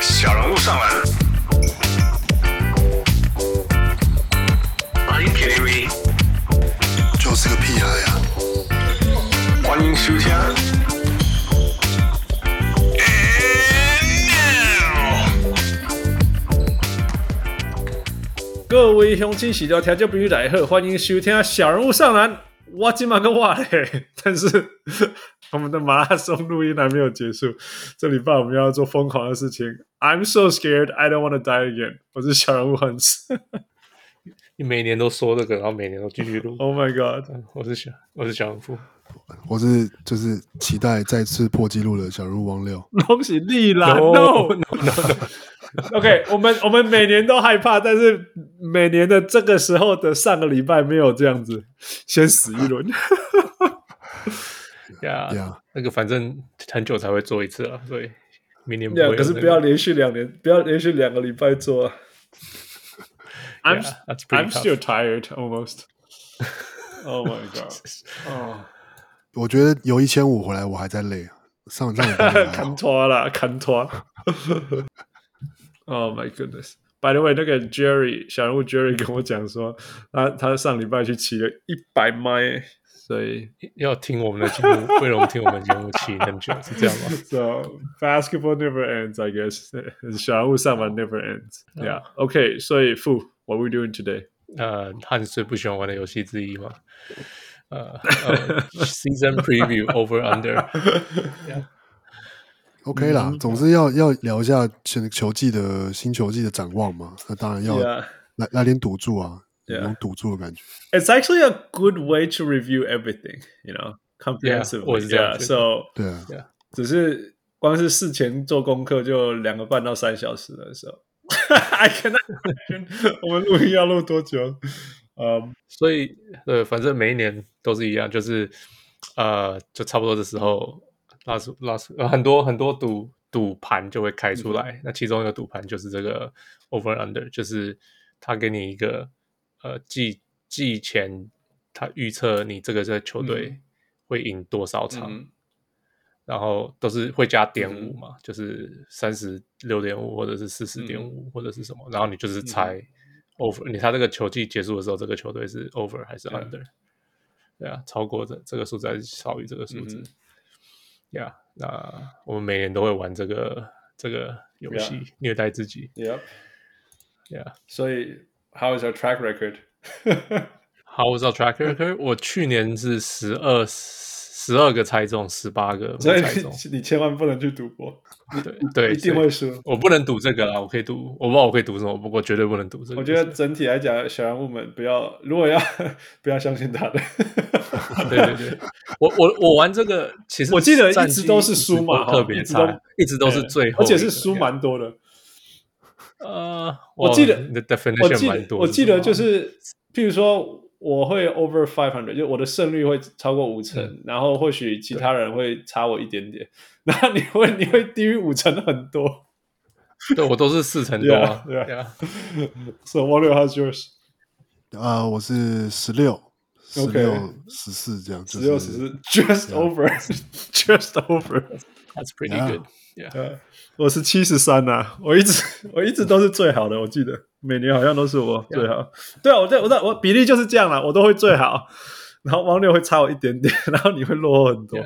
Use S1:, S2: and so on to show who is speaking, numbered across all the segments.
S1: 小人物上篮。Are you kidding me？
S2: 就是个屁孩啊呀、
S1: 欢迎收听。And now
S3: 各位乡亲喜聊调酒朋友来贺，欢迎收听《小人物上篮》。我今晚跟哇嘞， 但是我们的马拉松录音还没有结束。这礼拜我们要做疯狂的事情。I'm so scared, I don't want to die again。我是小人物很
S4: 你每年都说这个，然后每年都继续录。
S3: Oh my god！
S4: 嗯 我是小，我是小人夫。
S2: 我是就是期待再次破纪录的小人物王六，
S3: 恭喜你啦
S4: No,
S3: OK，我们我们每年都害怕，但是每年的这个时候的上个礼拜没有这样子，先死一轮。
S4: 呀、
S3: 啊
S2: 呀、
S4: 那个反正很久才会做一次啊，所以明年不会有
S3: 两啊可
S4: 那个、
S3: 是不要连续两年，不要连续两个礼拜做 啊。I'm
S4: Yeah, that's pretty
S3: I'm
S4: tough.
S3: still tired almost. Oh my god! 哦，
S2: 我觉得有一千五回来我还在累，啊上上礼拜就 还
S3: 砍
S2: 好
S3: 拖啦，砍拖。oh my goodness! By the way，那个 Jerry 小人物 Jerry 跟我讲说，他他上礼拜去骑了一百迈，所以
S4: 要听我们的节目，为了我们听我们节目期很久，是这样吗
S3: So basketball never ends, I guess. 小人物上班 never ends. Yeah. Okay. 所以傅，What we doing today?
S4: 呃，汉是最不喜欢玩的游戏之一嘛。呃呃，season preview over under，
S2: ，OK 啦，
S3: 嗯
S2: 总之要要聊一下球球季的新球季的展望嘛，那当然要
S3: Yeah.
S2: 来来点赌注啊，有
S3: Yeah
S2: 种赌注的感觉。
S3: it's actually a good way to review everything, you know, comprehensively.
S4: Yeah，我也是这
S3: Yeah,
S4: 样觉得。
S3: so
S2: 对啊，
S3: 只是光是事前做功课就两个半到三小时了，so I cannot imagine 我们录音要录多久。嗯、
S4: 所以呃，反正每一年都是一样，就是呃，就差不多的时候，拉出拉出、呃、很多很多赌赌盘就会开出来。那其中一个赌盘就是这个 over and under，就是他给你一个呃季季前他预测你这个这个球队会赢多少场，
S3: 嗯
S4: 然后都是会加点五嘛，就是三十六点五或者是四十
S3: 嗯
S4: 点五或者是什么，然后你就是猜 over，、你猜这个球季结束的时候，这个球队是 over 还是
S3: 啊
S4: under？、对啊，超过这这个数字还是少于这个数
S3: 嗯
S4: 字？呀、那我们每年都会玩这个这个游戏
S3: Yeah
S4: 虐待自己。
S3: y e p
S4: 呀、yeah.，
S3: 所以 How is our track record？
S4: 好，我知道 tracker，可是 我去年是十二十二个猜中，十八个
S3: 所以
S4: 没猜中，
S3: 你你千万不能去赌博，
S4: 对对，
S3: 一定
S4: 所以
S3: 会输。
S4: 我不能赌这个啦，我可以赌，我不知道我可以赌什么，不过绝对不能赌这个。
S3: 我觉得整体来讲，小人物们不要，如果要 不要相信他的。
S4: 对对对，我我我玩这个其实
S3: 我记得
S4: 战
S3: 一直
S4: 绩
S3: 都是输嘛
S4: 一直都特别
S3: 一直
S4: 差
S3: 都，
S4: 一直都是最后
S3: 而
S4: 一个，
S3: 且是输蛮多的。
S4: 呃，
S3: 我记得
S4: 你的
S3: 我记
S4: definition 蛮
S3: 得
S4: 多
S3: 我记得就是是，譬如说我会 over five hundred，就我的胜率会超过五成，
S4: 嗯
S3: 然后或许其他人会差我一点点，然后你会你会低于五成很多。
S4: 什么对我都是四成多啊，
S3: Yeah, yeah.
S4: 对啊，
S3: So what are yours？
S2: 啊，我是十六、十
S3: OK
S2: 六、十四这样，
S3: 只有只是 just over，just over。
S4: ，That's pretty
S2: Yeah.
S4: good。
S3: 呃，我是七十三呐，我一直我一直都是最好的，我记得每年好像都是我最好。对啊，我在我在我比例就是这样啦，我都会最好，然后王六会差我一点点，然后你会落后很多。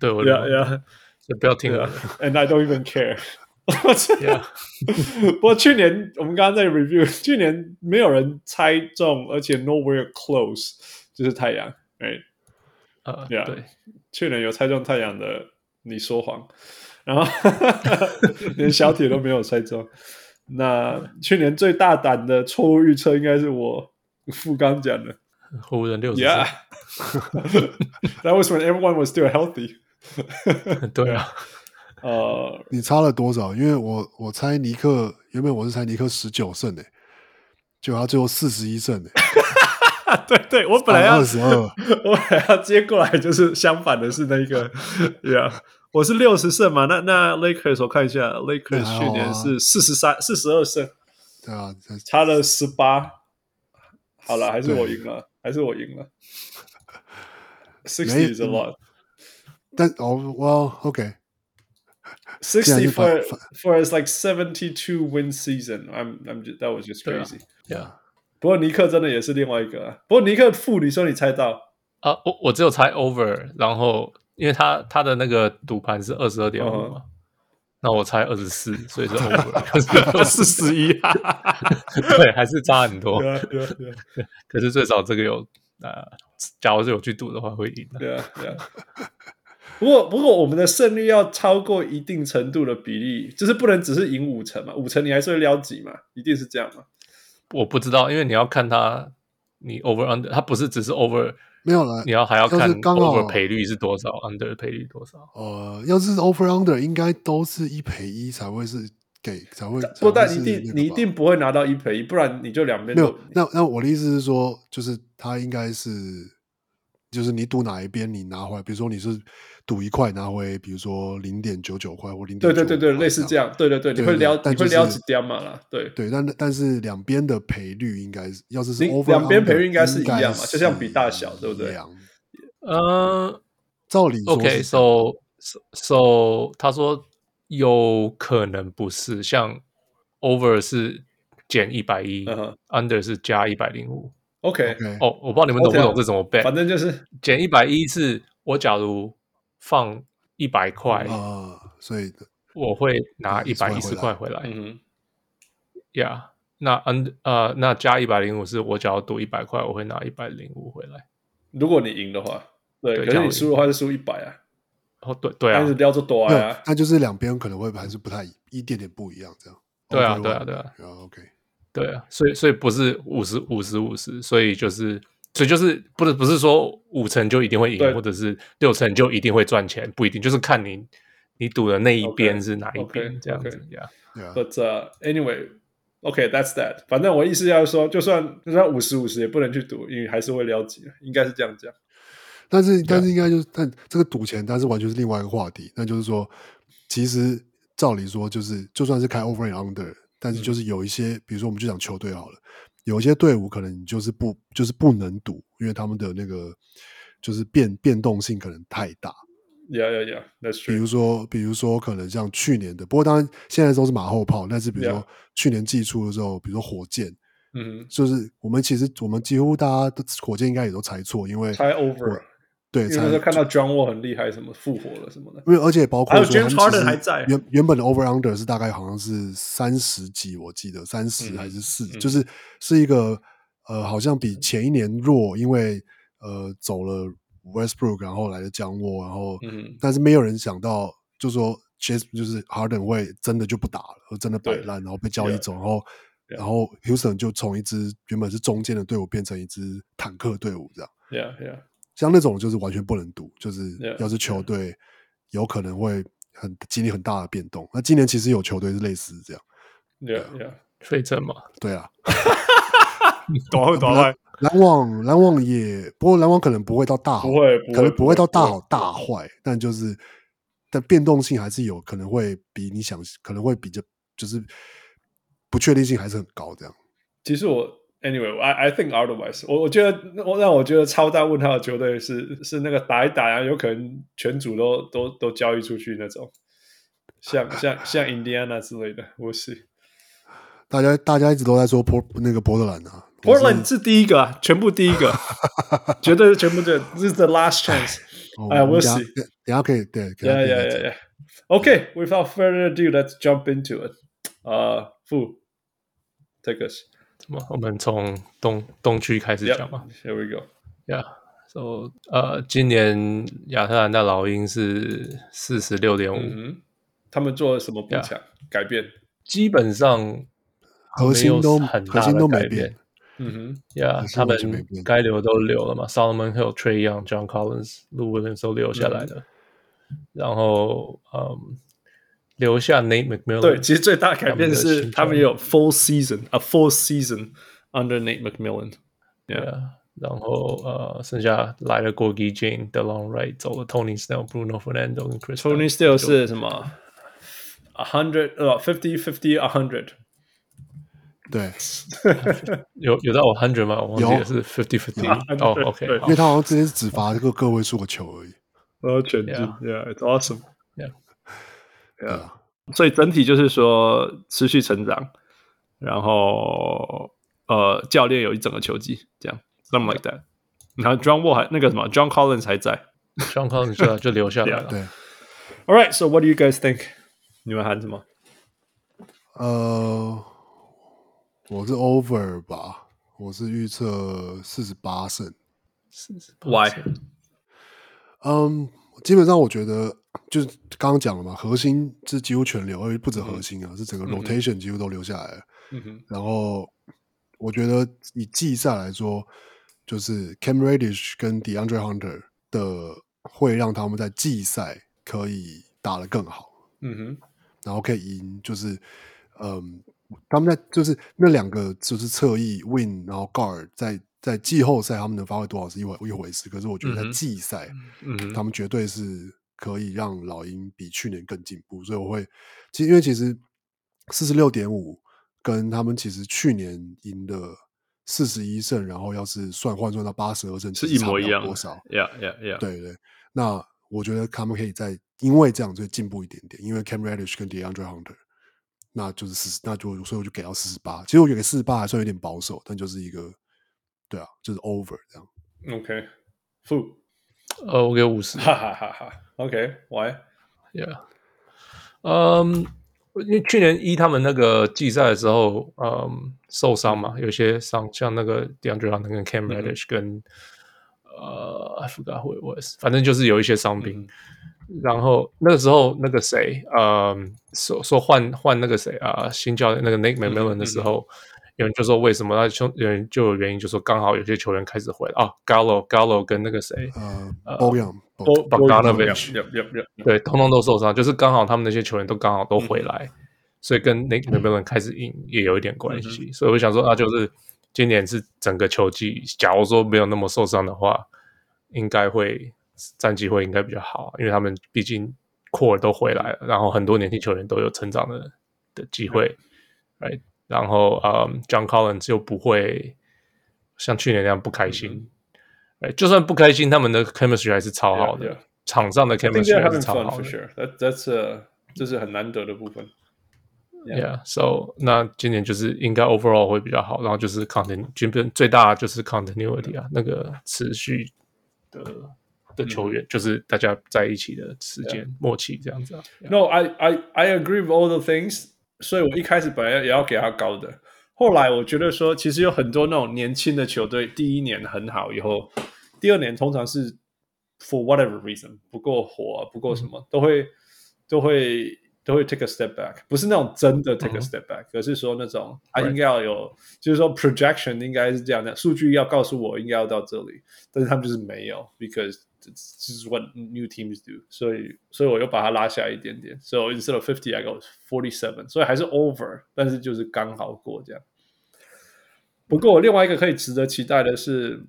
S4: 对我
S3: Yeah, yeah,
S4: 就不要听我
S3: yeah. 啊
S4: 的
S3: And I don't even care. 我这
S4: Yeah
S3: 不过去年我们刚刚在 review，去年没有人猜中，而且 nowhere close，就是太阳。哎，
S4: 呃，
S3: Yeah
S4: 对，
S3: 去年有猜中太阳的，你说谎，然后 连小铁都没有猜中。那去年最大胆的错误预测应该是我富刚讲 的
S4: 湖人六十
S3: ，Yeah，that was when everyone was still healthy。
S4: 对啊，
S3: 呃，
S2: 你差了多少？因为我我猜尼克原本我是猜尼克十九胜诶、结果他最后四十一胜诶、
S3: 对对，我 本来要
S2: 二十二，
S3: 我还要接过来，就是相反的是那 个，Yeah，我是六十胜嘛，那那 Lakers 我看一下
S2: 那
S3: ，Lakers
S2: 还好啊
S3: 去年是四十三、四十二胜，
S2: 对啊，才
S3: 差了十八，好了，还是我赢了，还是我赢了。Sixty is a lot.
S2: 嗯但哦，Well，OK，
S3: Sixty
S2: 竟然
S3: for
S2: 就反
S3: for his like seventy two win season. I'm I'm just, that was just
S4: 对啊
S3: crazy.
S4: 对啊。
S3: 不过尼克真的也是另外一个、啊，不过尼克负你说你猜到，
S4: 啊，我我只有猜 over，然后因为他他的那个赌盘是二十二点五
S3: 嗯
S4: 嘛，那我猜二十四，所以是 over，可是
S5: 四十一啊，
S4: 对还是差很多
S2: 哦
S3: 对，啊对啊对啊
S4: 可是最少这个有呃，假如是有去赌的话会赢的，
S3: 对啊对啊。不过不过我们的胜率要超过一定程度的比例，就是不能只是赢五成嘛，五成你还是会撩几嘛，一定是这样嘛。
S4: 我不知道，因为你要看他你 over under，他不是只是 over，
S2: 没有了
S4: 你。要还要
S2: 要是
S4: 看
S2: 刚好
S4: over 赔率是多少，under 赔率多少，
S2: 呃，要是 over under 应该都是一赔一才会是给才会，才
S3: 不，但
S2: 会是
S3: 一定
S2: 那个
S3: 你一
S2: 吧
S3: 定不会拿到一赔一，不然你就两边
S2: 没
S3: 都
S2: 有。那那我的意思是说，就是他应该是，就是你赌哪一边，你拿回来，比如说你是赌一块拿回，比如说零点九九块或零
S3: 对
S2: 点，
S3: 对对对，类似这。样，对对对，你
S2: 对
S3: 会
S2: 对
S3: 撩
S2: 但
S3: 你
S2: 就
S3: 会
S2: 是
S3: 撩几点嘛啦，对。
S2: 对，但但是两边的赔率应该是，要是是
S3: 你
S2: over
S3: 两边
S2: under，
S3: 赔率应该是一
S2: 应该
S3: 样嘛就像比大
S2: 是
S3: 小对不对
S2: 一样
S4: 嗯。
S2: 照理说
S4: OK，
S2: 是这样
S4: so so, so 他说有可能不是，像 over 是减一百一
S3: 嗯哼
S4: ，under 是加一百零五。
S3: OK，
S2: OK，
S4: 哦，我不知道你们懂
S3: OK
S4: 不
S3: 啊
S4: 懂这怎么 bet。
S3: 反正就是
S4: 减一百一是我假如放一百块，
S2: 啊，所以
S4: 我会拿一
S2: 110
S4: 百一十块回来。
S3: 嗯
S4: 呀，那 under 呃，那加一百零五是我只要赌一百块，我会拿一百零五回来。
S3: 哼，如果你赢的话，对，可
S4: 对这
S3: 是
S4: 样
S3: 你
S4: 我赢
S3: 输的话就输一百啊，
S4: 哦，对对啊
S3: 但是，撩就多
S2: 没有
S3: 啊，
S2: 那就是两边可能会还是不太一一点点不一样这样。
S4: 对啊
S2: Over
S4: 对啊
S2: under，
S4: 对啊
S2: 然后 OK，
S4: 对啊，所以所以不是五十五十五十，所以就是所以就是不是不是说五成就一定会
S3: 对
S4: 赢，或者是六成就一定会赚钱，不一定，就是看你你赌的那一
S3: OK，
S4: 边是哪一边
S3: OK，
S4: 这样
S3: OK
S4: 子呀。
S2: 对啊，
S3: But uh, anyway, OK, that's that. 反正我意思要说，就算就算五十五十也不能去赌，因为还是会撩急，应该是这样讲。
S2: 但是但是应该就是，但这个赌钱，但是完全是另外一个话题。那就是说，其实照理说，就是就算是开 over and under，但是
S4: 嗯
S2: 就是有一些，比如说我们就讲球队好了，有一些队伍可能你就是不就是不能赌，因为他们的那个就是变变动性可能太大。
S3: Yeah, yeah, yeah, that's
S2: 比
S3: true.
S2: 如说，比如说，可能像去年的，不过当然现在都是马后炮。但是比如说
S3: Yeah
S2: 去年季初的时候，比如说火箭，
S3: 嗯
S2: 就是我们其实我们几乎大家都火箭应该也都猜错，因为
S3: 哼，猜 over，
S2: 对
S3: 因为
S2: 猜
S3: 那时候看到 John Wall 很厉害，什么复活了什么的。
S2: 因为而且包括
S3: 还有
S2: 说他们
S3: James
S2: 其
S3: Harden
S2: 实
S3: 还在
S2: 原原本的 over under 是大概好像是三十几，我记得三十
S3: 嗯
S2: 还是四、
S3: 嗯
S2: 就是是一个呃，好像比前一年弱，因为呃走了 Westbrook，然后来了江沃，然后、
S3: 嗯
S2: 但是没有人想到，就说 James 就是 Harden 会真的就不打了，而真的摆
S3: 对
S2: 烂，然后被交易
S3: Yeah
S2: 走，然后
S3: Yeah
S2: 然后 Houston 就从一支原本是中间的队伍变成一支坦克队伍这样。
S3: ，Yeah, yeah.
S2: 像那种就是完全不能赌，就是
S3: Yeah,
S2: 要是球队有可能会很经历很大的变动。那今年其实有球队是类似这样，
S3: Yeah, yeah.
S4: 费正嘛，
S2: 对 啊。
S5: 多会多会，
S2: 篮网，篮网也，不过篮网可能不会到大好，
S3: 不会不会
S2: 可能不会到大好
S3: 不会
S2: 大坏，但就是但变动性还是有，可能会比你想，可能会比较就是不确定性还是很高这样。
S3: 其实我 anyway，I I think otherwise 我。我觉得我让我觉得超大问号的球队是是那个打一打啊，有可能全组都都都交易出去那种，像像像 Indiana 之类的。我是
S2: 大家大家一直都在说波那个波特兰啊，我是
S3: Portland 是第一个啊，全部第一 个，绝对是全部这这是 the last chance。
S2: 哦
S3: 哎
S2: 我们等
S3: we'll
S2: 下
S3: see
S2: 等等下可以对，可以
S3: Yeah, yeah, yeah, yeah. Okay, without further ado, let's jump into it. Uh, Fu, take us.
S4: 什么？我们从东东区开始
S3: Yeah,
S4: 讲嘛。
S3: here we go.
S4: Yeah. So，呃，今年亚特兰大老鹰是四十六点五，
S3: 嗯哼，Mm-hmm. 他们做了什么补
S4: Yeah
S3: 强改变？
S4: 基本上
S2: 核心都
S4: 没有很大
S2: 核
S4: 的
S2: 心都没
S4: 改变
S2: 变，
S3: 嗯哼，
S4: 呀
S2: 还，是
S4: 他
S2: 完全没
S4: 们
S2: 变
S4: 该留的都留了嘛，Solomon Hill、Trey Young、John Collins、Lou Williams 都留下来了。
S2: 嗯
S4: 然后，嗯，留下 Nate McMillan。
S3: 对，其实最大的改变
S4: 他们的
S3: 是
S4: 新
S3: 他们
S4: 装
S3: 也有 full season a full season under Nate McMillan。
S4: 对啊。然后，呃，剩下来了 Gorgie Jane、DeLon Wright，走了 Tony Snell、Bruno Fernando 跟 Chris。
S3: Tony Steele uh, 是什么？a hundred 呃 fifty fifty a hundred
S2: 对，
S4: 有有到我 hundred 吗？我忘记
S2: 有
S4: 了是 fifty fifty
S2: 有。
S4: 哦
S3: 100
S4: ，OK，
S3: 对
S2: 因为他好像之前是只罚这个个位数个球而已。
S4: 哦
S3: 然后
S6: 呃
S3: 全进
S4: Yeah.
S3: ，Yeah，it's awesome。
S2: 对啊，
S6: 所以整体就是说持续成长，然后呃，教练有一整个球季这样，something like that。然后 John Wall 还那个什么 John Collins 还在。
S4: 双康你知道就留下来了。
S2: 对，
S3: All right，so what do you guys think？
S6: 你们喊什么？
S2: 呃，我是 over 吧，我是预测四十八胜。
S6: Why？
S2: 嗯，基本上我觉得就是刚刚讲了嘛，核心是几乎全留，而且不止核
S4: 嗯
S2: 心啊，是整个 rotation 几乎都留下来了。
S3: 嗯哼，
S2: 然后我觉得以季赛来说，就是 Cam Radish 跟 DeAndre Hunter 的会让他们在季赛可以打得更好。
S3: 嗯
S2: 然后可以赢，就是嗯，他们在就是那两个就是侧翼 Win，然后 Guard 在在季后赛他们能发挥多少是一回一回事，可是我觉得
S4: 嗯
S2: 在
S4: 哼
S2: 季赛、
S4: 嗯哼，
S2: 他们绝对是可以让老鹰比去年更进步，所以我会其实因为其实四十六点五跟他们其实去年赢的四十一胜，然后要是算换算到八十二胜，
S6: 是
S2: 其实
S6: 一
S2: 差
S6: 模
S2: 不
S6: 一
S2: 了
S6: 样的
S2: 多少？
S6: Yeah，Yeah，Yeah。
S2: 对对，那我觉得他们可以再因为这样所以进步一点点，因为 Cam Reddish 跟 DeAndre Hunter，那就是四，那就所以我就给到四十八。其实我觉得四十八还算有点保守，但就是一个对啊，就是 over 这样。
S3: 哼，OK，负，
S4: 呃，我给五十。
S3: 哈哈哈哈，OK，Why？
S4: Yeah，嗯，因为去年一他们那个季赛的时候，嗯，受伤嘛，有些伤，像那个 DeAndre Hunter 跟 Cam Reddish 跟、呃，I forgot who it was，反正就是有一些伤病。然后那个时候，那个谁，嗯，说说换换那个谁啊、新教练那个 Nick McMillan 的时候，有人就说为什么？那就有人就有原因，就说刚好有些球员开始回来啊，Gallo Gallo 跟那个谁，
S2: 呃 b o g a n
S3: 都
S4: Bogdanovich
S3: Yep，Yep，Yep，
S4: 对，通通都受伤，就是刚好他们那些球员都刚好都
S3: 嗯
S4: 回来，所以跟 Nick McMillan 开始赢也有一点
S3: 嗯
S4: 关系。所以我想说，那就是今年是整个球季，假如说没有那么受伤的话，应该会战绩会应该比较好，因为他们毕竟 core 都回来了，然后很多年轻球员都有成长的的机会，right？然
S3: 嗯
S4: 后呃、j o h n Collins 又不会像去年那样不开心。哎，就算不开心，他们的 chemistry 还是超好的
S3: 嗯 Yeah, yeah.
S4: 场上的
S3: I think
S4: chemistry
S3: they're
S4: 还是
S3: having
S4: 超
S3: fun
S4: 好
S3: for
S4: 的。
S3: sure. That that's uh 这是很难得的部分。
S4: Yeah, so 那今年就是应该 overall 会比较好，然后就是 continue，基本最大的就是 continuity 啊，那个持续的的球员，就是大家在一起的时间默契这样子啊。Yeah.
S3: No, I I I agree with all the things. 所以我一开始本来也要给他高的，后来我觉得说，其实有很多那种年轻的球队，第一年很好，以后第二年通常是 for whatever reason 不够火、啊，不够什么，都会都会都会 take a step back，不是那种真的 take a step back，、而是说那种他
S4: Right
S3: 应该要有就是说 projection 应该是这样的，数据要告诉我应该要到这里，但是他们就是没有，because it's- this is what new teams do，所以所以我又把它拉下一点点，so instead of fifty I go forty seven，所以还是 over，但是就是刚好过这样。不过另外一个可以值得期待的是，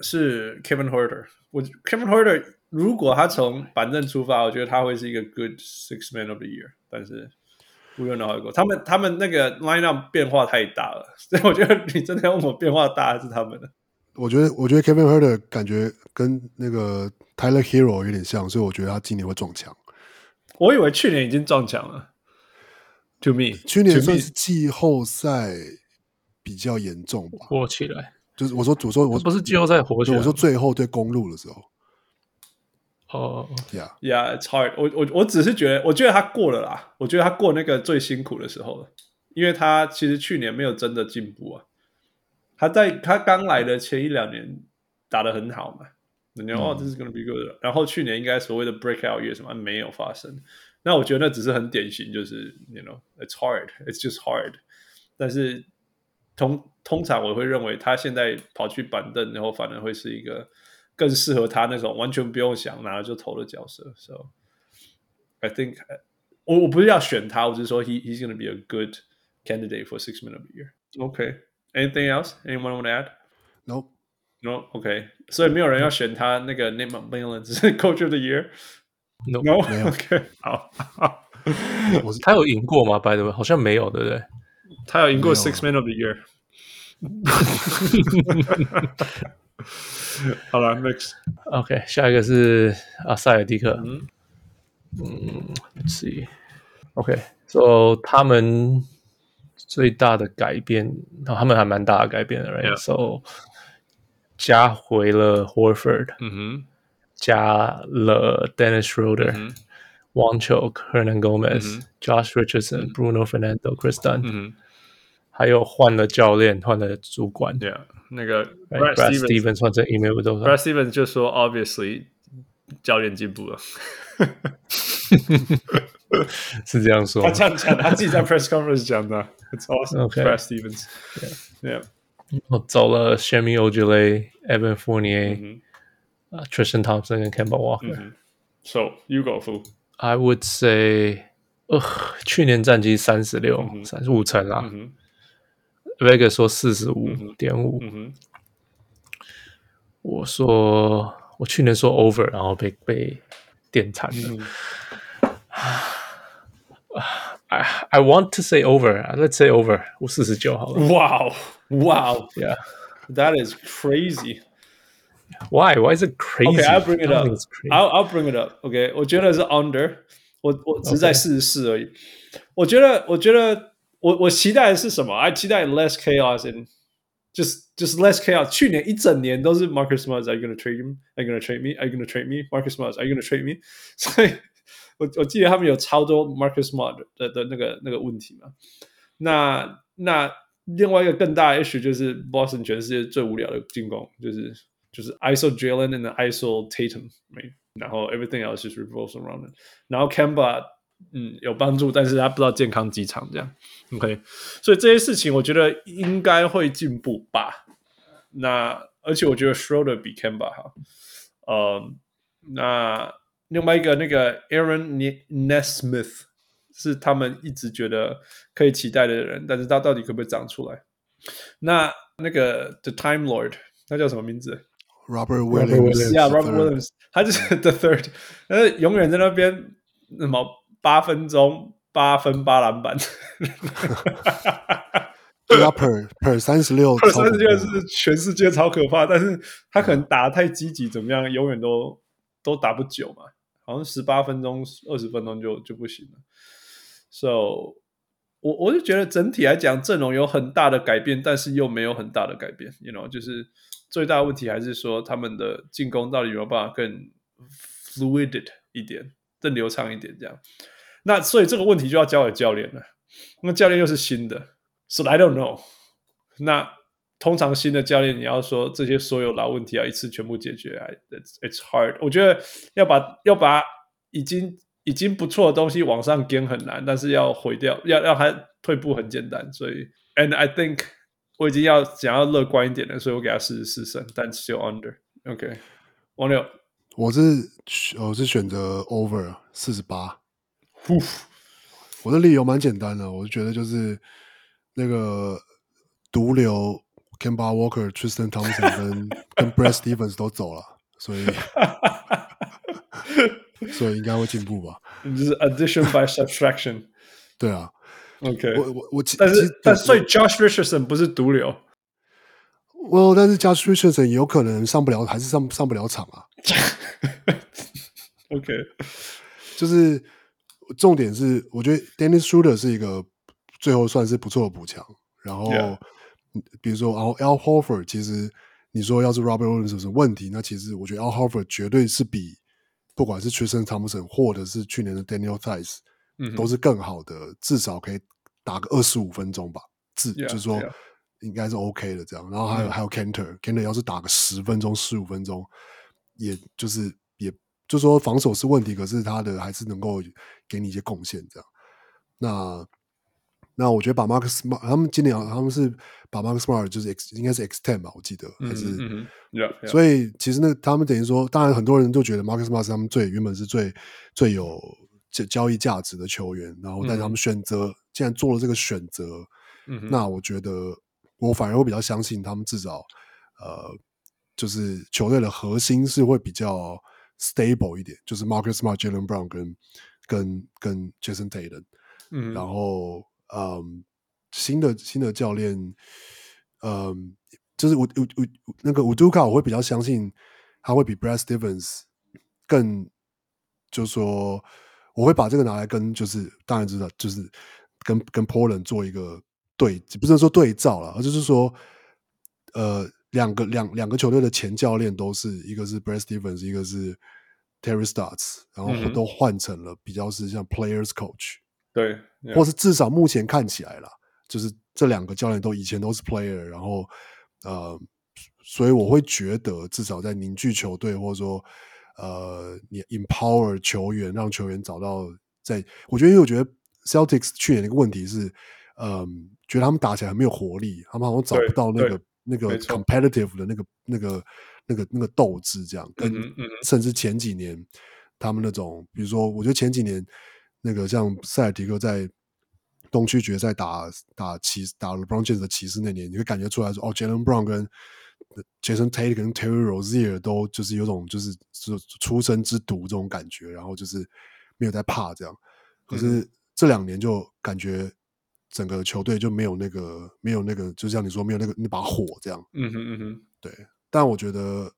S3: 是 Kevin Herter。我 Kevin Herter 如果他从板凳出发，我觉得他会是一个 good six man of the year。但是 we don't know how it goes。他们他们那个 lineup 变化太大了，所以我觉得你真的要问我变化大还是他们的。
S2: 我觉得我觉得 Kevin Herter 感觉跟那个 Tyler Hero 有点像，所以我觉得他今年会撞墙。
S3: 我以为去年已经撞墙了。To me，
S2: 去年
S3: to me
S2: 算是季后赛比较严重吧，
S4: 火起来，
S2: 就是我说我说我
S4: 不是季后赛啊火起
S2: 对
S4: 来，
S2: 我说最后对公路的时候
S4: 哦，
S2: ，Yeah，
S3: Yeah, it's hard 我。我我只是觉得，我觉得他过了啦。我觉得他过那个最辛苦的时候了，因为他其实去年没有真的进步啊。他在他刚来的前一两年打得很好嘛，人家哦，这是 gonna be good。然后去年应该所谓的 breakout 月什么没有发生，那我觉得那只是很典型，就是 you know it's hard, it's just hard。但是通通常我会认为他现在跑去板凳，然后反而会是一个更适合他那种完全不用想拿了就投的角色。So I think 我我不是要选他，我只是说 he he's going to be a good candidate for six man of the year. Okay. Anything else? Anyone want to add?
S2: 然后
S3: No. Okay. 所以没有人要选他那个 Nate McMillan 只是 Coach of the Year.
S4: No，
S3: No.
S2: 没有
S3: Okay. 好。
S2: 我是
S4: 他有赢过吗？By the way，好像没有，对不对？
S3: 他有赢过
S2: 没有啊
S3: Six Man of the Year。好了，Next，
S4: OK，下一个是啊塞尔蒂克，
S3: 嗯
S4: 嗯，let's see，OK，so 他们最大的改变，然后他们还蛮大的改变的
S7: Yeah
S4: ，right？So 加回了 Horford，
S7: 嗯
S4: 加了 Dennis Schroeder、
S7: 嗯
S4: Wang Chok、Hernan Gomez、
S7: 嗯
S4: Josh Richardson、Bruno Fernando、Chris Dunn，、
S7: 哼，嗯
S4: 还有换了教练，换了主管
S7: 哼，Yeah，那个
S4: right？
S3: Brad
S4: ，Brad
S3: Stevens
S4: Stevens 换成 Emil 都
S3: Brad Stevens 就说，Obviously，教练进步了。
S4: 是这样说
S3: 他。这样讲，他自己在 press conference 讲的，It's awesome。
S4: Okay
S3: Brad Stevens，yeah，
S4: 我走了 Shami o j u l e Evan Fournier、呃
S3: Mm-hmm.
S4: Tristan Thompson 跟 Kemba Walker。
S3: So you go fool。
S4: I would say，呃，去年战绩三十六，
S3: Mm-hmm.
S4: 三十五成啦。
S3: 哼 Mm-hmm.
S4: Vega 说四十五点五，
S3: 哼
S4: 我说我去年说 over，然后被被电惨了。I I want to say over，let's say over，我四十九好了。
S3: Wow, wow,
S4: Yeah.
S3: that is crazy.
S4: Why? Why is it crazy?
S3: Okay, I'll bring it
S4: I don't
S3: up.
S4: think it's crazy.
S3: I'll I'll bring it up. OK，我觉得是 under，我我只是在四十四而已。我觉得，我觉得，我我期待的是什么？I 期待 less chaos and just just less chaos。去年一整年都是 Marcus Smart，Are you gonna trade him? Are you gonna trade me? Are you gonna trade me? Marcus Smart, Are you gonna trade me? 所以我我记得他们有超多 Marcus Smart 的的那个那个问题嘛。那那另外一个更大的 issue 就是 Boston 全世界最无聊的进攻，就是就是 ISO Jalen and ISO Tatum，、right? 然后 everything else just revolves around it。然后 Kemba 嗯有帮助，但是他不知道健康几场这样。OK，所以这些事情我觉得应该会进步吧。那而且我觉得 Schroeder 比 Kemba 好。呃，那另外一个那个 Aaron Ne- Nesmith 是他们一直觉得可以期待的人，但是他到底可不可以长出来？那那个 The Time Lord，他叫什么名字？
S2: Robert
S4: Williams
S2: Williams，
S3: Yeah, Robert Williams，他就是 the third，但是永远在那边什么八分钟八分八篮板，
S2: 他 per per 三十六，
S3: 二三十六是全世界超可怕，但是他可能打得太积极，怎么样，永远都都打不久嘛，好像十八分钟、二十分钟就就不行了。So，我我就觉得整体来讲，阵容有很大的改变，但是又没有很大的改变，you know，就是最大的问题还是说他们的进攻到底有没有办法更 fluid 一点，更流畅一点这样。那所以这个问题就要交给教练了，那教练又是新的，so I don't know。那通常新的教练，你要说这些所有老问题要一次全部解决，I-，it's it's hard。我觉得要把要把已经已经不错的东西往上跟很难，但是要毁掉，要让它退步很简单。所以，and I think 我已经要想要乐观一点了，所以我给他四十四胜，但 still under。OK，王六，
S2: 我是我是选择 over 四十八。
S3: 呼，
S2: 我的理由蛮简单的，我就觉得就是那个毒瘤 Kemba Walker、Tristan Thompson 跟跟 Brad Stevens 都走了，所以所以应该会进步吧？
S3: 你就是 addition by subtraction。
S2: 对啊，
S3: OK，
S2: 我我我其
S3: 但
S2: 其实
S3: 是但所以 Josh Richardson 不是毒瘤。
S2: 我但是加 s t r i c h a r d s o n 也有可能上不了，还是上上不了场啊。
S3: OK，
S2: 就是重点是，我觉得 Dennis Schroeder 是一个最后算是不错的补强。然后
S3: Yeah
S2: 嗯比如说，然后 Al Horford，其实你说要是 Robert Williams 有什么问题，那其实我觉得 Al Horford 绝对是比不管是 Tristan Thompson 或者是去年的 Daniel Tice
S3: 嗯哼
S2: 都是更好的，至少可以打个二十五分钟吧，至
S3: Yeah，
S2: 就是说
S3: yeah
S2: 应该是 OK 的这样。然后
S3: 嗯
S2: 还有、还有 Cantor，Cantor 要是打个十分钟、十五分钟，也就是也就说防守是问题，可是他的还是能够给你一些贡献这样。那那我觉得把 Marcus Smart 他们今年好像他们是把 Marcus Smart 就是 X 应该是 X ten 吧，我记得还是。
S3: 嗯哼，Yeah，yeah
S2: 所以其实那个他们等于说，当然很多人都觉得 Marcus Smart 是他们最原本是最最有交交易价值的球员，然后但是他们选择、既然做了这个选择，
S3: 嗯哼
S2: 那我觉得我反而会比较相信他们至少呃，就是球队的核心是会比较 stable 一点，就是 Marcus Smart、Jalen
S3: 嗯
S2: Brown 跟跟跟 Jason Tatum，
S3: 嗯哼
S2: 然后嗯，新的新的教练，嗯、就是我我我那个 Uduka，我会比较相信他会比 Brad Stevens 更，就说我会把这个拿来跟就是当然知道就是跟跟 Poland 做一个对，不是说对照了，而就是说，呃，两个两两个球队的前教练都是一个是 Brad Stevens，一个是 Terry Stotts，然后
S3: 嗯哼
S2: 都换成了比较是像 Players Coach。
S3: 对，
S2: 或是至少目前看起来啦，就是这两个教练都以前都是 player，然后呃，所以我会觉得至少在凝聚球队或者说呃，你 empower 球员，让球员找到在，我觉得因为我觉得 Celtics 去年的一个问题是，嗯、觉得他们打起来很没有活力，他们好像找
S3: 对
S2: 不到那
S3: 对
S2: 个那
S3: 没
S2: 个
S3: 错
S2: competitive 的那个那个那个那个斗志，这样跟
S3: 嗯哼嗯哼
S2: 甚至前几年他们那种，比如说，我觉得前几年那个像塞尔提克在东区决赛打打骑打 LeBron James 的骑士那年，你会感觉出来说，哦，Jalen Brown 跟 Jason Tate 跟 Terry Rozier 都就是有种就是就出生之毒这种感觉，然后就是没有在怕这样。可是这两年就感觉整个球队就没有那个没有那个，就像你说没有那个那把火这样。
S3: 嗯哼嗯哼，
S2: 但我觉得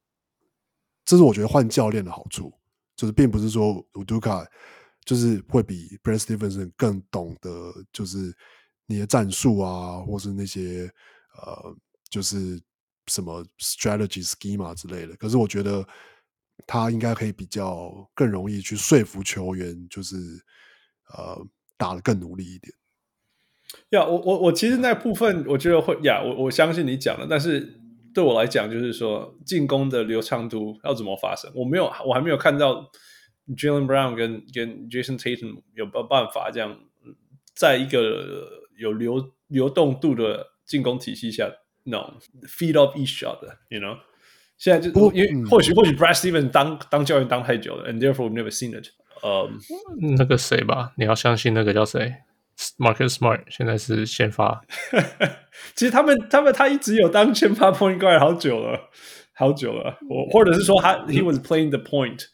S2: 这是我觉得换教练的好处，就是并不是说乌杜卡就是会比 Brad Stevenson 更懂得就是你的战术啊，或是那些呃就是什么 strategy schema 之类的。可是我觉得他应该可以比较更容易去说服球员，就是呃打得更努力一点。
S3: 呀、我我我其实那部分我觉得会呀我我相信你讲的，但是对我来讲就是说进攻的流畅度要怎么发生，我没有我还没有看到 Jalen Brown 跟跟 Jason Tatum 有没有办法这样在一个有流流动度的进攻体系下，no feed off each other，you know。现在就
S2: 不过
S3: 因为
S2: 嗯
S3: 或许或许 Brad Stevens 当当教练当太久了，and therefore we've never seen it。嗯，
S4: 那个谁吧，你要相信那个叫谁，Marcus Smart，现在是先发，
S3: 其实他们他们他一直有当先发 point guard 好久了，好久了。我或者是说他 he was playing the point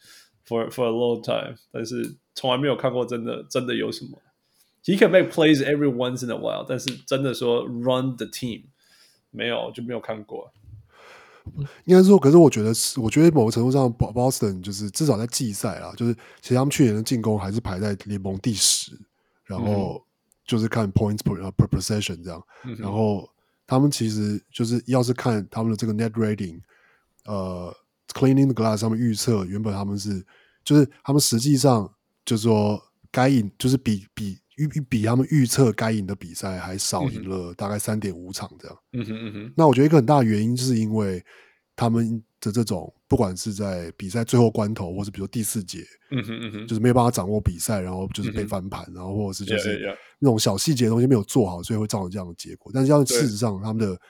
S3: for for a long time，但是从来没有看过真的真的有什么。He can make plays every once in a while，但是真的说 run the team 没有就没有看过。
S2: 应该是说，可是我觉得是，我觉得某个程度上，Bo-，Boston 就是至少在季赛啊，就是其实他们去年的进攻还是排在联盟第十，然后就是看 points per 呃 per possession 这样，
S3: 嗯
S2: 然后他们其实就是要是看他们的这个 net rating，呃，cleaning the glass 上面预测原本他们是就是他们实际上就是说该赢就是比比预比他们预测该赢的比赛还少赢了大概三点五场这样。
S3: 嗯哼嗯哼，
S2: 那我觉得一个很大的原因是因为他们的这种，不管是在比赛最后关头，或是比如说第四节，
S3: 嗯哼嗯哼，
S2: 就是没有办法掌握比赛，然后就是被
S3: 嗯哼
S2: 翻盘，然后或者是就
S3: Yeah,
S2: 是
S3: yeah, yeah.
S2: 那种小细节的东西没有做好，所以会造成这样的结果。但是要
S3: 对
S2: 事实上，他们的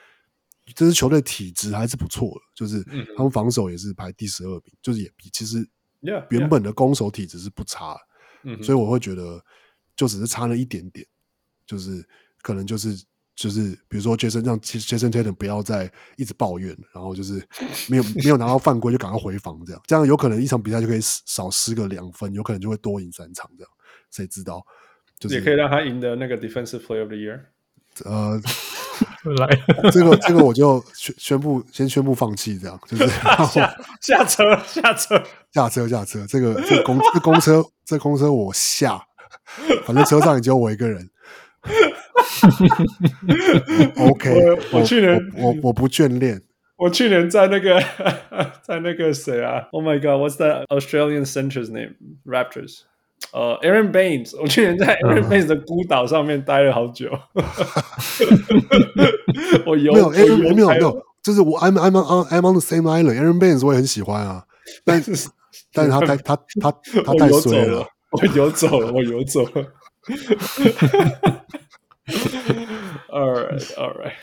S2: 这支球队体质还是不错的，就是
S3: 嗯
S2: 他们防守也是排第十二名，就是也比其实
S3: Yeah,
S2: 原本的攻守体质是不差的。
S3: 嗯哼
S2: 所以我会觉得就只是差了一点点，就是可能就是就是比如说杰森让杰杰森 Tatum 不要再一直抱怨，然后就是没有没有拿到犯规就赶快回防，这样这样有可能一场比赛就可以少失个两分，有可能就会多赢三场这样，谁知道？就是
S3: 也可以让他赢得那个 defensive player of the year。
S2: 呃，
S4: 来，
S2: 这个这个我就宣宣布先宣布放弃，这样 就是然后
S3: 下下车下车，
S2: 下车下车，这个这个公这公车这公车我下，反正车上也只有我一个人。OK，
S3: 我我去年
S2: 我我我不眷恋，
S3: 我去年在那个 在那个谁啊？Oh my God，What's that Australian center's name? Raptors。呃、a a r o n Baines，我去年在 Aaron Baines 的孤岛上面待了好久。 我游
S2: 没有
S3: 我游
S2: Aaron 没有
S3: 开
S2: 没
S3: 了
S2: 有，就是我 I'm I'm on I'm on the same island，Aaron Baines 我也很喜欢 啊，但是但是他太他他他
S3: 我
S2: 太
S3: 游走
S2: 衰
S3: 了， 我游走了，我游走了。all right, all right.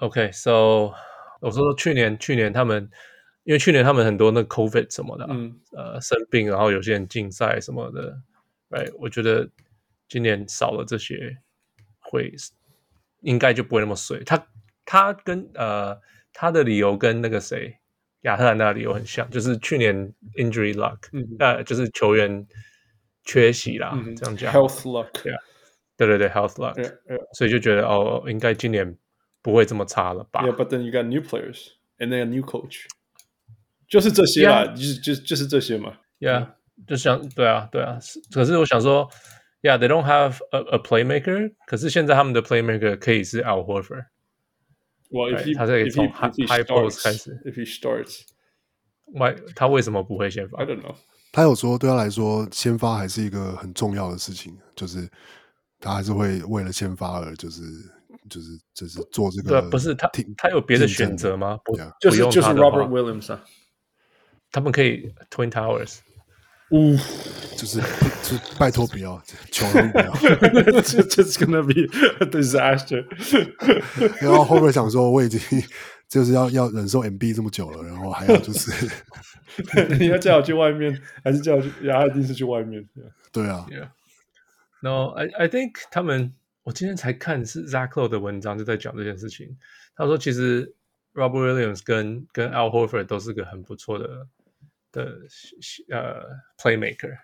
S4: OK，so、我说去年去年他们，因为去年他们很多那 COVID 什么的啊、
S3: 嗯
S4: 呃，生病，然后有些人竞赛什么的，哎，我觉得今年少了这些，会应该就不会那么水。他他跟呃他的理由跟那个谁亚特兰大的理由很像，就是去年 injury luck，
S3: 嗯
S4: 呃，就是球员缺席啦，
S3: 嗯
S4: 这样讲。
S3: ，health luck.
S4: 对对对，Health Luck，、
S8: Yeah, yeah.
S4: 所以就觉得哦，应该今年不会这么差了吧
S8: Yeah, but then you got new players and then a new coach. 就是这些啦
S4: Yeah.
S8: 就是就是就是这些嘛。
S4: ？Yeah，就想对啊对啊，是可是我想说，Yeah，they don't have a a playmaker，可是现在他们的 playmaker 可以是 Al Horford。
S8: Well, if
S4: Right,
S8: he
S4: 他是可以
S8: if
S4: 从
S8: he if he
S4: high- high post
S8: starts,
S4: 开始
S8: if he starts,
S4: 外他为什么不会先发
S8: I？don't know.
S2: 他有说，对他来说，先发还是一个很重要的事情，就是他还是会为了先发而就是就是就是做这个。
S4: 对啊，不是他
S2: 挺，
S4: 他有别的
S2: 呃竞争
S4: 选择吗？不，
S2: Yeah
S8: 就
S4: 不
S8: 是
S4: 用
S8: 就是
S4: 他的话
S8: Robert Williams 啊。
S4: 他们可以 Twin Towers。
S8: 呜，
S2: 就是就是拜托不 要，求人不要。
S8: 这这是 gonna be a disaster。
S2: 然后后面想说，我已经就是要要忍受 MB 这么久了，然后还要就是
S8: 你要叫我去外面，还是叫我去？呀，一定是去外面。
S2: 对啊，
S4: Yeah. No, I I think 他们，我今天才看是 Zachlow 的文章就在讲这件事情。他说其实 Robert Williams 跟跟 Al Horford 都是个很不错的的呃 playmaker。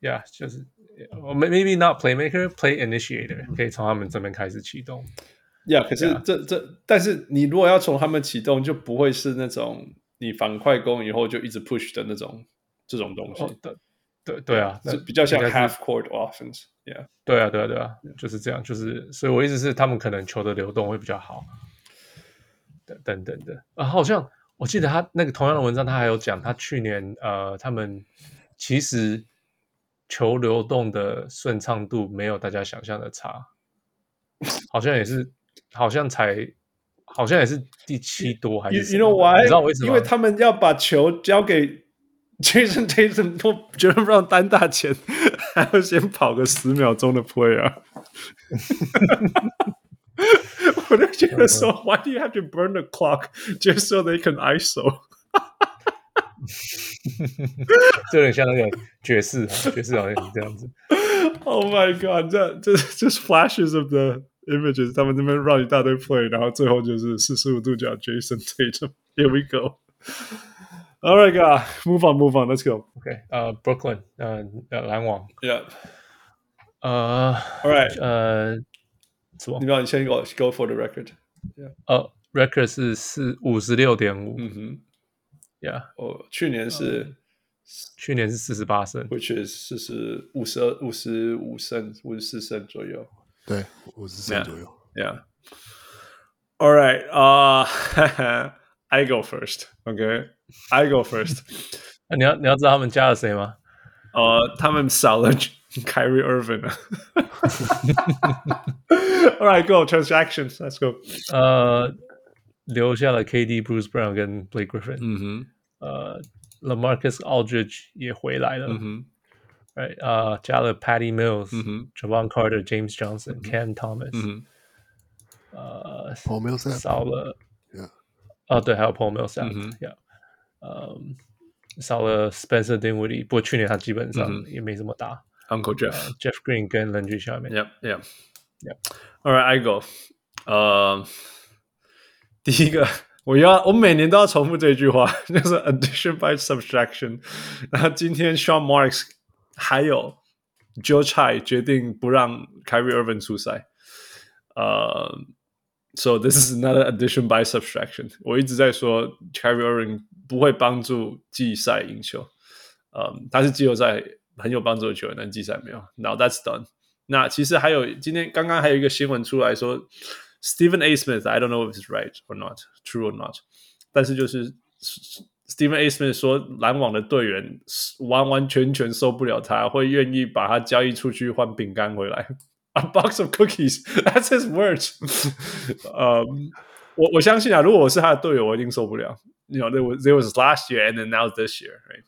S4: Yeah，就是呃 maybe not playmaker, play initiator，可以从他们这边开始启动。
S8: 呀，可是
S4: Yeah.
S8: 这这，但是你如果要从他们启动，就不会是那种你反快攻以后就一直 push 的那种这种东西，
S4: 哦，对对对啊，那
S8: 是比较像
S4: 应该是
S8: half court offense。Yeah，
S4: 对啊，对啊，对啊，就是这样，就是，所以我意思是，他们可能球的流动会比较好，等等等的。啊，好像我记得他那个同样的文章，他还有讲，他去年呃，他们其实球流动的顺畅度没有大家想象的差，好像也是，好像才，好像也是第七多还
S8: you
S4: 是
S8: you
S4: 什
S8: know
S4: 么的
S8: why？
S4: 你知道为什么？
S8: 因为他们要把球交给 Jason Tatum，都觉得让单打前还要先跑个十秒钟的 play 啊。 我就觉得说，Why do you have to burn the clock just so they can ISO？
S4: 这有点像那个爵士啊，爵士好像也是这样子。
S8: Oh my god！这这这是 flashes of the images，他们那边绕一大堆 play，然后最后就是四十五度角 Jason Tatum。Here we go。All right, g u y move on, move on, let's go.
S4: OK，呃，Brooklyn，呃，uh, 呃篮网，
S8: Yeah.
S4: 呃
S8: All right.
S4: 呃，什么
S8: 你？让你先 go go for the record。
S4: 呃，record 是四五十六点五
S8: 嗯哼，
S4: ，Yeah，
S8: 哦，去年是
S4: 去年是四十八胜，
S8: ，which is 四十五十二、五十五胜、五十四胜左右。
S2: 对，我是胜左右。
S8: Yeah. All right. Uh, I go first. Okay. I go first.
S4: 那、你要你要知道他们加了谁吗？
S8: 呃，他们少了 Uh, Kyrie Irving 啊。All right, go transactions. Let's go.
S4: 呃，留下了 KD、Bruce Brown 跟 Blake
S8: Mm-hmm。
S4: Griffin，、
S3: 嗯哼，
S4: 呃，LaMarcus Aldridge 也回来了，
S3: 嗯
S8: Mm-hmm。
S3: 哼，
S4: right？呃，加了 Patty Mills、
S3: 嗯哼
S4: Javon Carter、James Johnson、Cam
S8: Mm-hmm。
S4: Thomas，、
S3: 嗯哼，
S4: 呃，
S2: Paul Millsap，
S4: 少了
S2: Yeah，
S4: 哦，对，还有 Paul
S3: 嗯哼
S4: Millsap，Yeah，呃，少了 Um, Spencer Dinwiddie，不过去年他基本上
S3: 嗯
S4: 也没怎么打。
S3: Uncle Jeff.
S4: Jeff Green 跟 l a n d r y 下面。
S3: Yep, yep,
S4: Yep.
S3: All right, I go. Um, 呃， 第一个，我要我每年都要重复这句 话，就是 addition by subtraction。然后今天 Sean Marks 还有 Joe Chai 决定不让 Kyrie Irving 出赛。呃、s o this is another addition by subtraction。我一直在说 Kyrie Irving 不会帮助季赛赢球。嗯，他是季后赛很有帮助的球员，但季赛没有。Now that's done。那其实还有今天刚刚还有一个新闻出来说，Stephen A. Smith，I don't know if it's right or not, true or not，但是就是 Stephen A. Smith 说篮网的队员完完全全受不了他，会愿意把他交易出去换饼干回来。A box of cookies. That's his words. 呃、我我相信啊，如果我是他的队友，我一定受不了。You know, there was there was last year and then now this year, right?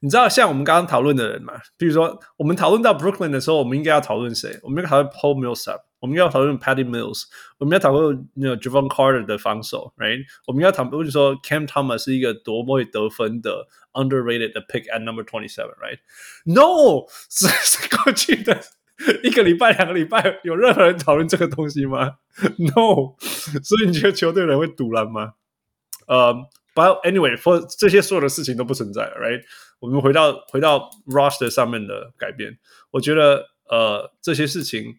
S3: 你知道，像我们刚刚讨论的人嘛，比如说我们讨论到 Brooklyn 的时候，我们应该要讨论谁？我们要讨论 Paul Millsap，我们要讨论 Patty Mills，我们要讨论 you know, Javon Carter 的防守，right？我们要讨论说 Cam Thomas 是一个多么会得分的 underrated 的 pick at number twenty seven，right？No，是 是过去的一个礼拜、两个礼拜，有任何人讨论这个东西吗？No，所以 你觉得球队人会堵拦吗？呃、b u t anyway，for 这些所有的事情都不存在了，right？我们回到回到 roster 上面的改变，我觉得呃这些事情，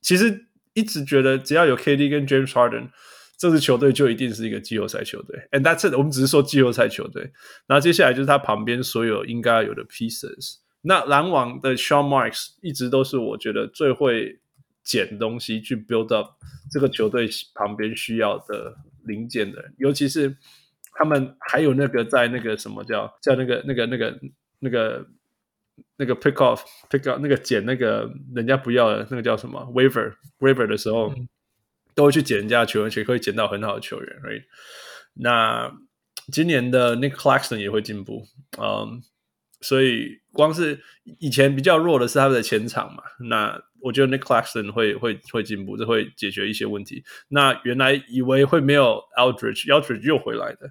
S3: 其实一直觉得只要有 KD 跟 James Harden，这支球队就一定是一个季后赛球队。And that's it，我们只是说季后赛球队。然后接下来就是他旁边所有应该有的 pieces。那篮网的 Sean Marks 一直都是我觉得最会捡东西去 build up 这个球队旁边需要的零件的人，尤其是他们还有那个在那个什么叫叫那个那个那个那个那个 pick off pick off 那个捡那个人家不要的那个叫什么 waiver waiver 的时候，都会去捡人家的球员，而且会捡到很好的球员，right？那今年的 Nick Claxton 也会进步，嗯。所以光是以前比较弱的是他们的前场嘛，那我觉得 Nick Claxton 会会会进步，这会解决一些问题。那原来以为会没有 Aldridge，Aldridge 又回来的。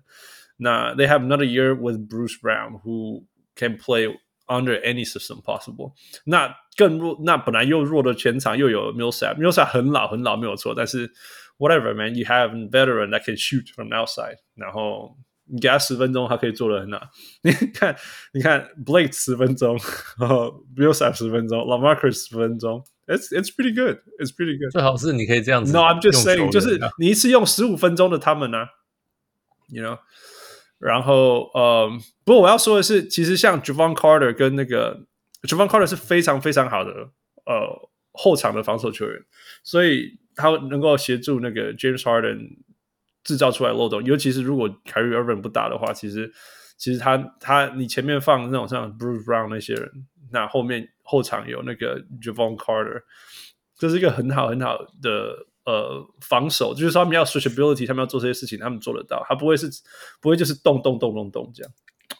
S3: 那 They have another year with Bruce Brown who can play under any system possible。那更弱，那本来又弱的前场又有 Millsap，Millsap 很老很老没有错，但是 whatever man，you have a veteran that can shoot from outside，然后你给他十分钟，他可以做的很好。 你看，你看，Blake 十分钟， 然后 Millsap 十分钟，Lamarcus 十分钟，It's It's pretty good. It's pretty good.
S4: 最好是你可以这样子
S3: No,
S4: 用球员啊。
S3: I'm just saying，就是你一次用十五分钟的他们呢、y o u know。然后，呃，不过我要说的是，其实像 Javon Carter 跟那个 Javon Carter 是非常非常好的呃后场的防守球员，所以他能够协助那个 James Harden 制造出来漏洞，尤其是如果 Kyrie Irving 不打的话，其实其实他他你前面放那种像 Bruce Brown 那些人，那后面后场有那个 Javon Carter，这是一个很好很好的呃防守，就是说他们要 switchability，他们要做这些事情，他们做得到，他不会是不会就是动动动动动这样。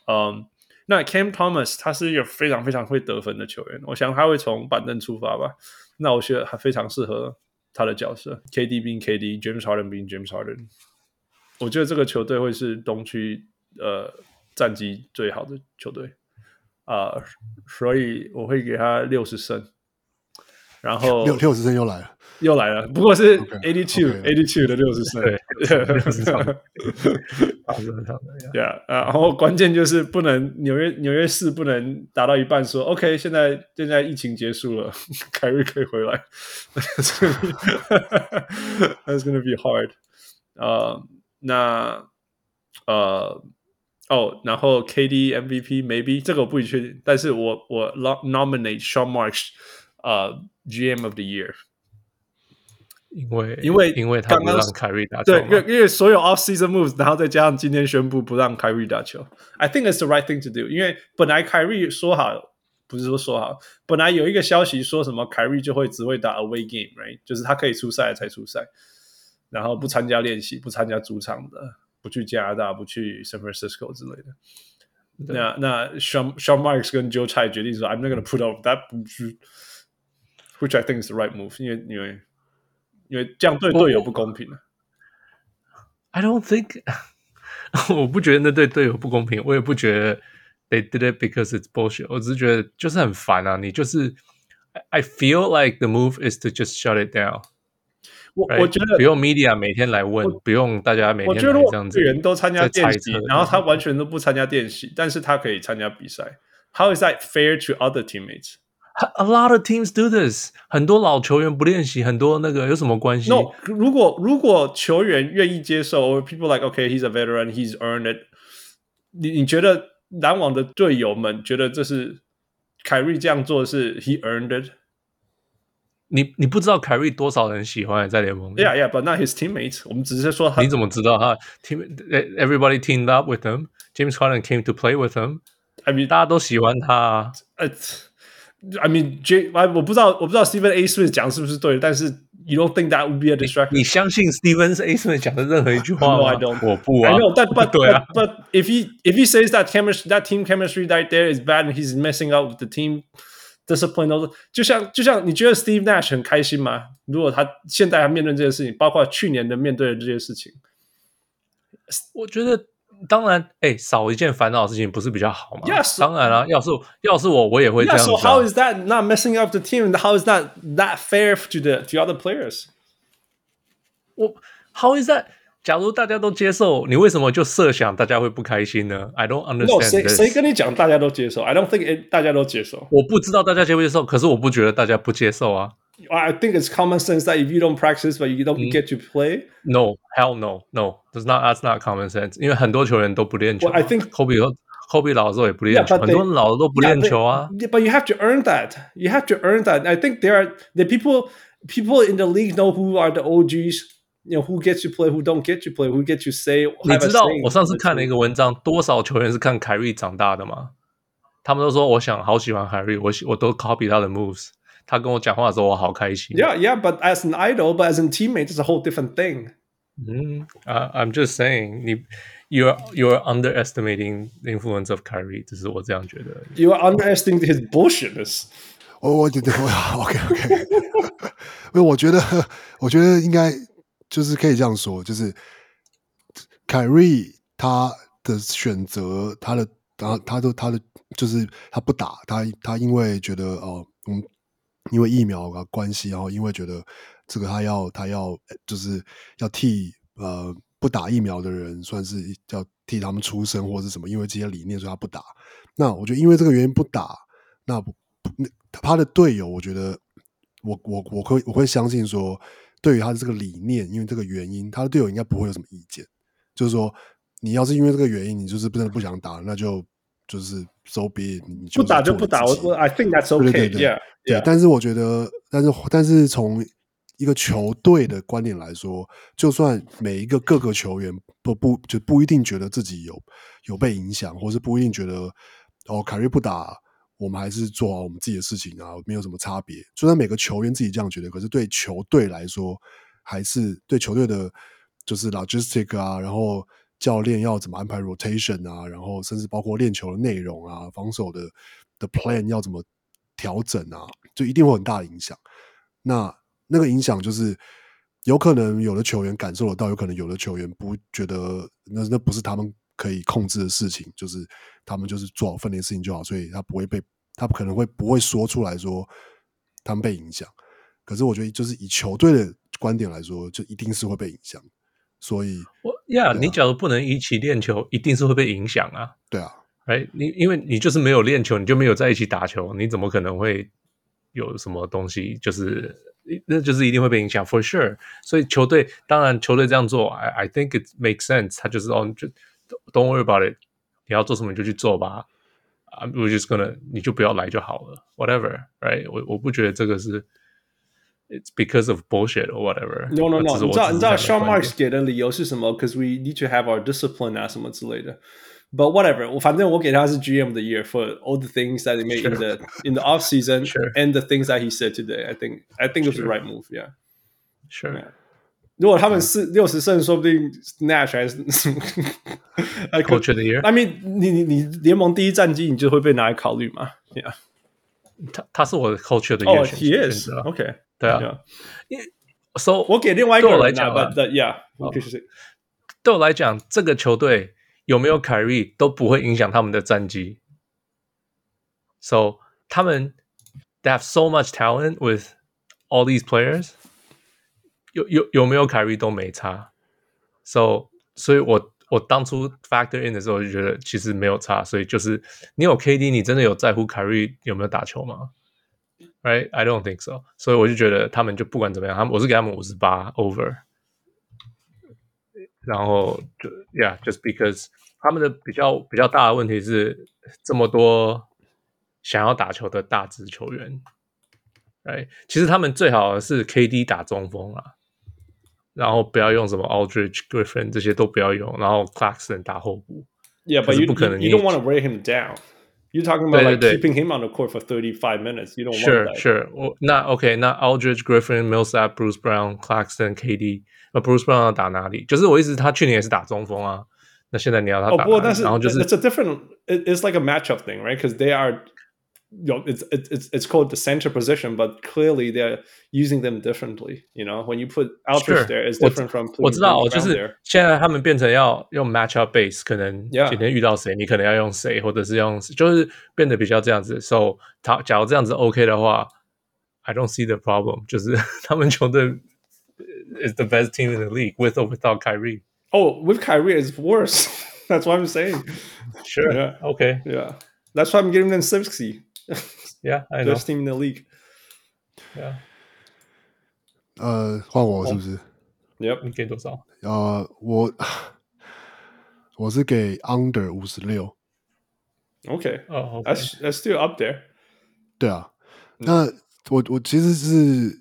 S3: 嗯，那 Cam Thomas 他是一个非常非常会得分的球员，我想他会从板凳出发吧。那我觉得他非常适合他的角色，KD 并 KD，James Harden 并 James Harden。我觉得这个球队会是东区呃战绩最好的球队啊、所以我会给他六十胜。然后
S2: 六六十胜又来了，
S3: 又来了，不过是
S2: OK，OK
S3: eighty two eighty two 的六十胜，
S4: 对
S3: 对 ，yeah，啊然后关键就是不能纽约纽约市不能达到一半说 OK，现在现在疫情结束了，凯瑞可以回来 ，That's gonna be hard，呃，那呃。哦，然后 KD MVP maybe 这个我不确定，但是我我 lo- nominate Sean Marks 呃 GM of the year，
S4: 因为
S3: 因为
S4: 因为他
S3: 刚
S4: 不
S3: 刚
S4: 让凯瑞打球
S3: 对，
S4: 嘛
S3: 因为因为所有 off season moves，然后再加上今天宣布不让凯瑞打球，I think it's the right thing to do。因为本来凯瑞说好，不是说说好，本来有一个消息说什么凯瑞就会只会打 away game，right？就是他可以出赛才出赛，然后不参加练习，不参加主场的，不去加拿大，不去 San Francisco 之类的。那那 Sean Sean Marks 跟 Joe Chai 决定说，I'm not going to put up that which I think is the right move，因为因为因为这样对队友不公平啊。
S4: I don't think，我不觉得那对队友不公平，我也不觉得 they did it because it's bullshit。我只是觉得就是很烦啊，你就是，I I feel like the move is to just shut it down。
S3: 我我觉得
S4: 不用 media 每天来问，不用大家哎每
S3: 我
S4: 天
S3: 觉得
S4: 来
S3: 如
S4: 这
S3: 果
S4: 样
S3: 这
S4: 子。
S3: 个人都参加
S4: 在
S3: 练
S4: 猜
S3: 习
S4: 测，
S3: 然后他完全都不参加练习，但是他可以参加比赛。How is that fair to other teammates?
S4: A lot of teams do this，很多老球员不练习，很多那个有什么关系
S3: No，如果如果球员愿意接受，or people like okay, he's a veteran, he's earned it 你。你觉得篮网的队友们觉得这是凯瑞这样做是 he earned it?
S4: 你你不知道凯瑞多少人喜欢在联盟里
S3: Yeah, yeah, but not his teammates. 我们只是说他
S4: 你怎么知道他 team everybody teamed up with him? James Harden came to play with him，
S3: ，I mean
S4: 大家都喜欢他啊。
S3: 呃，I mean J，I 我不知道我不知道 Stephen A. Smith 讲是不是对的，但是 you don't think that would be a distraction？
S4: 你相信 Steven A. Smith 讲的任何一句话
S3: No,
S4: 吗
S3: I don't. 哎
S4: 我不
S3: I
S4: 啊。
S3: know, but but
S4: 对啊
S3: but, but if he if he says that chemistry that team chemistry right there is bad and he's messing up with the team discipline，all- 就像就像你觉得 Steve Nash 很开心吗？如果他现在还面对这件事情，包括去年的面对的这些事情，
S4: 我觉得当然，哎、少一件烦恼的事情不是比较好吗
S3: Yes.
S4: 当然啊，要是要是我，我也会这
S3: yeah.
S4: 样子、
S3: So
S4: 啊。
S3: how is that not messing up the team? and How is that that fair to the to other players?
S4: 我 How is that？假如大家都接受，你为什么就设想大家会不开心呢？I don't
S3: No，
S4: understand
S3: 谁
S4: this。
S3: 谁跟你讲大家都接受？I don't think it, 大家都接受。
S4: 我不知道大家接不接受，可是我不觉得大家不接受啊。
S3: I think it's common sense that if you don't practice, but you don't
S4: Mm-hmm.
S3: get to play.
S4: No, hell no, no. That's not that's not common sense. 因为很多球员都不练球啊。
S3: Well, I think-
S4: Kobe 和 Kobe 老的时候也不练
S3: Yeah,
S4: 球
S3: but
S4: 很多
S3: they-
S4: 人老了都不
S3: Yeah,
S4: 练
S3: but-
S4: 球啊。
S3: yeah, but you have to earn that. You have to earn that. I think there are the people people in the league know who are the OGs. You know who gets to play, who don't get to play, who get to say.
S4: 你知道我上次看了一
S3: 那
S4: 个文章，多少球员是看凯瑞长大的吗？他们都说我想好喜欢凯瑞，我喜我都 copy 他的 moves。他跟我讲话的时候，我好开心。
S3: Yeah, yeah, but as an idol, but as a teammate, it's a whole different thing.
S4: 嗯、i Uh, I'm just saying，你 you're you're underestimating the influence of Kyrie，只是我这样觉得而已。
S3: You are underestimating his bullshitness.
S2: 我我觉得我 OK OK，因为我觉得我觉得应该就是可以这样说，就是凯瑞他的选择，他的他他的他的就是他不打，他他因为觉得哦，我们因为疫苗的关系，然后因为觉得这个他要他要呃就是要替呃不打疫苗的人算是要替他们出声或是什么，因为这些理念，所以他不打。那我觉得因为这个原因不打，那不那他的队友，我觉得我我我会我会相信说，对于他的这个理念，因为这个原因，他的队友应该不会有什么意见。就是说，你要是因为这个原因，你就是真的不想打，那就就是 so be it，你就是做你自己
S3: I think that's
S2: 对
S3: okay.
S2: 对对
S3: Yeah,
S2: 对
S3: yeah.，
S2: 但是我觉得，但是但是从一个球队的观点来说，就算每一个各个球员不不就不一定觉得自己有有被影响，或是不一定觉得哦凯瑞不打，我们还是做好我们自己的事情啊，没有什么差别。就算每个球员自己这样觉得，可是对球队来说，还是对球队的，就是 logistic 啊，然后教练要怎么安排 rotation 啊，然后甚至包括练球的内容啊，防守的的 plan 要怎么调整啊，就一定会有很大的影响。那那个影响就是，有可能有的球员感受得到，有可能有的球员不觉得那那不是他们可以控制的事情，就是他们就是做好分内事情就好，所以他不会被他可能会不会说出来说他们被影响。可是我觉得，就是以球队的观点来说，就一定是会被影响。所以，
S4: 我呀你假如不能一起练球，一定是会被影响啊。
S2: 对啊，
S4: 哎，你因为你就是没有练球，你就没有在一起打球，你怎么可能会有什么东西？就是那就是一定会被影响，for sure。所以球队当然球队这样做，I I think it makes sense。他就是哦，你就 don't worry about it，你要做什么你就去做吧。I'm we're just gonna，你就不要来就好了，whatever，right？我我不觉得这个是 it's because of bullshit or whatever。
S3: No, no,
S4: 只
S3: no！
S4: 是我
S3: 你知道
S4: 自己
S3: 你知道
S4: 这样
S3: Sean
S4: 的观
S3: Marks
S4: 点
S3: 给的理由是什么？Because we need to have our discipline 啊什么之类的。But whatever，我反正我给他是 GM 的 year for all the things that he made in the in the off season
S4: Sure.
S3: and the things that he said today. I think I think it was the right move. Yeah.
S4: sure。
S3: 如果他们四六十胜，说不定 Nash 还是 I could-
S4: Coach of the year
S3: I mean，你你你联盟第一战绩，你就会被拿来考虑嘛？Yeah.
S4: 他他是我的 culture 的
S3: Oh,
S4: 优选
S3: he
S4: 选
S3: is.
S4: 择啊
S3: Okay.
S4: 对啊
S3: Yeah.
S4: So
S3: 我给另外一个
S4: 对我来
S3: 人啊
S4: 讲啊
S3: but that- yeah，我可以是
S4: 对我来讲，这个球队有没有凯瑞都不会影响他们的战绩。So 他们 they have so much talent with all these players，有有有没有凯瑞都没差。So 所以我我当初 factor in 的时候就觉得其实没有差，所以就是你有 KD，你真的有在乎凯瑞有没有打球吗？Right, I don't think so。所以我就觉得他们就不管怎么样，他们我是给他们五十八 over。然后就 yeah，just because 他们的比较比较大的问题是这么多想要打球的大只球员，哎，其实他们最好的是 KD 打中锋啊，然后不要用什么 Aldridge、Griffin 这些都不要用，然后 Clarkson 打后补，
S3: Yeah, but
S4: 可是
S3: you,
S4: 不可能
S3: you, you
S4: 你
S3: don't want to wear him down. You're talking about
S4: 对
S3: like
S4: 对对
S3: keeping him on the court for 35 minutes. You don't
S4: Sure,
S3: want that.
S4: sure. 我那 OK，那 Aldridge、Griffin、Millsap、Bruce Brown、Clarkson、KD，那 Bruce Brown 要打哪里？就是我一直他去年也是打中锋啊，那现在你要他
S3: Oh,
S4: 打哪里、
S3: well, that's
S4: 然后就是
S3: it's a different. It, it's like a matchup thing, right? Because they are, you know, it's it's it's- it's called the center position, but clearly they're using them differently. You know, when you put Aldridge
S4: Sure.
S3: there, it's
S4: 我
S3: different from
S4: 我
S3: putting
S4: 知道，
S3: Brown
S4: 就是
S3: there.
S4: 现在他们变成要用 match up base，可能
S3: Yeah.
S4: 今天遇到谁你可能要用谁，或者是用就是变得比较这样子。So，他假如这样子 OK 的话，I don't see the uh, problem，就是他们球队 is the best team in the league with or without Kyrie。
S3: Oh, with Kyrie it's worse. That's what I'm saying.
S4: Sure.
S3: Yeah.
S4: Okay.
S3: Yeah. That's why I'm giving them 60.
S4: Yeah, I know.
S3: Best team in the league.
S4: Yeah.
S2: 呃，换我是不是？
S3: Yep.
S4: 你给多少？
S2: 呃，我 我是给 under 五十六。
S3: Okay.
S4: 哦，OK，
S3: That's that's still up there.
S2: 对啊，
S3: 嗯
S2: 那我我其实是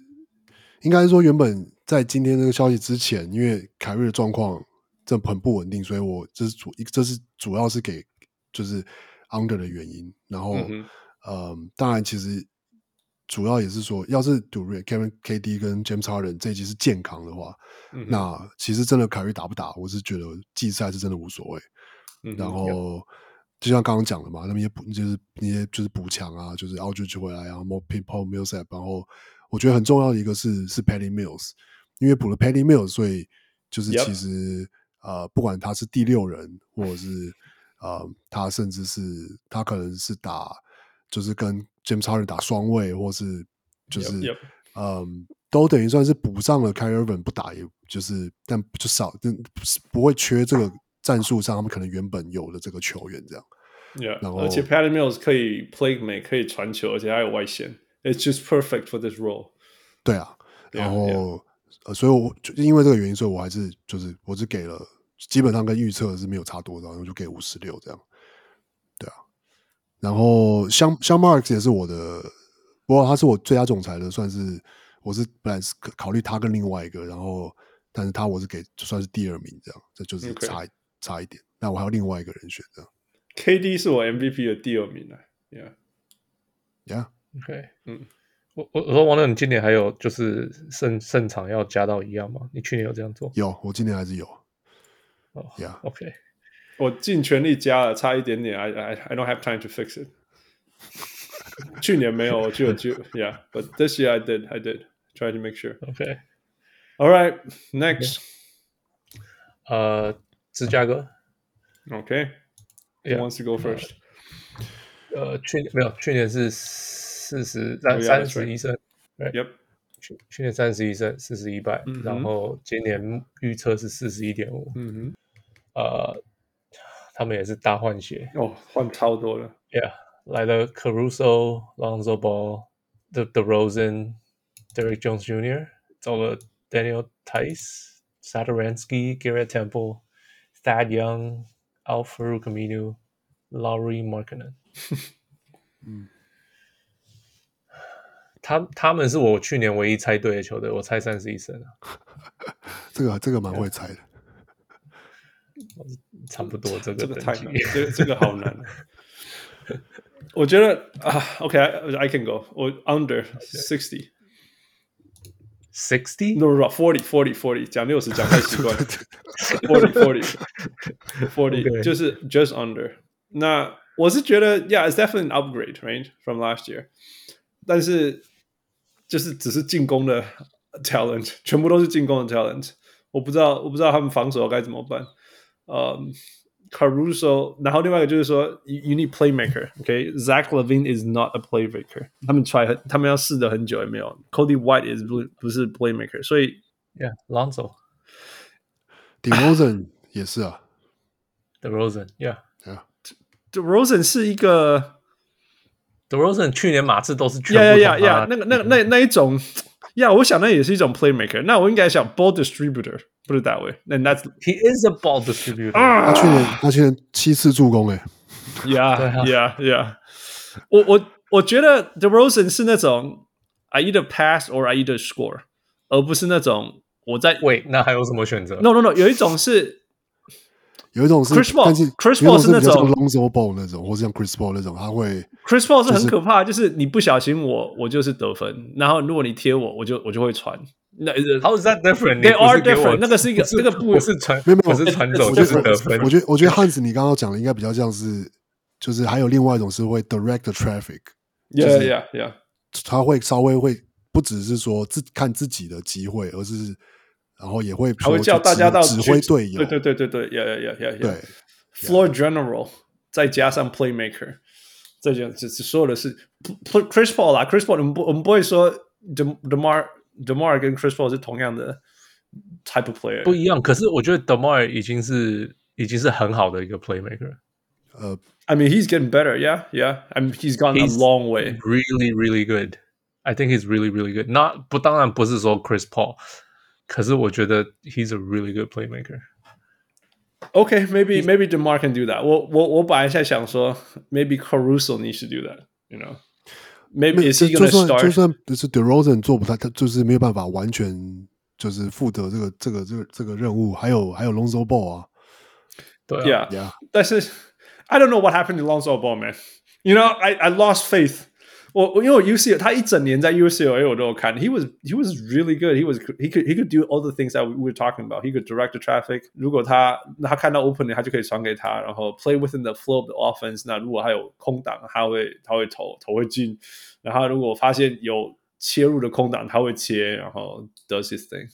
S2: 应该说，原本在今天这个消息之前，因为凯瑞的状况真的很不稳定，所以我这是主这是主要是给就是 under 的原因。然后，
S3: 嗯
S2: 嗯、当然其实主要也是说，要是赌瑞 Kevin KD 跟 James Harden 这一集是健康的话，
S3: 嗯哼
S2: 那其实真的凯瑞打不打，我是觉得季赛是真的无所谓。
S3: 嗯 Mm-hmm.
S2: 然后就像刚刚讲的嘛，他们也补就是那些就是补强啊，就是 Aldridge 回来啊，然后 p i p o Millsap，然后我觉得很重要的一个是是 Patty Mills，因为补了 Patty Mills，所以就是
S3: Yep
S2: 其实呃，不管他是第六人，或者是呃，他甚至是他可能是打就是跟 James Harden 打双位，或是就是
S3: Yep, yep.
S2: 嗯，都等于算是补上了 Kyrie Irving 不打，也就是但就少，但不是不会缺这个战术上他们可能原本有的这个球员这样。
S3: Yeah，
S2: 然后
S3: 而且 Patty Mills 可以 play 美，可以传球，而且还有外线。It's just perfect for this role.
S2: 对啊，然
S3: Yeah,
S2: 后
S3: yeah.
S2: 呃，所以我就因为这个原因，所以我还是就是我只给了基本上跟预测是没有差多少，我就给五十六这样。对啊，然后香香 Marks 也是我的，不过他是我最佳总裁的，算是我是本来是考虑他跟另外一个，然后但是他我是给算是第二名这样，这就是
S3: OK
S2: 差一差一点。那我还有另外一个人选这样
S3: KD 是我 MVP 的第二名啊。Yeah，
S2: ，Yeah，
S4: OK，
S3: 嗯
S4: 嗯，我我我说王亮，你今年还有就是胜胜场要加到一样吗？你去年有这样做？
S2: 有，我今年还是有
S4: 哦
S2: ，Yeah，
S4: ，OK，
S3: 我尽全力加了，差一点点。I I I don't have time to fix it. 去年没有，我就就 Yeah, but this year I did. I did. Try to make sure.
S4: OK，
S3: All right, next.
S4: 呃，芝加哥，
S3: Okay, who
S4: Yeah.
S3: wants to go first?
S4: 呃，去年没有，去年是四十三
S3: yeah,
S4: 三
S3: that's
S4: 十一胜，
S3: Yep.
S4: 去去年三十一胜，四十一败
S3: 嗯哼，
S4: 然后今年预测是四十一点五，
S2: Mm-hmm.
S3: 嗯
S4: 呃，他们也是大换血
S3: 哼，哦，Oh, 换超多了。
S4: ，Yeah，来了 Caruso、Lonzo Ball、The The Rosen、Derek Jones Jr.，走了 Daniel Tice、Saturansky、Garrett Temple、Thad Young、Al Farouk Aminu、Lowry Markkanen。他他们是我去年唯一猜对的球队，我猜三十一胜啊，
S2: 这个这个蛮会猜的。
S4: 差不多这个
S3: 这
S4: 等
S3: 个
S4: 级。
S3: 太难，这个这个好 难。我觉得啊，OK，I、can go，我 under sixty，
S4: sixty
S3: no no no forty forty forty，讲六十讲太奇怪了，forty forty forty
S4: Okay
S3: 就是 just under。那我是觉得，yeah，it's definitely an upgrade right from last year，但是就是只是进攻的 talent，全部都是进攻的 talent。我不知道，我不知道他们防守该怎么办。呃、Caruso，然后另外一个就是说，you you need playmaker，OK？Zach、Levine is not a playmaker。他们 try 很，他们要试的很久也没有。Cody White is 不不是 playmaker，所以
S4: yeah Lonzo
S2: d e r o s e n 也是啊
S4: The Rosen yeah
S2: ，Yeah，
S3: Rosen 是一个
S4: The Rosen 去年马刺都是全部
S3: 呀
S4: 都
S3: 呀呀呀
S4: 他，
S3: 那个那个那那一种呀我想那也是一种 playmaker。那我应该想 ball distributor，不是大卫。那 that's
S4: He is a ball distributor
S3: Ah.
S2: 他去年他去年七次助攻哎、
S4: 对啊
S3: Yeah, yeah, yeah. 我我我觉得 The Rosen 是那种 I either pass or I either score，而不是那种我在
S4: Wait，那还有什么选择
S3: No No No，有一种是
S2: 有一种是
S3: Chris Paul-
S2: 但是
S3: Chris
S2: 有
S3: Paul
S2: 一
S3: 是那
S2: 比较像
S3: 种
S2: Lonzo Ball 那种，或是像 Chris Paul 那种，他会
S3: Chris Paul 是很可怕，就是你不小心我我就是得分，然后如果你贴我，我就我就会传。那
S4: How is that different？
S3: They
S4: 你不是
S3: are
S4: 给我
S3: different，那个 是一个
S4: 不是
S3: 那个不
S4: 不是传，
S2: 没有没
S4: 不
S2: 有
S4: 是传走
S2: 我
S4: 就
S2: 觉
S4: 是
S2: 得
S4: 得分。
S2: 我觉得我觉得汉子你刚刚讲的应该比较像是，就是还有另外一种是会 direct the traffic，
S3: Yeah Yeah Yeah，
S2: 他会稍微会不只是说自看自己的机会，而是然后也会
S3: 还
S2: 说
S3: 会叫
S2: 去
S3: 大
S2: 指
S3: 家到
S2: 指挥队友，
S3: 对对对对对，Yeah Yeah Yeah Yeah，
S2: 对
S3: floor general，再加上 playmaker，再加这这所有的是 Pl- Chris Paul 啦，Chris Paul 我们不我们不会说 Dem- Demar Demar 跟 Chris Paul 是同样的 type of player。
S4: 不一样。可是我觉得 Demar 已经是已经是很好的一个 playmaker，
S2: 呃，
S3: I mean, he's getting better. Yeah, yeah. I mean, he's gone
S4: He's-
S3: a long way.
S4: really really good. I think he's really really good. Not 不当然不是说 Chris Paul，可是我觉得 he's a really good playmaker。
S3: Okay, maybe maybe Demar can do that. 我我我本来在想说 maybe Caruso needs to do that. You know, maybe
S2: 那
S3: is he
S2: 就
S3: gonna
S2: 算就
S3: start?
S2: 算就是 DeRozan 做不太，他就是没有办法完全就是负责这个这个这个这个任务，还有还有 Lonzo Ball 啊
S4: 对啊
S3: Yeah,
S2: ，Yeah，
S3: That's it. I don't know what happened to Lonzo Ball, man. You know, I I lost faith. 我我因为 UC 他一整年在 UCLA 我都有看 he was he was really good he was he could he could do all the things that we were talking about he could direct the traffic 如果他他看到 open 他就可以传给他，然后 play within the flow of the offense 那如果还有空档他会他会投投会进，然后如果发现有切入的空档他会切，然后 does his thing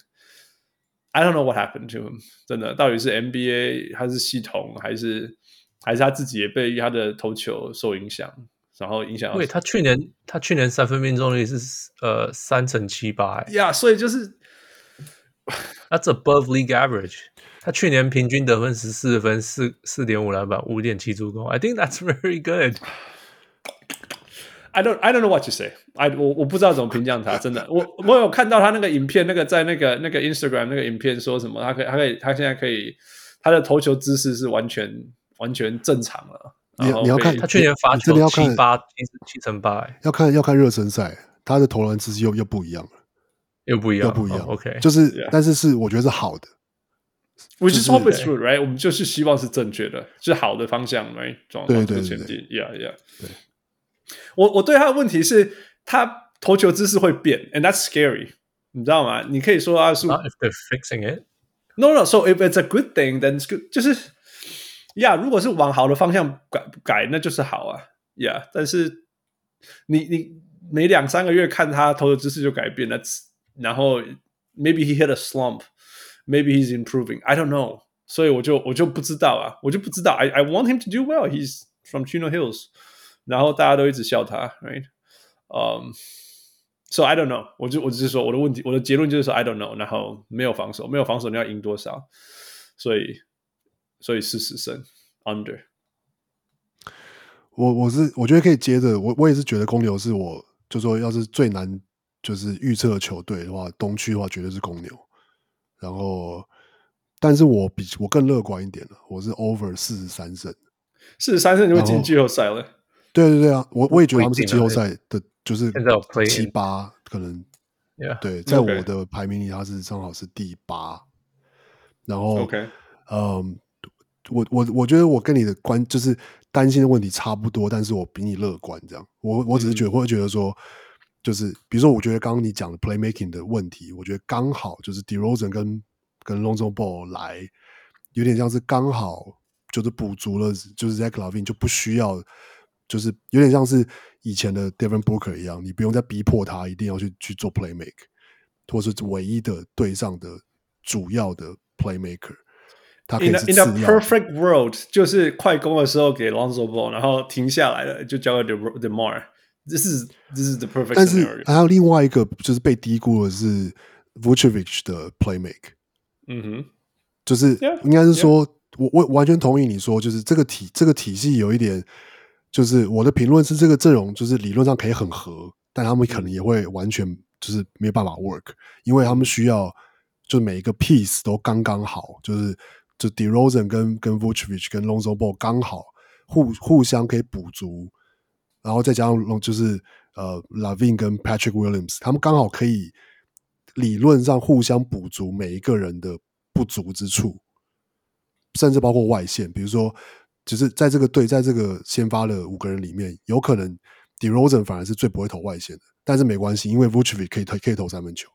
S3: I don't know what happened to him。真的，到底是 NBA 还是系统，还是还是他自己也被他的投球受影响，然后影响到
S4: 因为他去年他去年三分命中率是呃三成七八、欸，
S3: 呀所以就是
S4: That's above league average. 他去年平均得分十四分，四四点五篮板，五点七助攻。I think that's very good.
S3: I don't I don't know what to say。I 我我不知道怎么评价他，真的。我我有看到他那个影片，那个在那个那个 Instagram 那个影片说什么，他可以他可以他现在可以他的投球姿势是完全完全正常了。
S2: 你
S3: 然后
S2: 你要
S3: 可以
S2: 看
S4: 他去年罚
S2: 你真的
S4: 球
S2: 要看
S4: 七八七七成八、欸，
S2: 要看要看热身赛，他的投篮姿势又又不一样了，
S4: 又不一样，
S2: 又不一样。
S4: 哦 OK，
S2: 就是
S3: Yeah
S2: 但是是我觉得是好的，
S3: ，which is hope it's
S4: 对
S3: true, right？我们就是希望是正确的，是好的方向，right？往
S2: 对
S3: 往这个
S2: 对
S3: 前
S2: 对
S3: 进，yeah yeah。
S2: 对
S3: 我我对他的问题是，他投球姿势会变，and that's scary，你知道吗？你可以说他是
S4: Not 啊 if they're fixing it.
S3: no no，so if it's a good thing，then it's good，就是，yeah，如果是往好的方向改改，那就是好啊，yeah。但是你你每两三个月看他投的姿势就改变了，然后 maybe he hit a slump，maybe he's improving，I don't know。所以我就我就不知道啊，我就不知道。I I want him to do well，he's from Chino Hills，然后大家都一直笑他，right？嗯、So I don't know，我就我只是说我的问题，我的结论就是说 I don't know，然后没有防守，没有防守你要赢多少，所以所以四十胜 under，
S2: 我我是我觉得可以接着，我我也是觉得公牛是我就说要是最难就是预测的球队的话，东区的话绝对是公牛。然后，但是我比我更乐观一点了，我是 over 四十三胜。
S3: 四十三胜就会
S2: 然
S3: 进
S2: 后
S3: 季后赛了。
S2: 对对对啊，我我也觉得他们是
S4: 不一
S2: 季
S4: 定啊
S2: 后赛的，就是
S4: 现在有 play-in
S2: 七八可能
S4: Yeah，
S2: 对，在我
S3: OK
S2: 的排名里，他是正好是第八。然后
S3: OK，
S2: 嗯，我我我觉得我跟你的关就是担心的问题差不多，但是我比你乐观。这样，我我只是觉得、会觉得说，就是比如说，我觉得刚刚你讲的 playmaking 的问题，我觉得刚好就是 DeRozan 跟跟 Lonzo Ball 来，有点像是刚好就是补足了，就是 Zach Lavin 就不需要。就是有点像是以前的 Devin Booker 一样，你不用再逼迫他一定要去去做 playmake，或是唯一的对上的主要的 playmaker，他可
S3: In
S2: 以
S3: a,
S2: 是
S3: in
S2: 次
S3: a
S2: 要的。
S3: perfect world，就是快攻的时候给 Lonzo Ball，然后停下来了就交给 De Demar。This is this is the perfect
S2: 但是
S3: scenario。
S2: 还有另外一个就是被低估的是 Vucevic 的 playmake，
S3: 嗯哼，
S2: 就是
S3: Yeah,
S2: 应该是说我我完全同意你说，就是这个体这个体系有一点，就是我的评论是这个阵容就是理论上可以很合，但他们
S3: 嗯
S2: 可能也会完全就是没有办法 work，因为他们需要就每一个 piece 都刚刚好，就是就 DeRozan 跟跟 Vucevic 跟 Lonzo Ball 刚好互互相可以补足，然后再加上 Lon- 就是呃 Lavin 跟 Patrick Williams，他们刚好可以理论上互相补足每一个人的不足之处，甚至包括外线，比如说，就是在这个队在这个先发的五个人里面，有可能 DeRozan 反而是最不会投外线的，但是没关系，因为 Vucevic 可以投可以投三分球，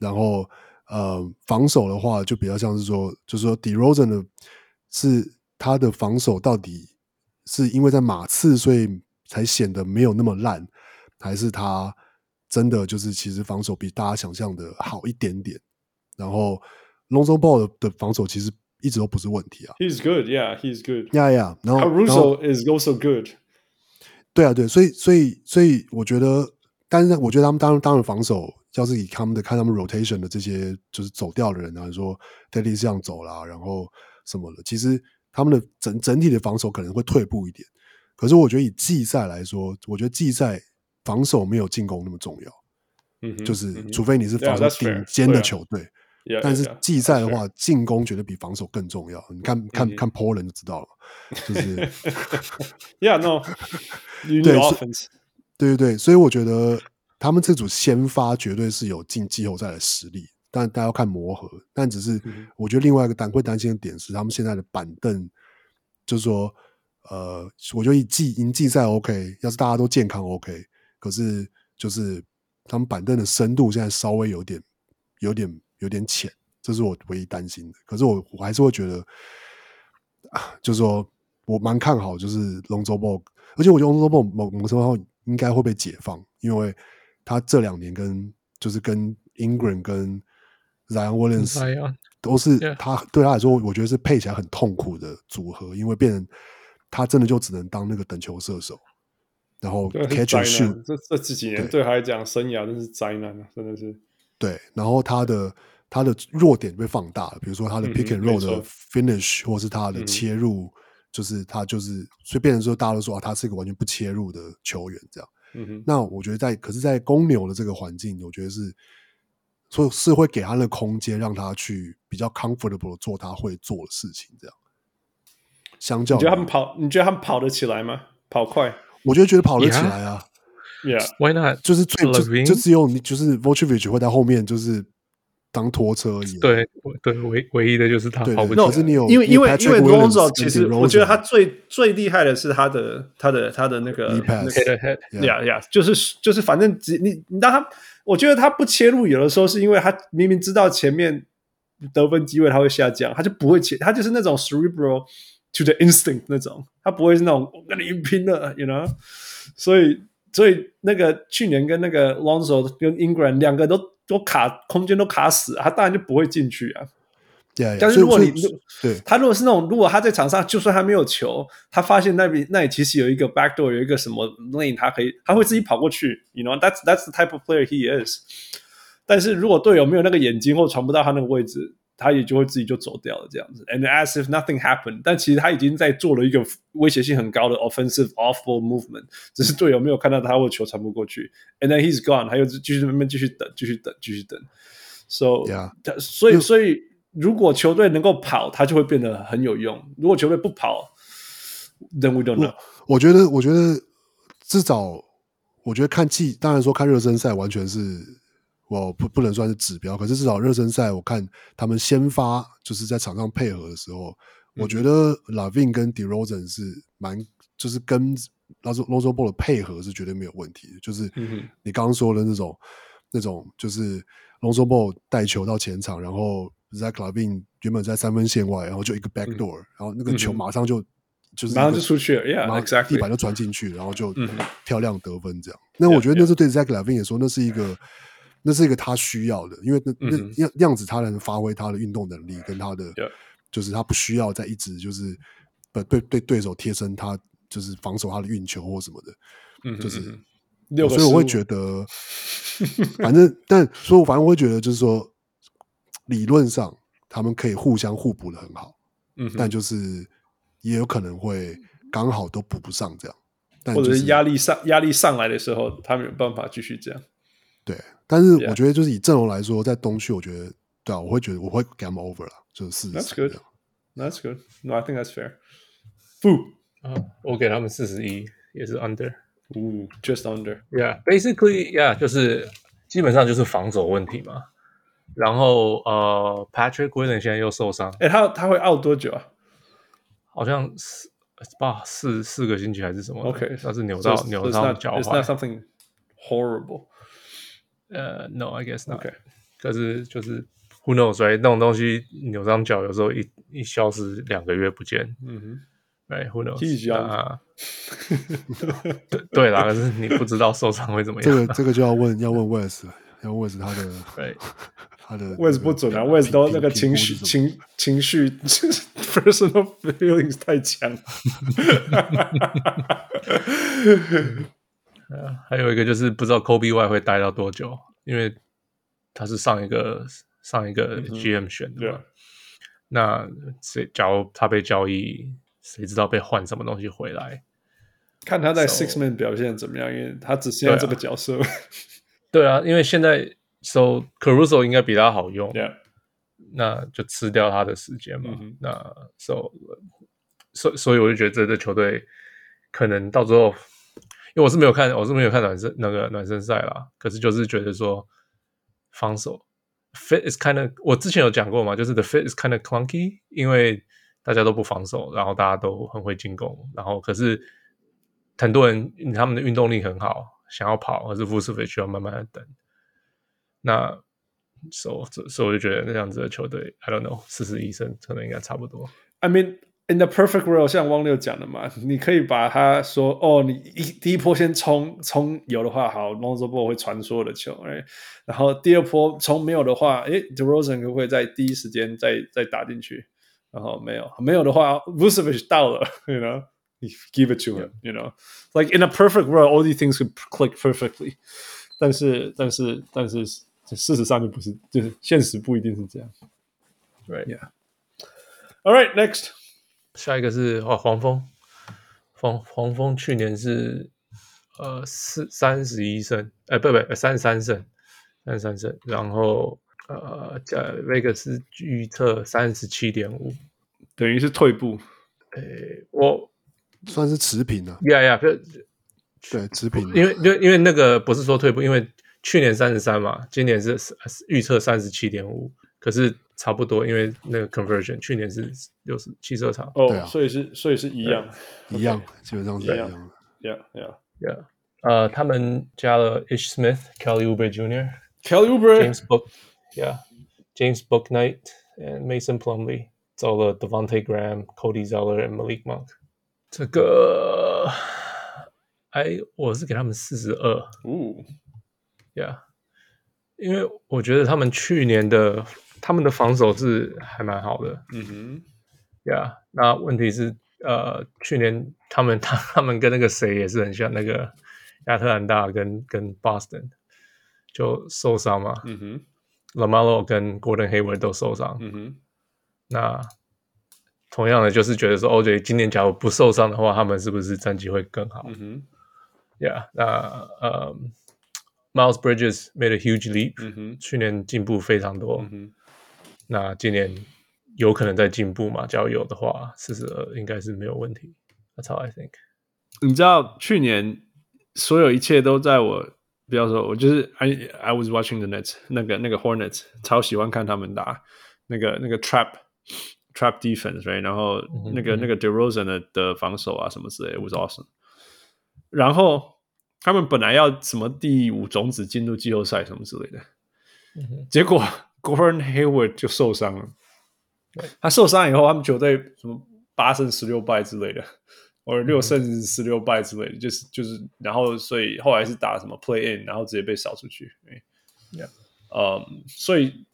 S2: 然后呃防守的话就比较像是说，就是说 DeRozan 的是他的防守到底是因为在马刺所以才显得没有那么烂，还是他真的就是其实防守比大家想象的好一点点？然后 Lonzo Ball 的的防守其实一直都不是问题啊。
S3: He's good, yeah, he's good.
S2: 呀呀，
S3: 啊
S2: 然后然后
S3: Caruso is also good.
S2: 对啊，对，所以所以所以，我觉得，但是我觉得他们当然当然防守要是以他们的看他们 rotation 的这些就是走掉的人啊，说 d a d d y 这样走啦，然后什么的，其实他们的整整体的防守可能会退步一点。可是我觉得以季赛来说，我觉得季赛防守没有进攻那么重要，
S3: 嗯哼
S2: 就是
S3: 嗯哼
S2: 除非你是
S3: Yeah,
S2: 防守
S3: that's fair.
S2: 顶尖
S3: 对
S2: 的
S3: 啊
S2: 球队，
S3: Yeah,
S2: 但是
S3: yeah, yeah.
S2: 季赛 的话，进攻绝对比防守更重要。你看看
S3: 嗯
S2: 看 Poland 就知道了，就是
S3: Yeah, no. You need
S2: 对是
S3: offense.
S2: 对对对，所以我觉得他们这组先发绝对是有进季后赛的实力，但大家要看磨合。但只是我觉得另外一个担会担心的点是，他们现在的板凳，就是说，呃，我觉得以季赢季赛 OK，要是大家都健康 OK，可是就是他们板凳的深度现在稍微有点、有点、有点浅，这是我唯一担心的。可是我我还是会觉得，啊，就是说我蛮看好就是龙舟 ball，而且我觉得龙舟 ball 某某个程度上应该会被解放，因为他这两年跟就是跟 Ingram 跟 Zion Williams
S4: 哎呀，
S2: 都是
S4: Yeah.
S2: 他对啊他来说，我觉得是配起来很痛苦的组合，因为变成他真的就只能当那个等球射手，然后
S3: 对啊
S2: catch and
S3: 灾难
S2: shoot，
S3: 这这几几年
S2: 对
S3: 对他来讲，生涯真是灾难啊，真的是。
S2: 对，然后他的他的弱点被放大了，比如说他的
S3: 嗯
S2: pick and
S3: 没
S2: roll
S3: 错嗯
S2: 的 finish，或者是他的切入，就是他就是，所以变成说大家都说啊，他是一个完全不切入的球员这样。
S3: 嗯哼，
S2: 那我觉得在，可是，在公牛的这个环境，我觉得是，所以是会给他的空间，让他去比较 comfortable 地做他会做的事情，这样。相较
S3: 你
S2: 于，
S3: 觉得他们跑？你觉得他们跑得起来吗？跑快
S2: 我觉得觉得跑得起
S4: Yeah.
S2: 来啊
S3: ？Yeah，
S4: ，Why not？
S2: 就是最就
S4: Levine？
S2: 就只有你就是 v o c h e v i c 会在后面就是当拖车而已啊、
S4: 对我对，唯唯一的就是他
S2: 对
S4: 跑不
S2: 对
S4: 起
S2: 可是
S4: 来。
S2: 你有
S3: 因为
S2: 你
S3: 因
S2: 有
S3: 为因为
S2: Patrick Williams
S3: Lonzo
S2: 跟
S3: 其实
S2: DeRozan
S3: 我觉得他最最厉害的是他的他的他的那个
S2: Lead pass
S3: 那个
S4: Head to head，
S2: Yeah.
S3: 呀呀，就是就是，反正只你你让他，我觉得他不切入，有的时候是因为他明明知道前面得分机会他会下降，他就不会切，他就是那种 cerebral to the instinct 那种，他不会是那种我跟你硬拼的，you know。所以所以那个去年跟那个 Lonzo 跟 Ingram 两个都都卡空间都卡死，他当然就不会进去啊。
S2: Yeah, yeah,
S3: 但是
S2: 所以
S3: 如果你
S2: 所以对
S3: 他如果是那种，如果他在场上就算他没有球，他发现那里那里其实有一个 backdoor，有一个什么 lane，他可以他会自己跑过去，you know that's that's the type of player he is。但是如果队友没有那个眼睛或传不到他那个位置，他也就会自己就走掉了这样子。And as if nothing happened，但其实他已经在做了一个威胁性很高的 offensive off ball movement，只是队友没有看到他或球传不过去。And then he's gone，还有继续在那边继续等，继续等，继续等。So
S2: Yeah.
S3: 他所以所以如果球队能够跑，他就会变得很有用；如果球队不跑，then we don't know。
S2: 我觉得，我觉得至少，我觉得看季，当然说看热身赛完全是我不不能算是指标，可是至少热身赛我看他们先发就是在场上配合的时候，
S3: 嗯
S2: 我觉得 Lavin 跟 DeRozan 是蛮就是跟 l o z o Ball 的配合是绝对没有问题的，就是
S3: 嗯
S2: 你刚刚说的那种那种就是 l o z o Ball 带球到前场，然后 Zach Lavin 原本在三分线外，然后就一个 backdoor，、然后那个球马上就。就是
S3: 嗯马上
S2: 一个
S3: 就出去了，yeah，
S2: 然后
S3: exactly
S2: 地板就传进去，然后就
S3: 嗯哼
S2: 漂亮得分这样。那我觉得那是对 Zach Levine 也说，那是一个，那是一个他需要的，因为那那
S3: 嗯哼
S2: 样样子他才能发挥他的运动能力跟他的
S3: Yeah，
S2: 就是他不需要再一直就是呃对对对手贴身他就是防守他的运球或什么的，
S3: 嗯哼
S2: 就是
S3: 嗯哼六个
S2: 所以我会
S3: 失误
S2: 觉得，反正但所以我反正我会觉得就是说，理论上他们可以互相互补的很好，
S3: 嗯哼
S2: 但就是也有可能会刚好都补不上这样，但
S3: 或者
S2: 就是
S3: 压力上压力上来的时候，他没有办法继续这样。
S2: 对，但是
S3: Yeah.
S2: 我觉得就是以阵容来说，在东区，我觉得对啊，我会觉得我会给他们 over 了，就是四十
S3: That's
S2: 这
S3: good.
S2: 样。
S3: That's good. No, I think that's fair. Boo.
S4: 啊，我给他们四十一，也是 under。
S3: Ooh, just under.
S4: Yeah, basically, yeah，就是基本上就是防守问题嘛。然后呃，Patrick Williams 现在又受伤，
S3: 哎、他他会 out 多久啊？
S4: 好像四八四四个星期还是什么的
S3: OK，
S4: 他是扭到
S3: So it's-
S4: 扭
S3: so it's
S4: 到
S3: not-
S4: 脚
S3: It's not
S4: 踝。
S3: something horrible.
S4: 呃，No，I guess not。
S3: OK，
S4: 可是就是 Who knows，right？那种东西扭伤脚有时候一一消失两个月不见，
S3: 嗯哼，
S4: right？Who knows？
S3: He's young
S4: 啊，对对啦，可是你不知道受伤会怎么
S2: 这
S4: 样
S2: 个。这个就要问要问 Wes，了要问 Wes 他的
S4: Right
S2: 他的
S3: 位置
S2: 那
S3: 不
S2: 个
S3: 准啊，
S2: 评
S3: 位置都那个
S2: 评
S3: 情
S2: 评
S3: 绪
S2: 估是什么
S3: 情情绪 personal feelings 太强了。
S4: 还有一个就是不知道 Kobe Y 会待到多久，因为他是上一个上一个 GM 选的嘛。那谁假如他被交易，谁知道被换什么东西回来？
S3: 看他在
S4: So-
S3: Six Man 表现怎么样，因为他只剩下
S4: 对啊
S3: 这个角 色。
S4: 对啊，因为现在 So Caruso 应该比他好用
S3: yeah，
S4: 那就吃掉他的时间嘛。
S3: 嗯哼
S4: 那 So 所所以我就觉得这支球队可能到最后，因为我是没有看，我是没有看暖身那个暖身赛啦，可是就是觉得说防守 fit is kind of 我之前有讲过嘛，就是 the fit is kind of clunky，因为大家都不防守，然后大家都很会进攻，然后可是很多人他们的运动力很好，想要跑，可是 v u c e v i c 需要慢慢的等。那所所所以我就觉得那样子的球队，I don't know，四十一胜可能应该差不多。
S3: I mean in the perfect world，像汪六讲的嘛，你可以把他说哦，你一第一波先冲冲有的话好 l o n z o Ball 会传所有的球，哎，然后第二波冲没有的话，哎，DeRozan 可不可以在第一时间再再打进去？然后没有没有的话 v u c e v i c 到了，you know。You give it to him, you know. Like in a perfect world, all these things could click perfectly. 但是，但是，但是，事实上就不是，就是现实不一定是这样。
S4: Right，、
S3: All right, next.
S4: 下一个是哦黄蜂，黄黄蜂去年是呃四三十一胜，哎不不三十三胜，三十三胜，然后呃在 Vegas 预测三十七点五，
S3: 等于是退步。
S4: 我
S2: 算是持平了，
S4: 呀呀，这
S2: 对，持平
S4: 因
S2: 了。
S4: 为因为因为那个不是说退步，因为去年三十三嘛，今年是预测三十七点五，可是差不多，因为那个 conversion 去年是六十七十二场
S3: 哦、
S2: 对啊
S3: 所以是所以是一样
S2: 一样，基本上是一
S3: 啊
S2: 样的。
S3: ，Yeah Yeah。
S4: ，Yeah，呃，他们加了 Ish Smith、Kelly Oubre Jr.、
S3: Kelly Oubre
S4: James Book、Yeah、James Booknight and Mason Plumlee，走了 Devonte Graham、Cody Zeller and Malik Monk。这个，哎，我是给他们四十二。
S3: 哦，
S4: Yeah，因为我觉得他们去年的他们的防守是还蛮好的。
S3: 嗯哼，
S4: Yeah，那问题是呃，去年他们他他们跟那个谁也是很像，那个亚特兰大跟跟 Boston 就受伤嘛、
S3: 嗯哼，
S4: l a m a l o 跟 Gordon Hayward 都受伤。
S3: 嗯哼，
S4: 那同样的，就是觉得说 OJ 今年假如不受伤的话，他们是不是战绩会更好？
S3: 嗯哼，
S4: Yeah，那呃、m i l e s Bridges made a huge leap，、
S3: 嗯哼，
S4: 去年进步非常多，
S3: 嗯哼，
S4: 那今年有可能在进步嘛？只要有的话，四十二应该是没有问题。That's how I think。
S3: 你知道去年所有一切都在我，不要说，我就是 I I was watching the Nets 那个那个 Hornets，超喜欢看他们打那个那个 trap trap defense，right？然后那个、
S4: 嗯哼
S3: 那个 DeRozan 的的防守啊什么之类的，it was awesome。然后他们本来要什么第五种子进入季后赛什么之类的，
S4: 嗯
S3: 结果 Gordon Hayward 就受伤了。他受伤以后，他们球队什么八胜十六败之类的，或者
S2: 嗯
S3: 六胜十六败之类的，就是就是，然后所以后来是打什么 play in，然后直接被扫出去。哎
S4: Yeah.
S3: 呃，所以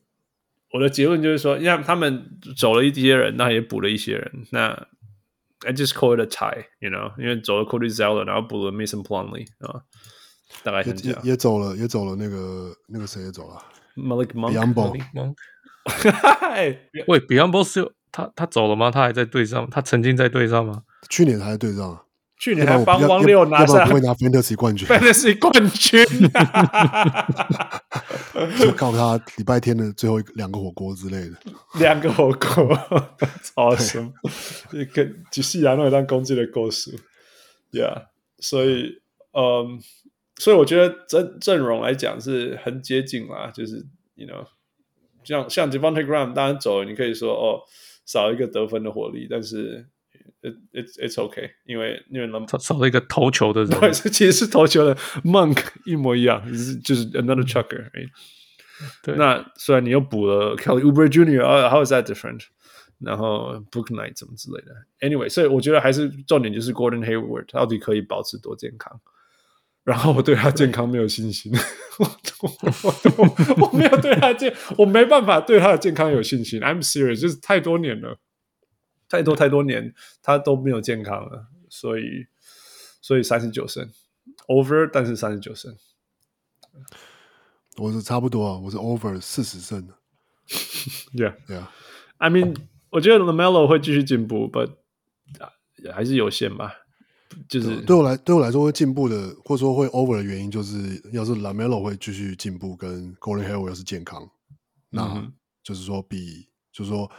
S3: 我的结论就是说，因为他们走了一些人，那也补了一些人，那 I just call it a tie，you know，因为走了 Cody Zeller，然后补了 Mason Plumlee 啊，大概
S2: 也
S3: 是这
S2: 也
S3: 样。
S2: 也走了，也走了，那个那个谁也走了
S3: Malik
S2: b e y o
S3: Monk，
S2: n b o
S4: Monk，
S3: 嗨
S4: 喂，Beyond Boss 有他他走了吗？他还在队上？他曾经在队上吗？
S2: 去年还在队上啊，
S3: 去
S2: 要
S3: 年
S2: 不然
S3: 还
S2: 我
S3: 帮
S2: 要
S3: 汪六
S2: 要
S3: 拿
S2: 不然
S3: 下
S2: 不会拿 Fantasy 冠军。
S3: Fantasy 冠军。啊
S2: 就靠他礼拜天的最后一个两个火锅之类的。
S3: 两个火锅，超神！一个就是亚诺当攻击的构思，Yeah，所以，嗯，所以我觉得阵阵容来讲是很接近啦，就是，you know，像像 Devonte Graham 当然走了，你可以说哦，少一个得分的火力，但是，it it's it's okay，因为因为 Lam
S4: 他少了一个投球 的人。
S3: 对，是其实是投球的 Monk 一模一样，就是就是 another chucker、哎
S4: 对
S3: 那虽然你又补了 Kelly Uber Junior，啊，how is that different？然后 Book Night 怎么之类的，anyway，所以我觉得还是重点就是 Gordon Hayward 到底可以保持多健康。然后我对他健康没有信心， 我我我我没有对他健，我没办法对他的健康有信心。I'm serious，就是太多年了，太多太多年他都没有健康了，所以所以三十九胜 over，但是三十九胜
S2: 我是差不多啊，我是 over 四十胜的，
S3: Yeah，
S2: 对啊，
S3: I mean，我觉得 Lamelo 会继续进步，but 啊还是有限吧。就是
S2: 对我来对我来说会进步的，或者说会 over 的原因，就是要是 Lamelo 会继续进步，跟 Golden Hair 要是健康，
S4: 嗯
S2: 那就是说比就是说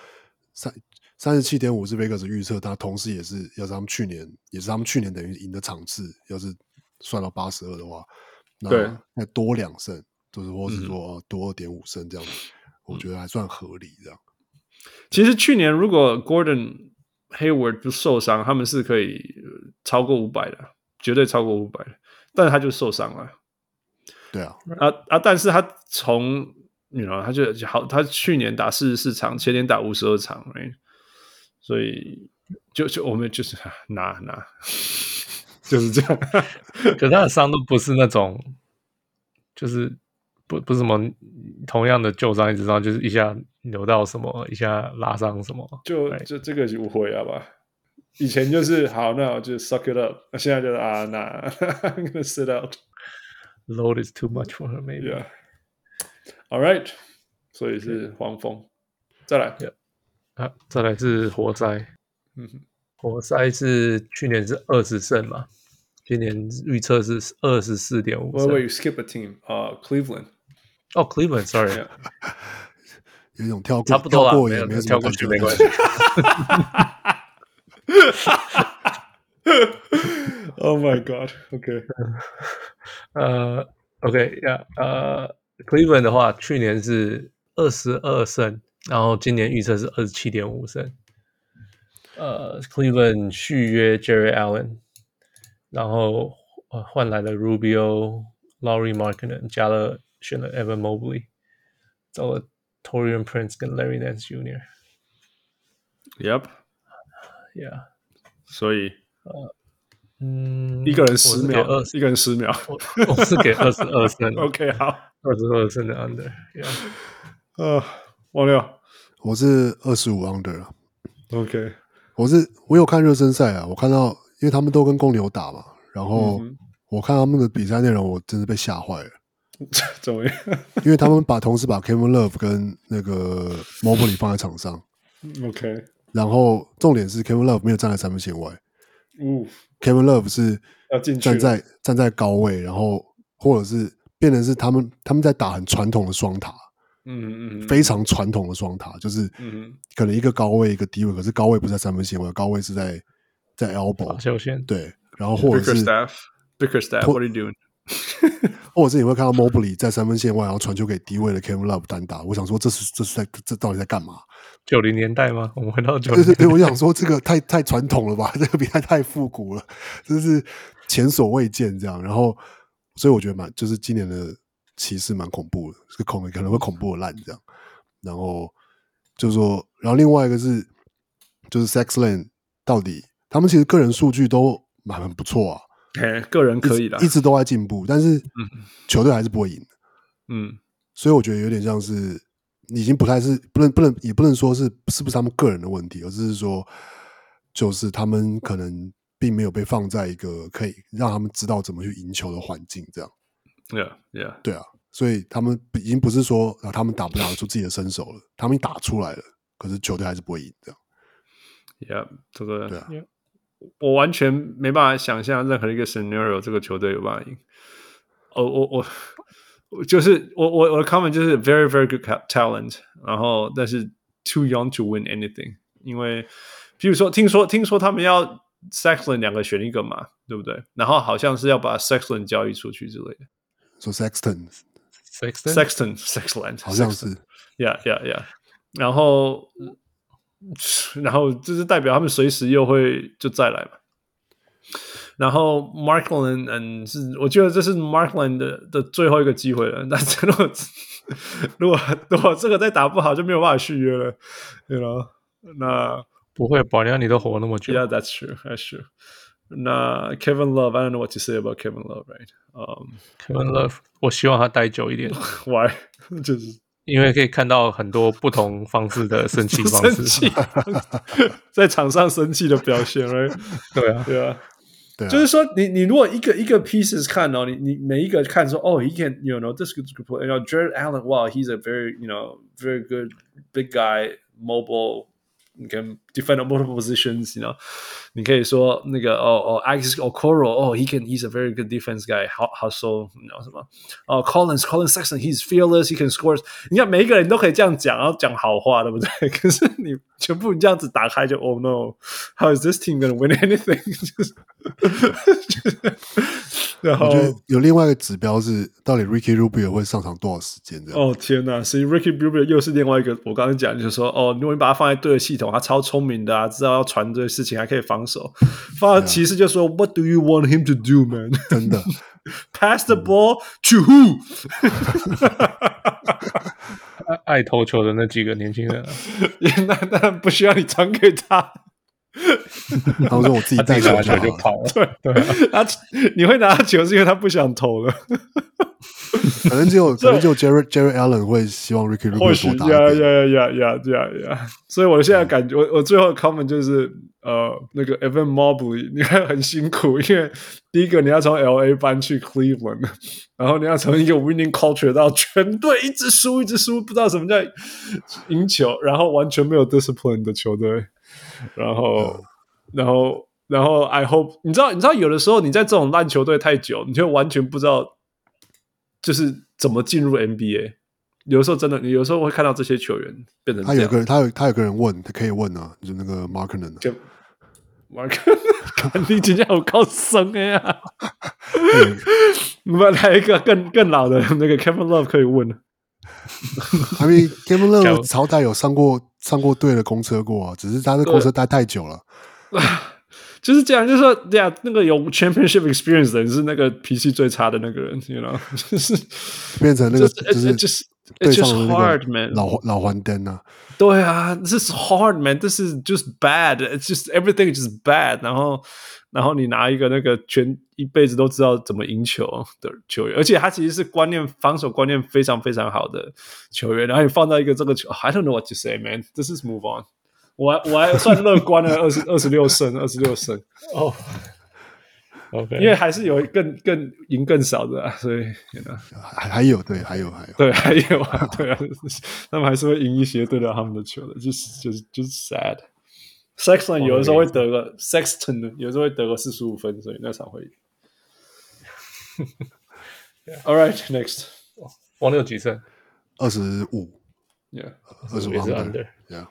S2: 三三十七点五是 Vegas 预测，他同时也是要是他们去年也是他们去年等于赢的场次，要是算到八十二的话，
S8: 对
S2: 那再多两胜，就是或
S4: 嗯
S2: 是说呃多二点五胜这样子，我觉得还算合理这样。
S3: 其实去年如果 Gordon Hayward 不受伤，他们是可以呃超过五百的，绝对超过五百的。但是他就受伤了
S2: 对啊，
S3: 啊啊！但是他从你知道，他就好，他去年打四十四场，前年打五十二场，right？所以就就我们就是啊拿拿， 就是这样。
S4: 可是他的伤都不是那种，就是不不是什么同样的旧伤一直伤，就是一下扭到什么，一下拉伤什么。
S3: 就
S4: 对
S3: 就这个就无悔了吧。以前就是好，那我就 suck it up，那现在就是啊，那 I'm gonna sit out。
S4: Load is too much for her, maybe.
S3: Yeah. All right，所以是黄蜂。再来，
S4: 啊，再来是活塞，
S3: 嗯哼，
S4: 活塞是去年是二十胜嘛，今年预测是二十四点五
S3: Wait, wait,
S4: 胜。
S3: you skip a team. 啊、c l e v e l a n d
S4: 哦，Cleveland，sorry，
S3: Yeah
S2: 有一种跳过
S4: 差不多
S2: 跳
S4: 啦，
S2: 过
S4: 没
S2: 也
S4: 有
S2: 没什
S4: 跳
S2: 么
S4: 过
S2: 感觉，
S4: 去没关系。
S3: Oh my God. OK.
S4: 呃，OK 呀、呃，Cleveland 的话，去年是二十二胜，然后今年预测是二十七点五胜。呃，Cleveland 续约 Jerry Allen，然后呃换来了 Rubio、Laurie Markkinen，加了选了 Evan Mobley，找了 Torian Prince 跟 Larry Nance Jr.。
S3: Yep.
S4: Yeah，
S3: 所以
S4: 嗯，
S3: 一个人十秒
S4: 我是给二，十，
S3: 一个人十秒。
S4: 我是给二十二胜，
S3: OK，好。
S4: 二十二胜的 under。Yeah，
S3: 呃，王六。
S2: 我是二十五 under 啊。
S3: OK。
S2: 我是我有看热身赛啊，我看到因为他们都跟公牛打嘛，然后我看他们的比赛内容，我真是被吓坏了，
S3: 怎么样？
S2: 因为他们把同时把 Kevin Love 跟那个 Mobley 放在场上，
S3: OK。
S2: 然后重点是 Kevin Love 没有站在三分线外
S3: 呜，
S2: ，Kevin Love 是
S3: 要进去了
S2: 站在站在高位，然后或者是变成是他们他们在打很传统的双塔，
S3: 嗯嗯嗯
S2: 非常传统的双塔，就是
S3: 嗯
S2: 可能一个高位一个低位，可是高位不是在三分线外，高位是在在 elbow，
S4: 好，秀先。
S2: 对，然后或者是。
S3: ，Bickerstaff，Bickerstaff，What are you doing？
S2: 或者是你会看到 Mobley 在三分线外，然后传球给低位的 Kevin Love 单打。我想说，这是这是在这到底在干 嘛？
S4: 九零年代吗？我 们回到九
S2: 对
S4: 零
S2: 对对，我想说这个太太传统了吧， 这个比赛太复古了，真是前所未见这样。然后，所以我觉得蛮就是今年的骑士蛮恐怖的，是恐可能会恐怖的烂这样。然后就是说，然后另外一个是就是 Sex Lane 到底他们其实个人数据都蛮很不错啊，
S3: 哎，个人可以嗯的
S2: 一。直都在进步，但是球队还是不会赢。
S3: 嗯
S2: 所以我觉得有点像是已经不太是不能不能也不能说是是不是他们个人的问题，而是说就是他们可能并没有被放在一个可以让他们知道怎么去赢球的环境，这样
S3: ，Yeah Yeah。
S2: 对啊，所以他们已经不是说啊他们打不打得出自己的身手了，他们打出来了，可是球队还是不会赢这样。
S3: Yeah，这个
S2: 对啊
S4: Yeah
S3: 我完全没办法想象任何一个 scenario 这个球队有办法赢。哦，我我我就是我我我的 comment 就是 very very good ca- talent，然后但是 too young to win anything，因为比如说听说听说他们要 Sexton 两个选一个嘛，对不对？然后好像是要把 Sexton 交易出去之类的。
S2: 说 Sexton
S4: Sexton
S3: Sexton Sexton
S2: 好像是
S3: Yeah, yeah, yeah。然后，然后就是代表他们随时又会就再来嘛。然后 Markland 嗯是，我觉得这是 Markland 的的最后一个机会了。但是如果如果如果这个再打不好，就没有办法续约了，对 you 那
S4: 不会，保良你都活那么久
S3: Yeah, that's true. That's true. 那 Kevin Love, I don't know what to say about Kevin Love, right? Um,
S4: ，Kevin Love，我希望他待 久一点，
S3: why? 就是
S4: 因为可以看到很多不同方 式的生气方
S3: 生
S4: 式。
S3: 气，在场上生气的表现，right？
S4: 对啊，
S3: 对啊，
S2: 对啊，
S3: 就是说你你如果一个一个 pieces 看哦，你你每一个看说哦，he can you know this good good play，you know Jared Allen wow he's a very you know very good big guy mobile。你 can defend on multiple positions，you know，你可以说那个哦哦，Alex Okoro，哦，he oh, can he's a very good defense guy，好好 so，你知道什么？哦，Collins，Collins Sexton，he's fearless，he can score。你看每一个人都可以这样讲，然后讲好话，对不 对？可是你全部这样子打开就，oh no，how is this team gonna win anything？就是 就是然后
S2: 我觉得有另外一个指标是，到底 Ricky Rubio 会上场多少时间这样。
S3: 哦天呐，所以 Ricky Rubio 又是另外一个，我刚刚讲就是说，哦，如果你把他放在对的系统，他超聪明的啊，知道要传这些事情，还可以防 守。放到骑士就说、w h a t do you want him to do, man?
S2: 真的，
S3: Pass the ball to who?
S4: 爱爱投球的那几个年轻人啊，
S3: 那当然不需要你传给 他，
S2: 他们说我自己
S4: 他自
S2: 带
S4: 己
S2: 球
S4: 打完
S2: 就
S4: 球就
S2: 好了。
S4: 跑了。
S3: 他你会拿到球是因为他不想投了，
S2: 可能只 有可能只有 Jared Jared Allen 会啊希望 Ricky
S3: 或
S2: Rubio
S3: 许
S2: 多打
S3: 呀
S2: 一点。
S3: 呀呀呀呀呀！所以我现在感觉，我我最后的 comment 就是，呃，那个 Evan Mobley 你看很辛苦，因为第一个你要从 L A 搬去 Cleveland，然后你要从一个 winning culture 到全队一直输一直输，不知道什么叫赢球，然后完全没有 discipline 的球队，然后
S2: 哦
S3: 然后然后 I hope 你知道你知道有的时候你在这种烂球队太久，你就完全不知道就是怎么进入 NBA。有的时候真的，你有时候会看到这些球员变成
S2: 他
S3: 这
S2: 有
S3: 样
S2: 个。人，他有他有个人问，他可以问啊，就那个 Markman，
S3: 就 Mark，干你今天有高升的呀！我们来一个更更老的那个 Kevin Love 可以问。
S2: I mean Kevin
S4: 假如
S2: Love 朝代有上过上过队的公车过啊，只是他在公车待太久了。
S3: 就是这样，就是说，对啊，那个有 championship experience 的人是那个脾气最差的那个人，you know，就是
S2: 变成那个
S3: 就是
S2: 就是哎对
S3: 就是 it's
S2: 上
S3: just
S2: 的那
S3: hard
S2: 个
S3: man，
S2: 老老黄灯啊，
S3: 对啊，this is hard man，this is just bad，it's just everything is just bad。然后，然后你拿一个那个全一辈子都知道怎么赢球的球员，而且他其实是观念防守观念非常非常好的球员，然后你放到一个这个球，I don't know what to say man，this is move on 我还。我还算乐观了，二十二十六胜，二十六胜，
S4: 哦，OK，
S3: 因为还是有更更赢更少的、啊，所以 you know
S2: 还还有对，还有还有。
S3: 对，还有啊，对啊，他们还是会赢一些对到他们的球的，就是就是就是 sad。Sexton 有的时候会得个 Sexton 有的时候会得个四十五分，所以那场会赢。All right, next.
S4: 王六几胜？
S2: 二十五，
S3: Yeah，
S2: 二十五
S4: 也是
S2: under
S4: under，
S2: yeah。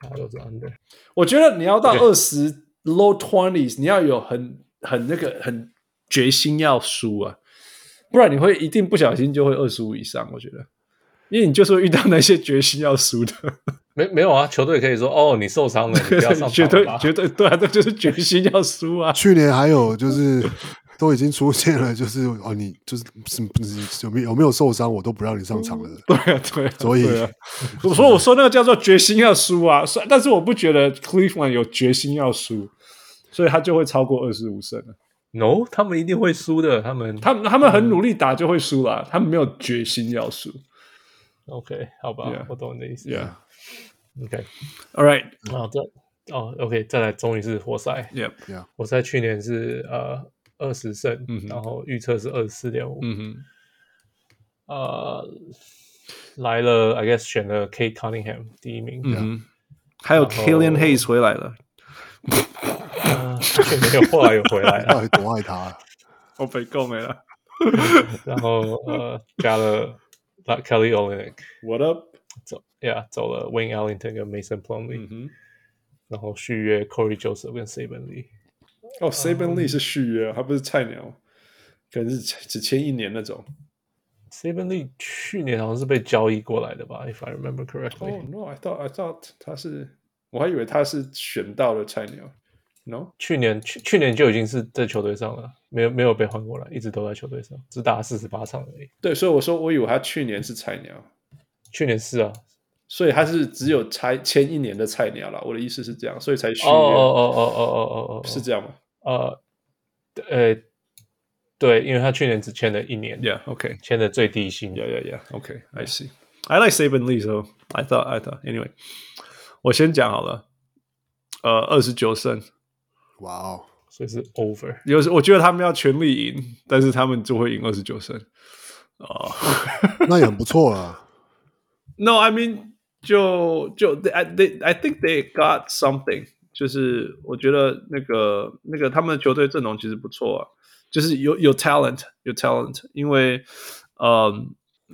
S4: 然后都是 under。
S3: 我觉得你要到二十 low twenties，你要有很很那个很决心要输啊，不然你会一定不小心就会二十五以上。我觉得，因为你就是会遇到那些决心要输的。
S4: 没没有啊，球队可以说哦，你 受伤了，你不要上
S3: 绝
S4: 场
S3: 对
S4: 了吧
S3: 绝对对啊，这就是决心要输啊！
S2: 去年还有就是 都已经出现了，就是哦，你就是是有没有有没有受伤，我都不让你上场了。
S3: 对啊， 对啊，
S2: 所以
S3: 对啊我说我说那个叫做决心要输啊，虽但是我不觉得 Cleveland 有决心要输，所以他就会超过二十五胜了。
S4: No，他们一定会输的。他们
S3: 他们他们很努力打就会输啦，他们没有决心要输。
S4: OK，好吧
S3: Yeah
S4: 我懂你的意思。
S3: Yeah,
S4: OK，
S3: all right,
S4: 好，再哦，OK，再来，终于是活塞。
S3: yeah，
S4: 活塞去年是呃二十胜、
S3: 嗯哼
S4: 然后预测是二十四点五。
S3: 嗯哼，
S4: 呃，来了，I guess 选了 K Cunningham 第一名，
S3: 嗯哼，还有 Killian Hayes 回来了。
S4: 啊，却没有后来有回来了。
S2: 到底多爱他啊？
S3: 我哦被购没了。
S4: 然后呃，加了 Kelly Olynyk，
S3: What up？
S4: 走，Yeah，走了 Wayne Ellington 跟 Mason Plumlee，、
S3: 嗯哼，
S4: 然后续约 Corey Joseph 跟 Saban Lee。
S3: 哦，Saban Lee 是续约，啊他不是菜鸟，可能是只签一年那种。
S4: Saban Lee 去年好像是被交易过来的吧，If I remember correctly。
S3: Oh no! I thought I thought 他是，我还以为他是选到了菜鸟。No，
S4: 去年去去年就已经是在球队上了，没有没有被换过来，一直都在球队上，只打四十八场而已。
S3: 对，所以我说我以为他去年是菜鸟，
S4: 去年是啊，
S3: 所以他是只有才签一年的菜鸟了。我的意思是这样，所以才续约，
S4: 哦哦哦哦哦哦哦哦，
S3: 是这样吗
S4: 呃呃，对，因为他去年只签了一年
S3: ？Yeah, OK,
S4: 签的最低薪
S3: yeah, yeah, yeah. OK, I see. I like Saban Lee, so I thought, I thought. Anyway，我先讲好了。呃，二十九胜，
S2: 哇哦，
S4: 所以是 over。
S3: 有时我觉得他们要全力赢，但是他们就会赢二十九胜。哦、
S2: 那也很不错啊啦。
S3: No, I mean，就就 they, I they I think they got something。就是我觉得那个那个他们的球队阵容其实不错啊，就是有有 talent 有 talent，因为呃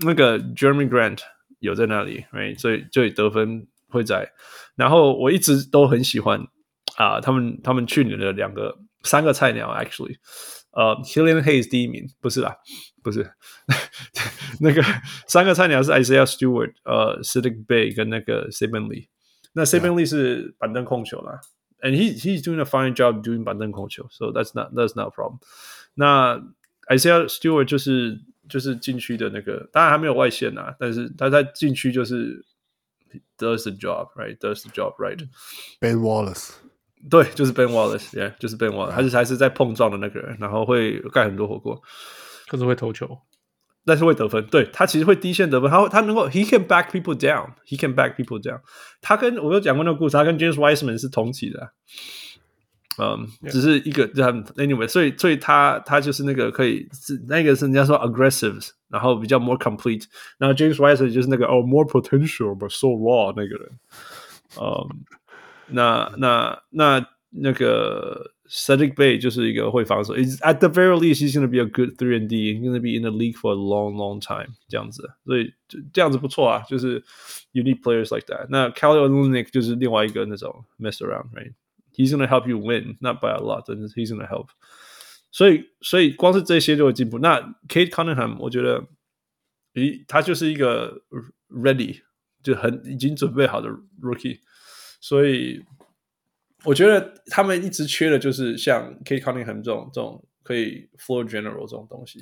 S3: 那个 Jeremy Grant 有在那里，right？所以所以得分会在。然后我一直都很喜欢啊、他们他们去年的两个三个菜鸟 actually，呃 h e l e n Hayes 第一名不是啦，不是 那个三个菜鸟是 Isaiah Stewart，呃 s i d i c Bay 跟那个 s a b e n Lee。那 s a b e n Lee 是板凳控球啦，and he he's doing a fine job doing 板凳控球，so that's not that's not a problem。那 Isaiah Stewart 就是就是禁区的那个，当然还没有外线呐、但是他在禁区就是 does the job right does the job right。
S2: Ben Wallace，
S3: 对，就是 Ben Wallace，yeah，就是 Ben Wallace，他是还是在碰撞的那个人，然后会盖很多火锅，
S4: 可是会投球，
S3: 但是会得分。对他其实会低线得分，他会他能够 he can back people down，he can back people down。他跟我有讲过那个故事，他跟 James Wiseman 是同期的啊、嗯
S4: Yeah.
S3: 只是一个这样 anyway，所以所以他他就是那个可以是那个是人家说 aggressive，然后比较 more complete，然后 James Wiseman 就是那个哦 more potential but so raw 那个人，嗯，那那那那个 Cedric Bay 就是一个会防守，is at the very least he's going to be a good three and D，he's going to be in the league for a long long time 这样子，所以就这样子不错啊，就是 you need players like that。那 c a l i o l u n i c 就是另外一个那种 mess around，right？He's going to help you win not by a lot，但是 he's going to help。所以所以光是这些就有进步。那 Kate Cunningham 我觉得，咦，他就是一个 ready 就很已经准备好的 rookie，所以我觉得他们一直缺的就是像 K Cunningham 这种这种可以 floor general 这种东西，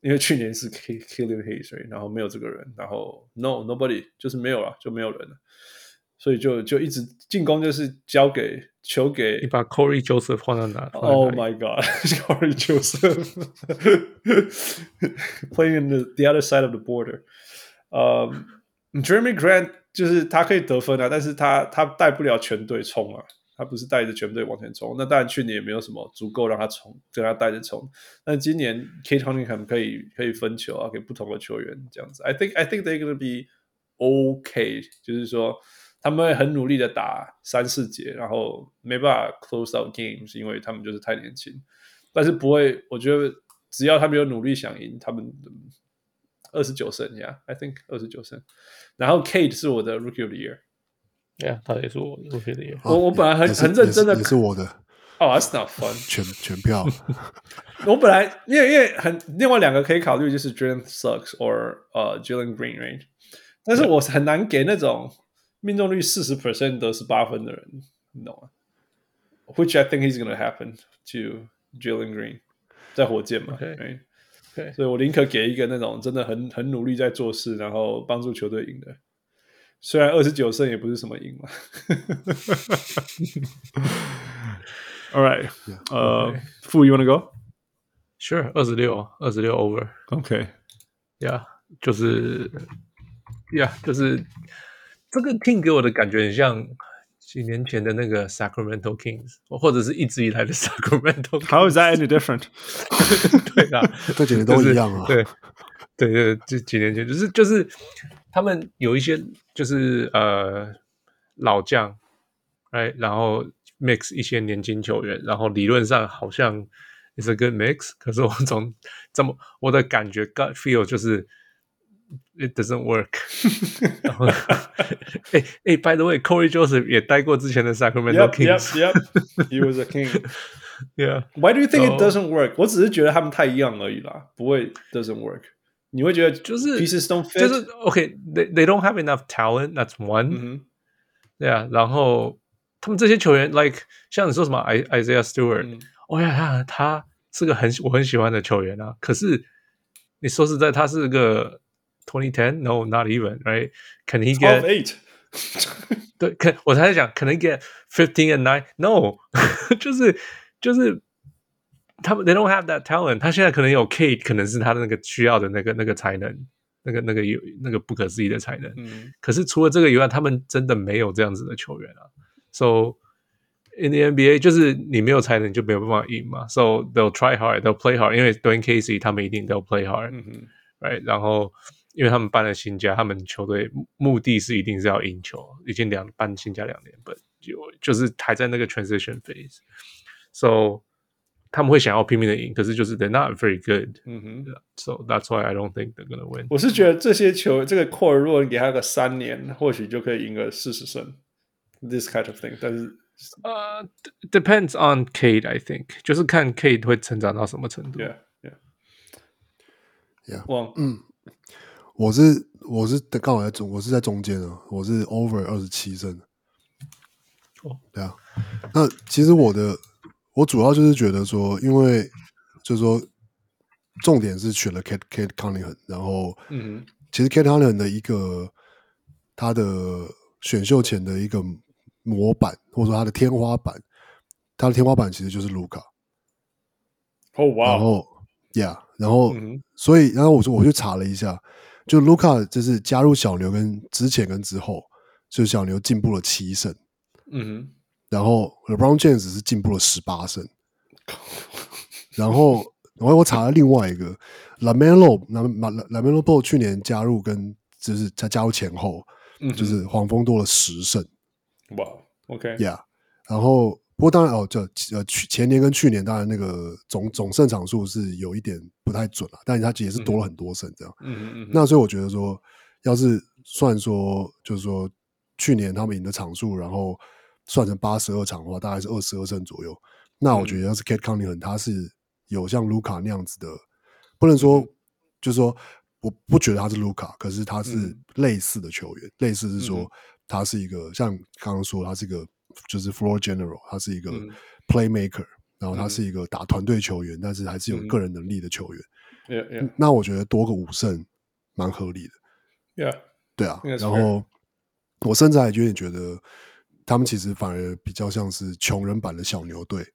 S3: 因为去年是 K Killian Hayes，right？然后没有这个人，然后 no nobody 就是没有了，就没有人了，所以就就一直进攻就是交给球给
S4: 你把 Corey Joseph 换到哪放在哪里
S3: Oh my God, Corey Joseph playing in the, the other side of the border. Um, Jeremy Grant 就是他可以得分啊，但是他他带不了全队冲啊，他不是带着全队往前冲。那当然去年也没有什么足够让他冲，跟他带着冲。但今年 Kate Cunningham 可以可以分球啊，给不同的球员这样子。I think I think they're gonna be OK，就是说他们会很努力的打三四节，然后没办法 close out games，因为他们就是太年轻。但是不会，我觉得只要他们有努力想赢，他们二十九胜，Yeah，I think 二十九胜。然后 Kate 是我的 Rookie of the Year。
S4: ，Yeah，他也是我 Rookie 的 year
S2: 啊
S3: 我本来很
S2: 也是
S3: 很认真地
S2: 也是也是我的
S3: 哦、oh,，That's not fun。
S2: 全全票。
S3: 我本来因为因为很另外两个可以考虑就是 Jalen Suggs or 呃、Jalen Green right，但是我很难给那种命中率四十 percent 得十八分的人，你懂吗？Which I think is going to happen to Jalen Green，在火箭嘛
S4: Okay.
S3: right?
S4: Okay.
S3: 所以我宁可给一个那种真的很很努力在做事，然后帮助球队赢的。虽然二十九胜也不是什么赢嘛。All right，呃、傅 y o u wanna go？
S4: Sure，二十六，啊二十六 over。
S3: OK，
S4: Yeah，就是，Yeah，就是这个 team 给我的感觉很像几年前的那个 Sacramento Kings，或者是一直以来的 Sacramento Kings。
S3: How is that any different？
S4: 对啊，
S2: 这几年都一样啊
S4: 就是对对对，这几年前就是就是他们有一些就是呃老将，哎，然后 mix 一些年轻球员，然后理论上好像 is a good mix，可是我从怎么我的感觉 gut feel 就是 it doesn't work。然后，哎哎，by the way，Corey Joseph 也待过之前的 Sacramento
S3: Yep, yep,
S4: Kings，yeah，
S3: yep. He was a king. Why do you think it doesn't work? 我只是觉得他们太 young 而已啦，不会 doesn't work。你会觉得
S4: 就是
S3: pieces don't fit，
S4: 就是 OK，they they don't have enough talent。That's one、
S3: 嗯哼
S4: 对啊，然后他们这些球员，like 像你说什么 I Isaiah Stewart，
S3: 嗯
S4: 哦呀，他他是个很我很喜欢的球员啊。可是你说实在，他是个 twenty ten，no not even right？Can he
S3: ，of
S4: get
S3: eight，
S4: 对？可我才在讲，Can he get fifteen and nine？No，就是就是他们 they don't have that talent。他现在可能有 Kate，可能是他的那个需要的那个那个才能，那个那个有那个不可思议的才能。
S3: 嗯
S4: 可是除了这个以外，他们真的没有这样子的球员啊。So in the NBA 就是你没有才能你就没有办法赢嘛。So they'll try hard, they'll play hard，因为 Dwayne Casey 他们一定 they'll play hard，、
S3: 嗯哼，
S4: right？然后因为他们搬了新家，他们球队目目的是一定是要赢球，已经两搬新家两年本，就就是还在那个 transition phase，so 他们会想要拼命的赢，可是就是 they're not very good，
S3: 嗯哼。
S4: so that's why I don't think they're gonna win。
S3: 我是觉得这些球，这个 core 如果你给他个三年，或许就可以赢个四十胜，this kind of thing。但是
S4: 呃、d- Uh, depends on Kate I think，就是看 Kate 会成长到什么程度。
S3: ，yeah yeah
S2: Yeah
S3: 忘
S2: 我是我是刚好在中，我是在中间啊，我是 over 二十七胜。
S4: 哦，
S2: 对啊。那其实我的我主要就是觉得说，因为就是说，重点是选了 Kate Kate Cunningham，然后
S3: 嗯哼
S2: 其实 Kate Cunningham 的一个他的选秀前的一个模板，或者说他的天花板，他的天花板其实就是卢卡。然
S3: ，oh wow，
S2: 后，Yeah，然后，
S3: 嗯
S2: 所以，然后我说我去查了一下，就卢卡就是加入小牛跟之前跟之后，就小牛进步了七胜，
S3: 嗯
S2: 然后 LeBron James 是进步了十八胜，然后，然后我查了另外一个 Lamelo，那 Lamelo Ball 去年加入跟就是他加入前后，
S3: 哼，
S2: 就是黄蜂多了十胜，
S3: 哇，OK，
S2: Yeah，然后不过当然哦，就呃去前年跟去年当然那个总总胜场数是有一点不太准了，但是它也是多了很多胜这样。
S3: 嗯哼嗯哼，
S2: 那所以我觉得说，要是算说就是说去年他们赢的场数，然后算成八十二场的话，大概是二十二胜左右。那我
S3: 嗯
S2: 觉得要是 Kate Cunningham 他是有像卢卡那样子的，不能
S3: 嗯
S2: 说就是说我不觉得他是卢卡，可是他是
S3: 嗯
S2: 类似的球员，类似是说他是一个像刚刚说他是一个就是 floor general，他是一个
S3: 嗯
S2: playmaker，、然后他是一个打团队球员，但是还是
S3: 嗯
S2: 有个人能力的球员。
S3: yeah yeah
S2: 那我觉得多个五胜蛮合理的，
S3: yeah，
S2: 对啊。
S3: 应该是
S2: 然
S3: fair
S2: 后我甚至还有点觉得，他们其实反而比较像是穷人版的小牛队，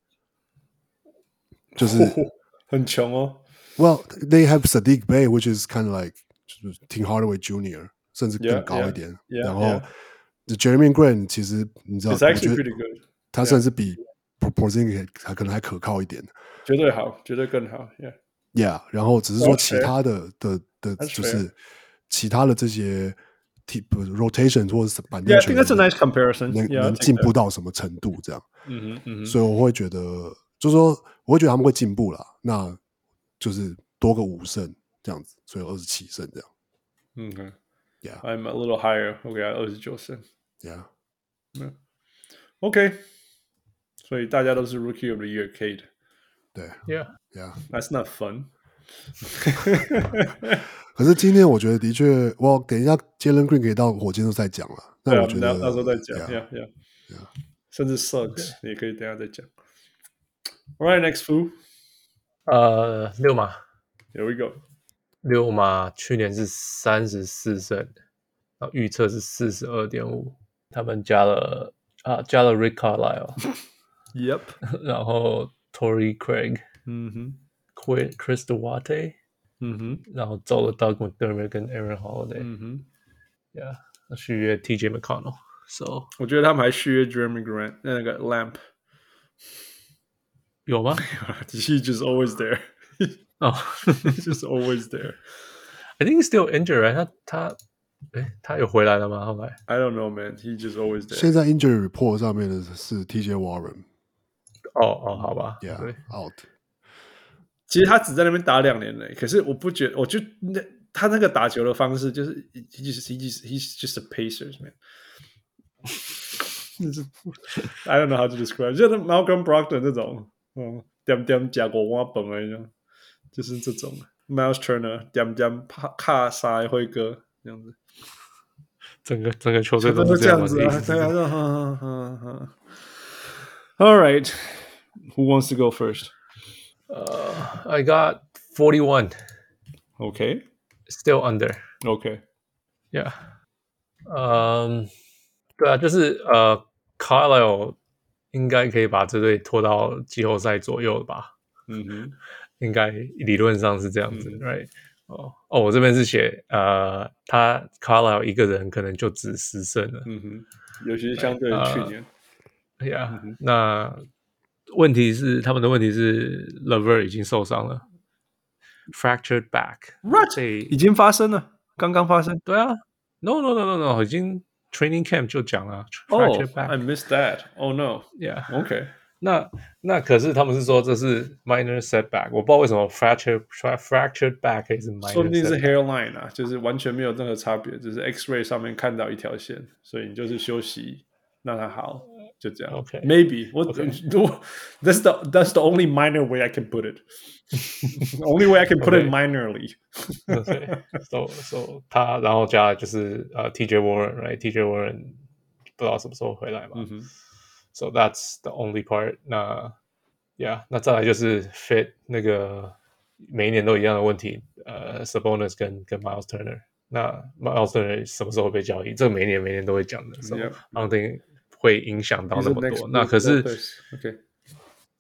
S2: 就是
S3: 很穷哦，
S2: Well they have Sadiq Bay, which is kind of like 就是 Tim Hardaway Jr. 甚至更
S3: Yeah,
S2: 高一点。
S3: yeah,
S2: 然后
S3: yeah.
S2: the Jeremy Grant 其实你知道，我
S3: It's
S2: 觉
S3: actually
S2: 得
S3: pretty good，
S2: 他甚至比 Porzingis 还可能还可靠一点。
S3: 绝对好，绝对更好，yeah，
S2: Yeah，然后只是说
S3: That's
S2: 其
S3: fair.
S2: 他的的的，
S3: That's
S2: 就
S3: fair.
S2: 是其他的这些 tip rotation 或者是板凳
S3: Yeah, I
S2: 球
S3: think
S2: 员
S3: that's a nice comparison.
S2: 能
S3: Yeah,
S2: 能进步到什么程度这样，
S3: 嗯哼嗯哼，
S2: 所以我会觉得，就是说我会觉得他们会进步啦，那就是多个五胜这样子，所以二十七胜这样。
S3: 嗯哼
S2: Yeah
S3: ，I'm a little higher. OK，二十九胜。
S2: Yeah，
S3: OK，所以大家都是 Rookie of the Year Kate。
S2: 对
S4: Yeah，
S2: ，Yeah。
S3: That's not fun.
S2: 可是今天我觉得的确，我等一下 Jalen Green 可以到火箭队再讲了。
S3: 对
S2: 那我
S3: 啊，我
S2: 觉
S3: 们
S2: 得
S3: 到到时候再讲
S2: Yeah,
S3: ，Yeah Yeah，甚至 Sucks 也可以等一下再讲。All right, next food.
S4: 呃，六马，
S3: Here we go.
S4: 六马去年是三十四胜，然后预测是四十二点五，他们加了啊加了 Rick Carlisle，
S3: Yep.
S4: 然后 Tory Craig、
S3: 嗯哼，
S4: Chris Chris Duarte，
S3: 嗯哼，
S4: 然后走了 Doug McDermott 跟 Aaron Holiday，Yeah，、
S3: 嗯哼。
S4: 续约 TJ McConnell，So
S3: 我觉得他们还续约 Jeremy Grant，那个 Lamp，
S4: 有 吗？
S3: he just always there.
S4: 哦、
S3: He's just always there.
S4: i oh， think he's still injured，、right? 他他哎他有回来了吗？后来
S3: I don't know, man. He just always there.
S2: 现在 Injury Report 上面的是 TJ Warren，Yeah
S4: 哦哦好吧对
S2: out。
S3: 其实他只在那边打两年了，可是我不觉得，我就那他那个打球的方式就是 he just he just he's just a pacers man。I don't know how to describe，就是 Malcolm Brogdon 这种，嗯，点点加个挖本而已，就是这种 Miles Turner 点点怕卡塞辉哥这样子，
S4: 整个整个球队
S3: 都
S4: 都
S3: 是
S4: 是
S3: 这样
S4: 样
S3: 子啊，对啊，对啊哈哈哈哈。All right，who wants to go first？
S4: Uh, I got forty one。
S3: OK
S4: still under.
S3: OK，
S4: Yeah. 嗯、对啊，就是呃，Carlisle 应该可以把这队拖到季后赛左右吧？
S3: 嗯哼，
S4: 应该理论上是这样
S3: 嗯
S4: 子、r i g h t 哦哦，我这边是写呃，他 Carlisle 一个人可能就只十胜了。
S3: Mm-hmm. Uh, 嗯哼，尤其是相对于去年。
S4: 呀、那问题是他们的问题是 Lever 已经受伤了，fractured back，
S3: Right
S4: 所以
S3: 已经发生了，刚刚发生。
S4: 对啊，no no no no no，已经 training camp 就讲了
S3: 哦、
S4: fractured
S3: Oh, i
S4: back，yeah、
S3: missed that. Oh no. OK.
S4: 那那可是他们是说这是 minor setback，我不知道为什么 fractured fra- fractured back 可以是 minor，
S3: 说不定是
S4: setback
S3: hairline 啊，就是完全没有任何差别，只是 X-ray 上面看到一条线，所以你就是休息，让它好，就这样。
S4: OK
S3: Maybe 我
S4: OK
S3: 如果 that's the that's the only minor way I can put it. only way I can put it
S4: OK
S3: minorly.
S4: 对，so so 他然后加就是呃 TJ Warren，right？TJ Warren 不知道什么时候回来嘛、
S3: 嗯哼
S4: s o that's the only part 那。yeah，那再来就是 fit 那个每一年都一样的问题，呃，Sabonis 跟跟 Miles Turner，那 Miles Turner 什么时候会被交易？这个每一年每一年都会讲的，所以
S3: Yep.
S4: 肯定会影响到
S3: He's
S4: 那
S3: the
S4: 么
S3: next
S4: 多。那可是
S3: OK，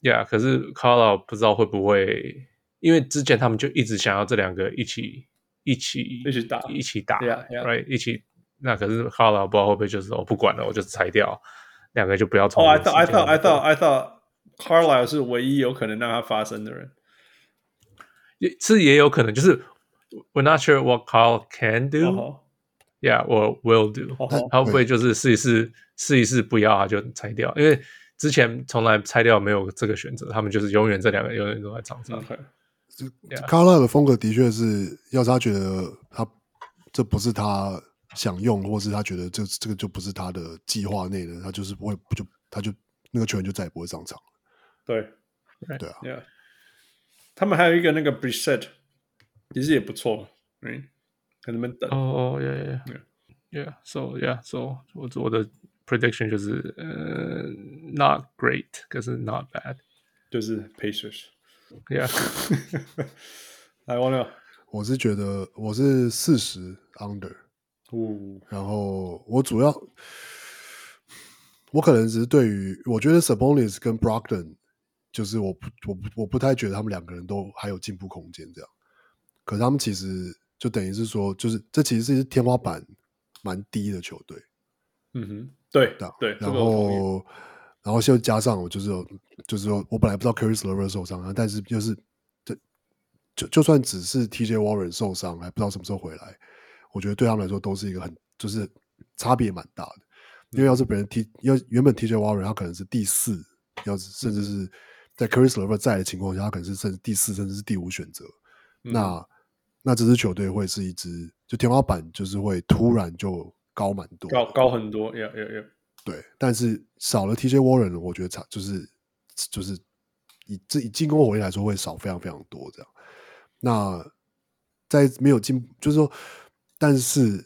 S4: ，yeah，可是 c a r l o 不知道会不会，因为之前他们就一直想要这两个一起一起
S3: 一起打
S4: 一起打
S3: Yeah, yeah.
S4: right 一起。那可是 c a r l o 不知道会不会就是我、哦不管了，我就裁掉两个就不要重
S3: 哦、
S4: 来。
S3: i thought I thought I thought I thought Carlisle 是唯一有可能让它发生的人。
S4: 也是也有可能，就是 we're not sure what Carl can
S3: 哦
S4: do,
S3: 吼
S4: yeah, or will do。
S3: 哦吼
S4: 他会不会就是试一试，试一试不要他就拆掉？因为之前从来拆掉没有这个选择，他们就是永远这两个永远都在场上。
S3: ，OK，
S4: Yeah
S2: 卡拉的风格的确是，要是他觉得他这不是他想用，或是他觉得这这个就不是他的计划内的，他就是不会不就他就那个球员就再也不会上场。
S3: 对，
S2: 对啊
S3: ，Yeah，他们还有一个那个 preset，其实也不错，嗯，可能们等。
S4: 哦哦，yeah yeah yeah so yeah so 我我的 prediction 就是呃 not great，可是 not bad。
S3: 就是 Pacers。
S4: Yeah，
S3: 来，王六，
S2: 我是觉得我是四十 under，
S3: 五
S2: 然后我主要我可能只是对于我觉得 Sabonis 跟 Brogdon，就是我不我不我不太觉得他们两个人都还有进步空间这样。可是他们其实就等于是说，就是这其实是天花板蛮低的球队，
S3: 嗯哼，对
S2: 对啊
S3: 对，这
S2: 然
S3: 个我同意
S2: 后然后就加上我就是有就是说我本来不知道 Curry Lever 受伤啊，但是就是对就就算只是 TJ Warren 受伤，还不知道什么时候回来，我觉得对他们来说都是一个很就是差别蛮大的。
S3: 嗯
S2: 因为要是别人 T 要原本 TJ Warren 他可能是第四，要是甚
S3: 嗯
S2: 至是在 Curry Lever 在的情况下，他可能是甚至第四甚至是第五选择。
S3: 嗯 mm.
S2: 那那这支球队会是一支就天花板就是会突然就高蛮多，
S3: 高高很多，Yeah Yeah Yeah，
S2: 对，但是少了 TJ Warren，我觉得差就是就是以这以进攻火力来说会少非常非常多这样。那在没有进，就是说，但是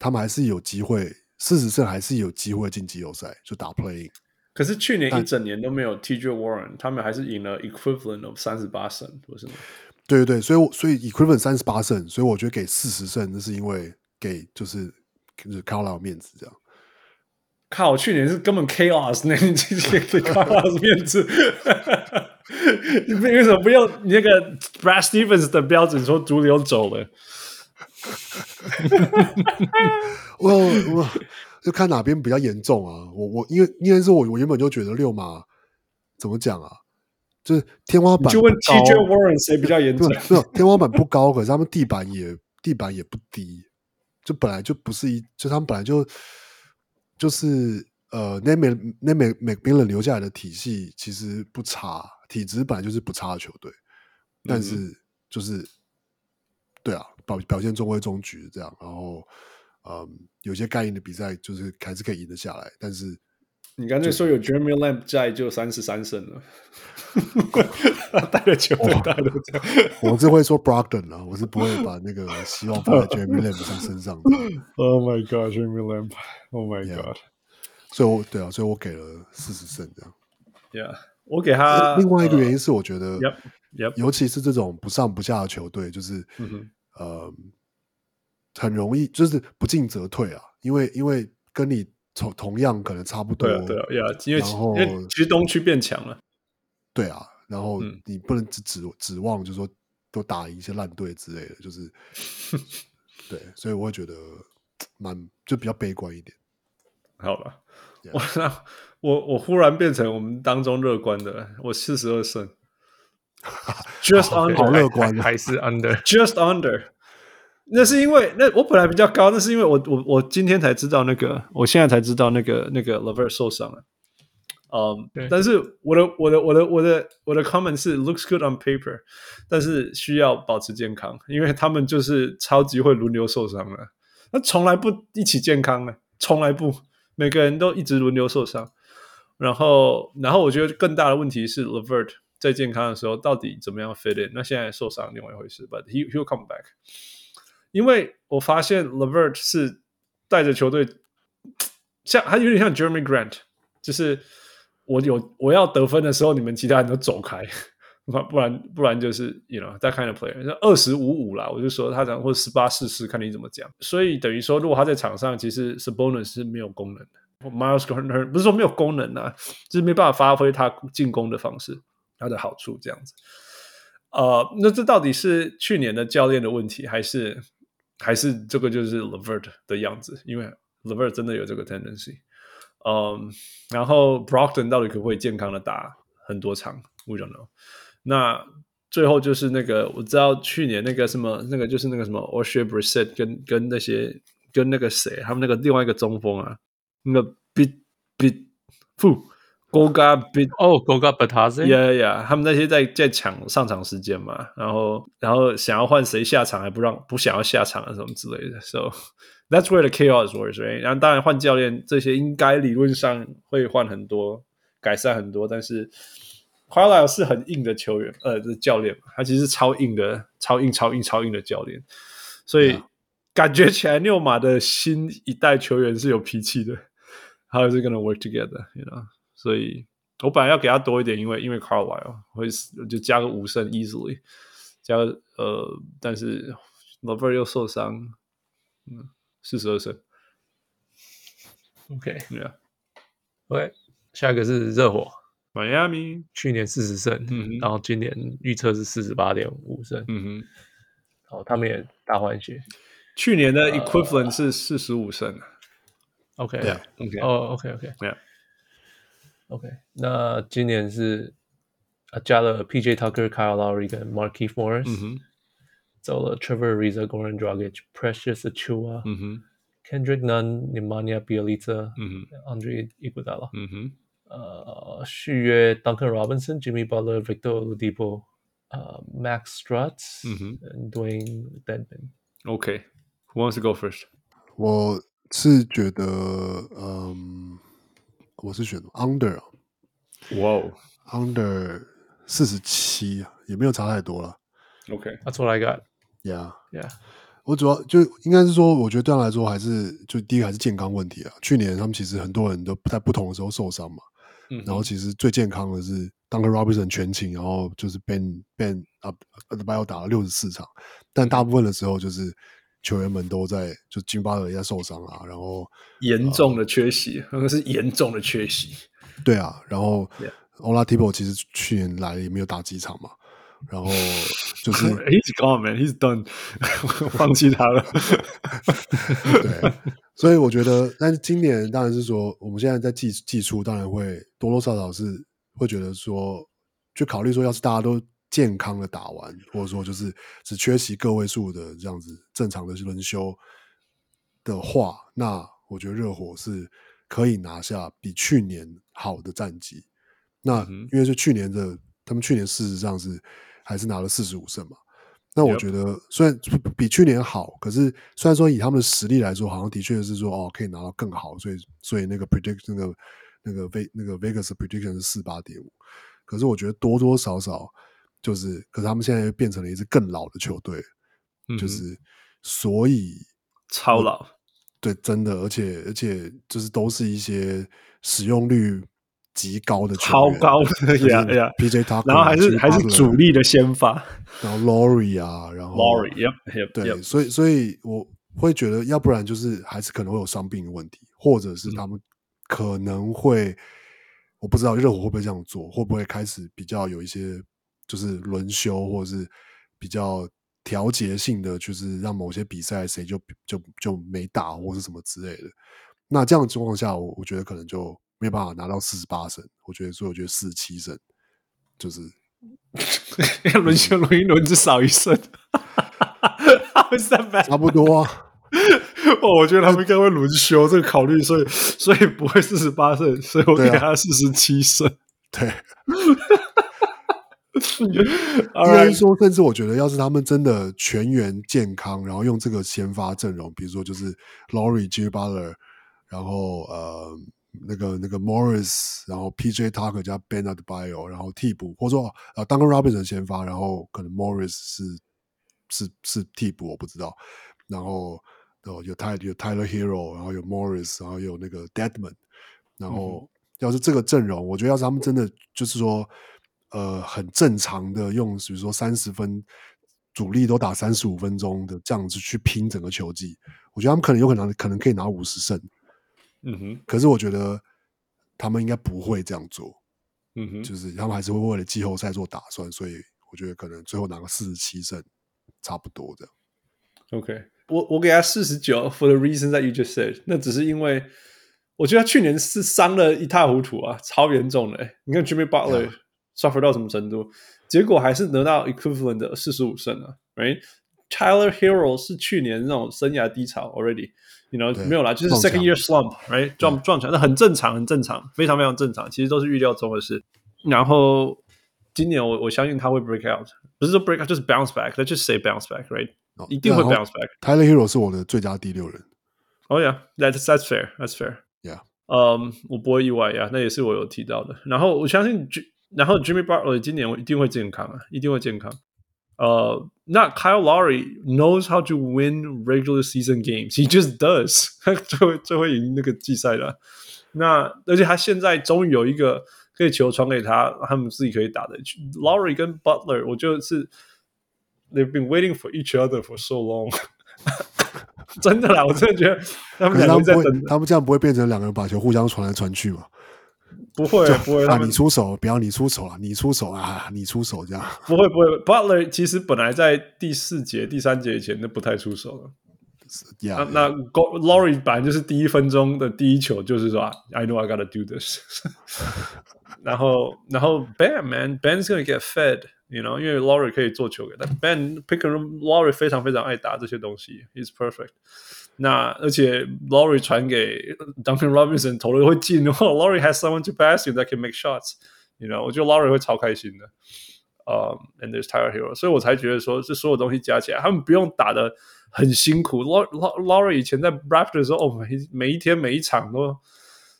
S2: 他们还是有机会，四十胜还是有机会进季后赛，就打 play。
S3: 可是去年一整年都没有 TJ Warren，他们还是赢了 equivalent of 三十八胜，不是吗？
S2: 对对对，所以我所以 equivalent 三十八胜，所以我觉得给四十胜，那是因为给就是就是卡拉面子这样。
S3: 靠，去年是根本 chaos，那你直 接给 chaos 面子。 你们为什么不用你那个 Brad Stevens 的标准说毒瘤走了？
S2: 我我就看哪边比较严重啊。我我因为因为是我我原本就觉得六马怎么讲啊，就是天花板
S3: 你就问
S2: 不啊高
S3: TJ Warren 谁比较严
S2: 对
S3: 重？
S2: 没有天花板不高，可是他们地板也地板也不低，就本来就不是一，就他们本来就就是呃，那美那美美冰人留下来的体系其实不差，体质本来就是不差的球队，但是就是、对啊，表表现中规中矩这样，然后嗯，有些该赢的比赛就是还是可以赢得下来，但是
S3: 你刚才说有 Jeremy Lamb 在，就三十三胜了， 带着球队打的这样。
S2: 我是会说 Brogdon 啊，我是不会把那个希望放在 Jeremy Lamb 上身上的。
S3: Oh my God, Jeremy Lamb! Oh my God!
S2: 所以我对啊，所以我给了四十胜这样。
S3: Yeah，我给他
S2: 另外一个原因是，我觉得，
S3: 呃 Yep, yep
S2: 尤其是这种不上不下的球队，就是、
S3: 嗯哼
S2: 呃，很容易就是不进则退啊，因为因为跟你同同样可能差不多，
S3: 对啊对啊，Yeah，因为
S2: 然后
S3: 因为其实东区变强了，
S2: 对啊，然后
S3: 嗯
S2: 你不能只指指望就是说都打赢一些烂队之类的，就是 对，所以我会觉得蛮就比较悲观一点。
S3: 好吧
S2: Yeah
S3: 我那我我忽然变成我们当中乐观的，我四十二胜，just
S2: 好
S3: under，just
S2: 乐观啊
S4: 还还是 under。
S3: under。那是因为那我本来比较高，那是因为我我我今天才知道那个，我现在才知道那个那个 Lever 受伤了。嗯、
S4: 对
S3: 但是我的我的我的我的我的 comment 是 looks good on paper，但是需要保持健康，因为他们就是超级会轮流受伤的，那从来不一起健康的，从来不，每个人都一直轮流受伤。然后，然后我觉得更大的问题是 Levert 在健康的时候到底怎么样 fit in？那现在受伤另外一回事，but he he'll come back。因为我发现 Levert 是带着球队，像他有点像 Jeremy Grant，就是我有我要得分的时候，你们其他人都走开，不不然不然就是 you know that kind of player，那二十五五啦，我就说他讲或者十八四四，看你怎么讲。所以等于说，如果他在场上，其实 Sabonis 是没有功能的，Miles Turner 不是说没有功能啊，就是没办法发挥他进攻的方式，他的好处这样子。呃，那这到底是去年的教练的问题，还是还是这个就是 Levert 的样子？因为 Levert 真的有这个 tendency。嗯，然后 Brockton 到底可不可以健康的打很多场？We don't know。那最后就是那个，我知道去年那个什么，那个就是那个什么 o s h e b r i s e t 跟跟那些跟那个谁，他们那个另外一个中锋啊，那个 Bit Bit 不 Goga Bit
S4: 哦，Goga Batase，
S3: 呀呀，他们那些在在抢上场时间嘛，然后然后想要换谁下场还不让不想要下场啊什么之类的，so that's where the chaos was right。然后当然换教练这些应该理论上会换很多，改善很多，但是 Carlisle 是很硬的球员，呃，的教练嘛，他其实是超硬的，超硬超硬超硬的教练，所以感觉起来六马的新一代球员是有脾气的。how is it going to work together？You know，所以我本来要给他多一点，因为因为 Carlisle 会就加个五胜 easily，加个呃，但是 l o v e r 又受伤，嗯，四十二胜
S4: OK
S3: ，Yeah，Miami，
S4: OK，下一个是热火，
S3: Miami，
S4: 去年四十胜，
S3: 嗯哼
S4: 然后今年预测是四十八点五胜，然
S3: 嗯哼，
S4: 后他们也大换血。
S3: 去年的 equivalent 是四十五胜啊
S4: OK，
S2: 对啊
S3: ，OK，
S4: 哦，OK，OK，
S3: Yeah
S4: OK，那今年是啊加了 PJ Tucker、Kyle Lowry 跟 Markieff Morris，、
S3: 嗯哼，
S4: 走了 Trevor Ariza、Goran Dragic、Precious Achua、
S3: 嗯哼，
S4: Kendrick Nunn、Nemanja Bjelica、
S3: 嗯哼，
S4: Andre Iguodala，
S3: 嗯哼，
S4: 呃，续约 Duncan Robinson、Jimmy Butler、Victor Oladipo、呃 Max Strutz、
S3: 嗯哼
S4: Dwayne Dedman。
S3: OK，Who wants to go first？
S2: 我是觉得，嗯，我是选 under 啊
S3: 哇哦
S2: under 四十七，啊也没有差太多了。
S3: ，OK，
S4: That's what I got.
S2: Yeah，
S4: Yeah，
S2: 我主要就应该是说，我觉得对他来说还是就第一个还是健康问题啊。去年他们其实很多人都在不同的时候受伤嘛，
S3: 嗯
S2: 然后其实最健康的是 Duncan Robinson 全勤，然后就是 Ben Ben 啊 b i o 打了六十四场，但大部分的时候就是球员们都在就金巴尔也在受伤啊，然后
S3: 严重的缺席，那个是严重的缺席，
S2: 对啊，然后
S3: Yeah.
S2: Oladipo 其实去年来也没有打几场嘛，然后
S3: 嗯
S2: 就是
S3: He's gone, man. He's done. 我放弃他了。
S2: 对，所以我觉得，但是今年当然是说，我们现在在季季初，当然会多多少少是会觉得说，就考虑说，要是大家都健康的打完，或者说就是只缺席个位数的这样子正常的轮休的话，那我觉得热火是可以拿下比去年好的战绩。那
S3: 嗯哼
S2: 因为是去年的，他们去年事实上是还是拿了四十五胜嘛。那我
S3: Yep
S2: 觉得虽然比去年好，可是虽然说以他们的实力来说，好像的确是说哦可以拿到更好，所以所以那个 predict 那个那个 Ve 那个 Vegas 的 prediction 是四八点五，可是我觉得多多少少就是，可是他们现在又变成了一支更老的球队，就
S3: 嗯
S2: 是所以
S3: 超老，
S2: 对，真的，而且而且就是都是一些使用率极高的球
S3: 超
S2: 员
S3: 高 的
S2: 就是
S3: 呀呀
S2: PJ Tucker，啊
S3: 然后还是
S2: Jimmy
S3: 还是
S2: Butler，
S3: 主力的先发
S2: 然后 Laurie 啊，然后
S3: Laurie，Yep Yep
S2: 对
S3: Yep，
S2: 所以所以我会觉得，要不然就是还是可能会有伤病的问题，或者是他们可能会，我不知道热火会不会这样做，会不会开始比较有一些就是轮休，或者是比较调节性的，就是让某些比赛谁就就就没打或是什么之类的。那这样的情况下，我我觉得可能就没有办法拿到四十八胜，我觉得，所以我觉得四十七胜就是
S3: 轮休轮一轮只少一胜 ，How is that bad？
S2: 差不多啊。
S3: 哦，我觉得他们应该会轮休这个考虑，所以所以不会四十八胜，所以我
S2: 对
S3: 给
S2: 啊
S3: 他四十 七胜。
S2: 对，嗯
S3: All
S2: 应该
S3: right，
S2: 是说，甚至我觉得，要是他们真的全员健康，然后用这个先发阵容，比如说就是 Laurie、Jimmy Butler，然后呃那个那个 Morris，然后 PJ Tucker 加 Ben a d b i o 然后替补，或者说呃 Duncan Robinson 先发，然后可能 Morris 是是是替补，我不知道。然后呃有 Ty 有 Tyler Hero，然后有 Morris，然后有那个 Deadman，然后要是这个阵容，我觉得要是他们真的就是说，呃，很正常的用，比如说三十分主力都打三十五分钟的这样子去拼整个球季，我觉得他们可能有可能可能可以拿五十胜，
S3: 嗯哼，
S2: 可是我觉得他们应该不会这样做，
S3: 嗯哼，
S2: 就是他们还是会为了季后赛做打算，所以我觉得可能最后拿个四十七胜差不多这样。
S3: OK，我我给他四十九，for the reason that you just said，那只是因为我觉得他去年是伤的一塌糊涂啊，超严重的欸、你看 Jimmy Butler
S2: Yeah.
S3: suffer 到什么程度，结果还是得到 equivalent 的四十五胜啊，right？Tyler Hero 是去年那种生涯低潮 already。你 you
S2: 对
S3: know, 没有啦，就是
S2: 撞
S3: second
S2: 墙
S3: year slump，right 撞撞墙，那很正常，很正常，非常非常正常，其实都是预料中的事。然后今年我我相信他会 break out，不是说 break out，就是 bounce back，let's just say bounce back，right？
S2: 哦
S3: 一定会
S2: 然后
S3: bounce back。
S2: Tyler Hero 是我的最佳第六人
S3: Oh yeah, that's that's fair. That's fair.
S2: ，Yeah，
S3: 嗯、我不会意外呀、那也是我有提到的。然后我相信 J，然后 Jimmy Butler 今年我一定会健康啊，一定会健康。呃，那 Kyle Lowry knows how to win regular season games. He just does. 他最会最会赢那个季赛的啊、那而且他现在终于有一个可以球传给他，他们自己可以打的。Lowry 跟 Butler，我就是 they've been waiting for each other for so long 。 真的啦，我真的觉得他们
S2: 可是他
S3: 两个
S2: 们
S3: 在
S2: 不会
S3: 等，，
S2: 他们这样不会变成两个人把球互相传来传去嘛？
S3: 不会不会，他
S2: 啊，
S3: 们
S2: 你出手，不要你出手啊，你出手啊，你出手 这样。
S3: 不会不会，Butler 其实本来在第四节、第三节以前都不太出手了。
S2: Yeah,
S3: 那那 Go- Laurie 本来就是第一分钟的第一球就是说啊，I know I gotta do this 。 然后然后 Ben man Ben's gonna get fed。You know，因为 Laurie 可以做球给他，Ben Pick and Roll Laurie 非常非常爱打这些东西，He's perfect。那而且 Laurie 传给 Duncan Robinson 投了会进， 然后 Laurie has someone to pass you that can make shots。You know，我觉得 Laurie 会超开心的。呃、a n d there's Tyler Hero，所以我才觉得说，这所有东西加起来，他们不用打的很辛苦。Laur Laur 以前在 Raptor 的时候，哦，每每一天每一场都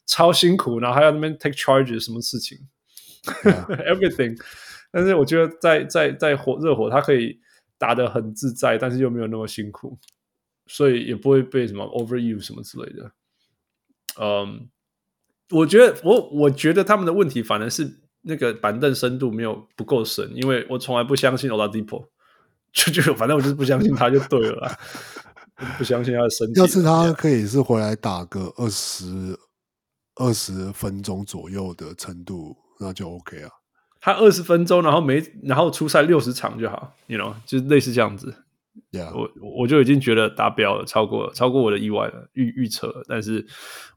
S3: 超辛苦，然后还要那边 take charges 什么事情 ，everything。但是我觉得在在在火热火，他可以打得很自在，但是又没有那么辛苦，所以也不会被什么 overuse 什么之类的。嗯，我觉得我我觉得他们的问题反而是那个板凳深度没有不够深，因为我从来不相信 Oladipo，就就反正我就是不相信他就对了啦，我不相信他的身体。
S2: 要是他可以是回来打个二十二十分钟左右的程度，那就 OK 啊。
S3: 他二十分钟，然后没然后出赛六十场就好，you know，就是类似这样子。
S2: Yeah，
S3: 我我就已经觉得达标了，超过超过我的意外了，预预测了。但是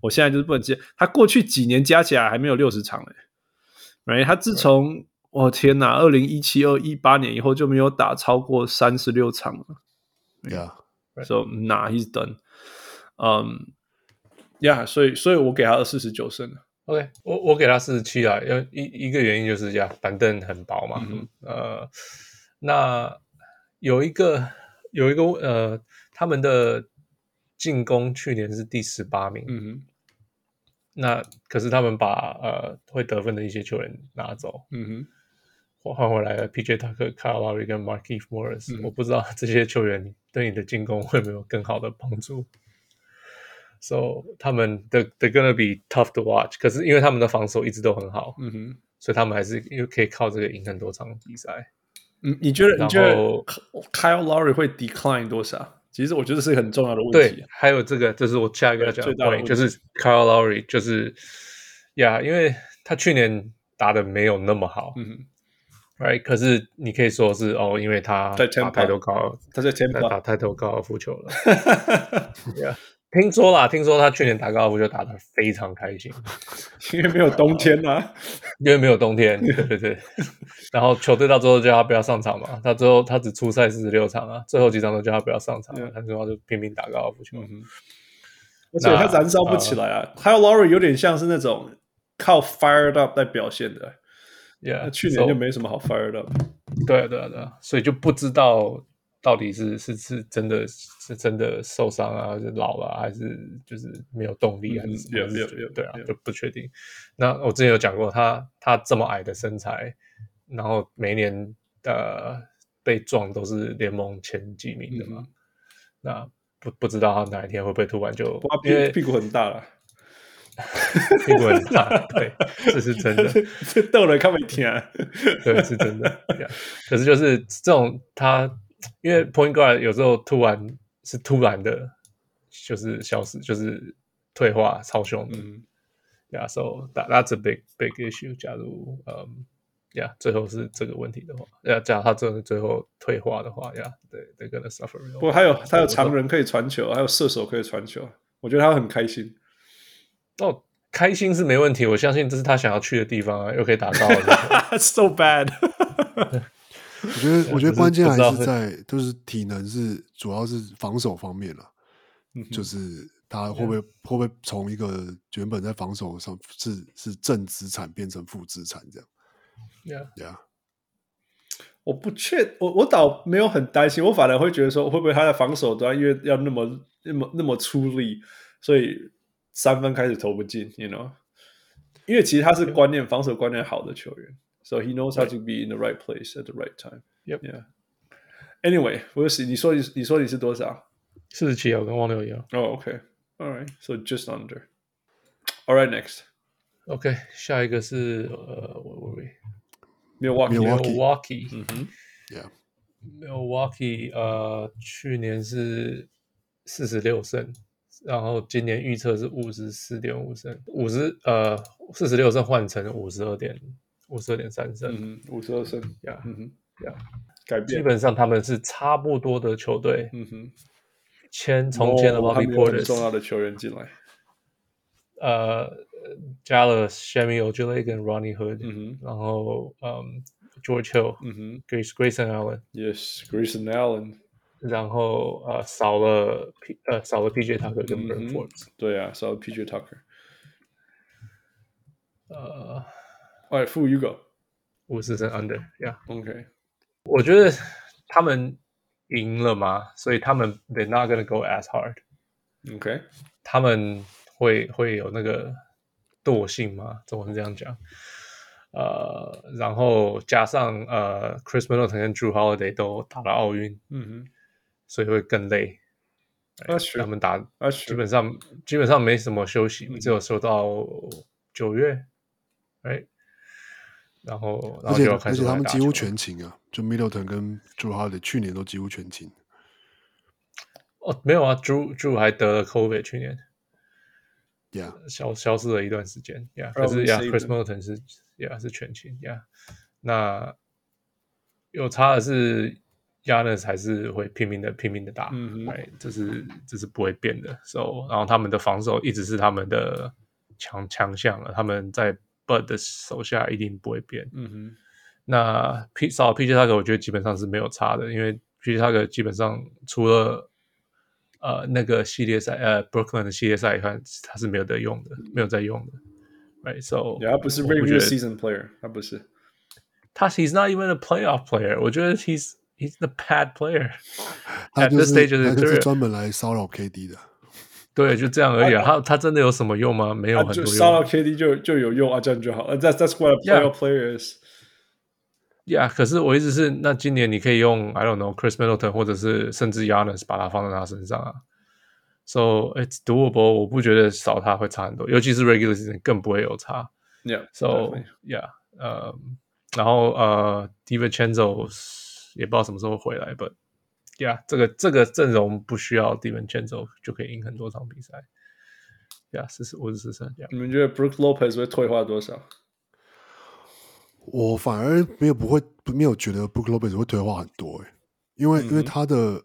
S3: 我现在就是不能接，他过去几年加起来还没有六十场哎、欸，right？他自从我、天哪，二零一七、二一八年以后就没有打超过三十六场了。
S2: yeah，
S3: So nah, he's done. 嗯、um,，Yeah，所以所以我给他四十九胜了。
S4: OK，我我给他四十七啊，因为一一个原因就是呀，板凳很薄嘛。
S3: 嗯
S4: 呃，那有一个有一个呃，他们的进攻去年是第十八名，
S3: 嗯哼，
S4: 那可是他们把呃会得分的一些球员拿走，
S3: 嗯哼，
S4: 换回来了 PJ 塔克、卡拉瑞跟 m a r k i f Morris，、
S3: 嗯
S4: 我不知道这些球员对你的进攻会没有更好的帮助。So 他们的 they're gonna be tough to watch，可是因为他们的防守一直都很好，
S3: 嗯哼。
S4: 所以他们还是又可以靠这个赢很多场比赛。
S3: 你你觉得你觉得
S4: 然后
S3: Kyle Lowry 会 decline 多少？其实我觉得是很重要的问题啊
S4: 对。，还有这个，这是我下一个要讲的
S3: 最大的
S4: point，
S3: 问题
S4: 就是 Kyle Lowry，就是呀因为他去年打的没有那么好、
S3: 嗯哼，
S4: r i g h t 可是你可以说是哦，因为他
S3: 在 Tampa
S4: 打太多高，
S3: 他在
S4: 他
S3: Tampa
S4: 打太多高尔夫球了。yeah， 听说啦，听说他去年打高尔夫球打得非常开心，
S3: 因为没有冬天啊呐、
S4: 因为没有 冬天，对对对。然后球队到最后叫他不要上场嘛，他最后他只出赛四十六场啊，最后几场都叫他不要上场，啊
S3: 啊
S4: 他说他就拼命打高尔夫球。
S3: 嗯而且他燃
S4: 嗯
S3: 烧不起来啊。Kyle Lowry 有点像是那种靠 fired up 在表现的，
S4: Yeah，
S3: 那去年就
S4: 啊 so-
S3: 没什么好 fired up。
S4: 对啊对啊对啊，所以就不知道到底是是是真的是真的受伤啊，还是老了啊，还是就是没有动力，还是什
S3: 嗯有
S4: 么
S3: 有
S4: 还是
S3: 有
S4: 对啊
S3: 有，
S4: 就不确定。那我之前有讲过，他他这么矮的身材，然后每年呃被撞都是联盟前几名的嘛，
S3: 嗯
S4: 那不不知道他哪一天会不会突然就
S3: 不过他
S4: 因为
S3: 屁屁股很大 了，
S4: 屁股很大，啊对，这是 真的。
S3: 逗了看没听 啊。
S4: 对，是真的。对啊可是就是这种他，因为 point guard 有时候突然是突然的，就是消失，就是退化，超凶的。
S3: 嗯
S4: Yeah, so that that's a big big issue. 假如嗯，Yeah，最后是这个问题的话，要假如他真的最后退化的话，Yeah，对，they're gonna suffer.
S3: 不过还有还有常人可以传球，还有射手可以传球，我觉得他很开 心。
S4: 哦，开心是没问题，我相信这是他想要去的地方啊，又可以打高尔夫球
S3: so bad
S2: 我觉得，我觉得
S4: 是
S2: 关键
S4: 不知
S2: 还
S4: 道
S2: 是
S4: 会
S2: 在就是体能是主要是防守方面了，
S4: 嗯
S2: 就是他会不会会不会从一个原本在防守上是是正资产变成负资产这样
S4: Yeah，
S2: 对啊，
S3: 我不确，我我倒没有很担心，我反而会觉得说，会不会他在防守端因为要那么那么那么出力，所以三分开始投不进，you know？因为其实他是观念防守观念好的球员，so he knows how to be in the right place at the right time。
S4: Yep.
S3: Yeah. Anyway，我是你说你你说你是多少？
S4: 四十七，我跟汪六一样。
S3: 哦、o k a l right. So just under. All right. Next.
S4: OK，下一个是呃，我我。
S3: Milwaukee.
S2: Milwaukee
S4: Milwaukee，
S3: 嗯哼
S2: Yeah.
S4: Milwaukee，呃，去年是四十六胜，然后今年预测是五十四点五胜，五十呃四十六胜换成五十二点五十二点三胜，
S3: 嗯哼，五十二胜。
S4: 呀、
S3: 嗯哼，
S4: 呀、
S3: 改
S4: 基
S3: 变。
S4: 本上他们是差不多的球队，
S3: 嗯哼，
S4: 签从签了
S3: 哦他
S4: Bobby
S3: 们有很
S4: Portis，、
S3: 重要的球员进来。
S4: 呃，加了 Shammy Ojale 跟 Ronnie Hood，、
S3: 嗯
S4: 然后嗯 George Hill，
S3: 哼，嗯哼。
S4: Grace Grayson Allen。
S3: Yes, Grayson Allen，
S4: 然后呃少了 P 呃少了 PJ Tucker 跟 b e r
S3: 嗯哼
S4: n Forbes，、
S3: 对啊，少了 PJ Tucker。
S4: 呃
S3: All right, Fu, you go.
S4: 五十胜 under 呀、
S3: OK，
S4: 我觉得他们赢了嘛，所以他们 they're not gonna go as hard，
S3: OK，
S4: 他们会会有那个惰性吗？怎么能这样讲？呃，然后加上呃，Chris Middleton 跟 Drew Holiday 都打了奥运，
S3: 嗯
S4: 所以会更累。
S3: 哼，That's
S4: 他
S3: true,
S4: 们打
S3: That's
S4: 基
S3: true。
S4: 本上基本上没什么休息，只有休到九月，哎，然后然
S2: 而
S4: 后就
S2: 且
S4: 要开
S2: 而
S4: 始
S2: 且他们
S4: 打
S2: 几
S4: 球
S2: 乎
S4: 了
S2: 全勤啊，就 Middleton 跟 Drew Holiday 去年都几乎全勤。
S4: 哦没有啊，Drew Drew 还得了 COVID，去年
S2: Yeah，
S4: 消消失了一段时间
S3: Robin
S4: ，Yeah，可是 Yeah
S3: Saban
S4: Chris Middleton 是 Yeah 是全勤，Yeah，那有差的是 Yanis 还是会拼命的拼命的打，
S3: 嗯哼
S4: 哎，这是这是不会变的，So 然后他们的防守一直是他们的强强项了，他们在 Bud 的手下一定不会变，
S3: 嗯哼，
S4: 那 P 少 PJ 那个，我觉得基本上是没有差的，因为 PJ 那个基本上除了呃那个系列赛呃 Brooklyn 的系列赛以外，他是没有得用的，没有在用的。Right, so
S3: 对，他不是
S4: 我不觉
S3: regular
S4: 得
S3: season player，他不是。
S4: 他 he's not even a playoff player，我觉得 he's he's the pad player。
S2: 他
S4: At
S2: 就
S4: this
S2: 是
S4: stage is
S2: 他就是
S4: career
S2: 专门来骚扰 KD 的。
S4: 对，就这样而已、啊。他他真的有什么用吗？没有
S3: 啊
S4: 很
S3: 就
S4: 多
S3: 杀
S4: 用
S3: 到。KD 就就有用啊，这样就好。呃 That's that's what a playoff
S4: Yeah.
S3: player is.
S4: Yeah，可是我意思是，那今年你可以用 I don't know Chris Middleton 或者是甚至 Yanis 把它放在他身上啊。So it's doable，我不觉得少他会差很多，尤其是 regular season 更不会有差。
S3: Yeah.
S4: So
S3: definitely.
S4: yeah，呃，然后呃 d i v i c e n z o 也不知道什么时候回来，but yeah，这个这个阵容不需要 d i v i c e n z o 就可以赢很多场比赛。Yeah，四十五十四胜，Yeah，
S3: 你们觉得 Brook Lopez 会退化多少？
S2: 我反
S4: 嗯
S2: 而没有不会不没有觉得 Brook Lopez 会退化很多、欸，因为、因为他的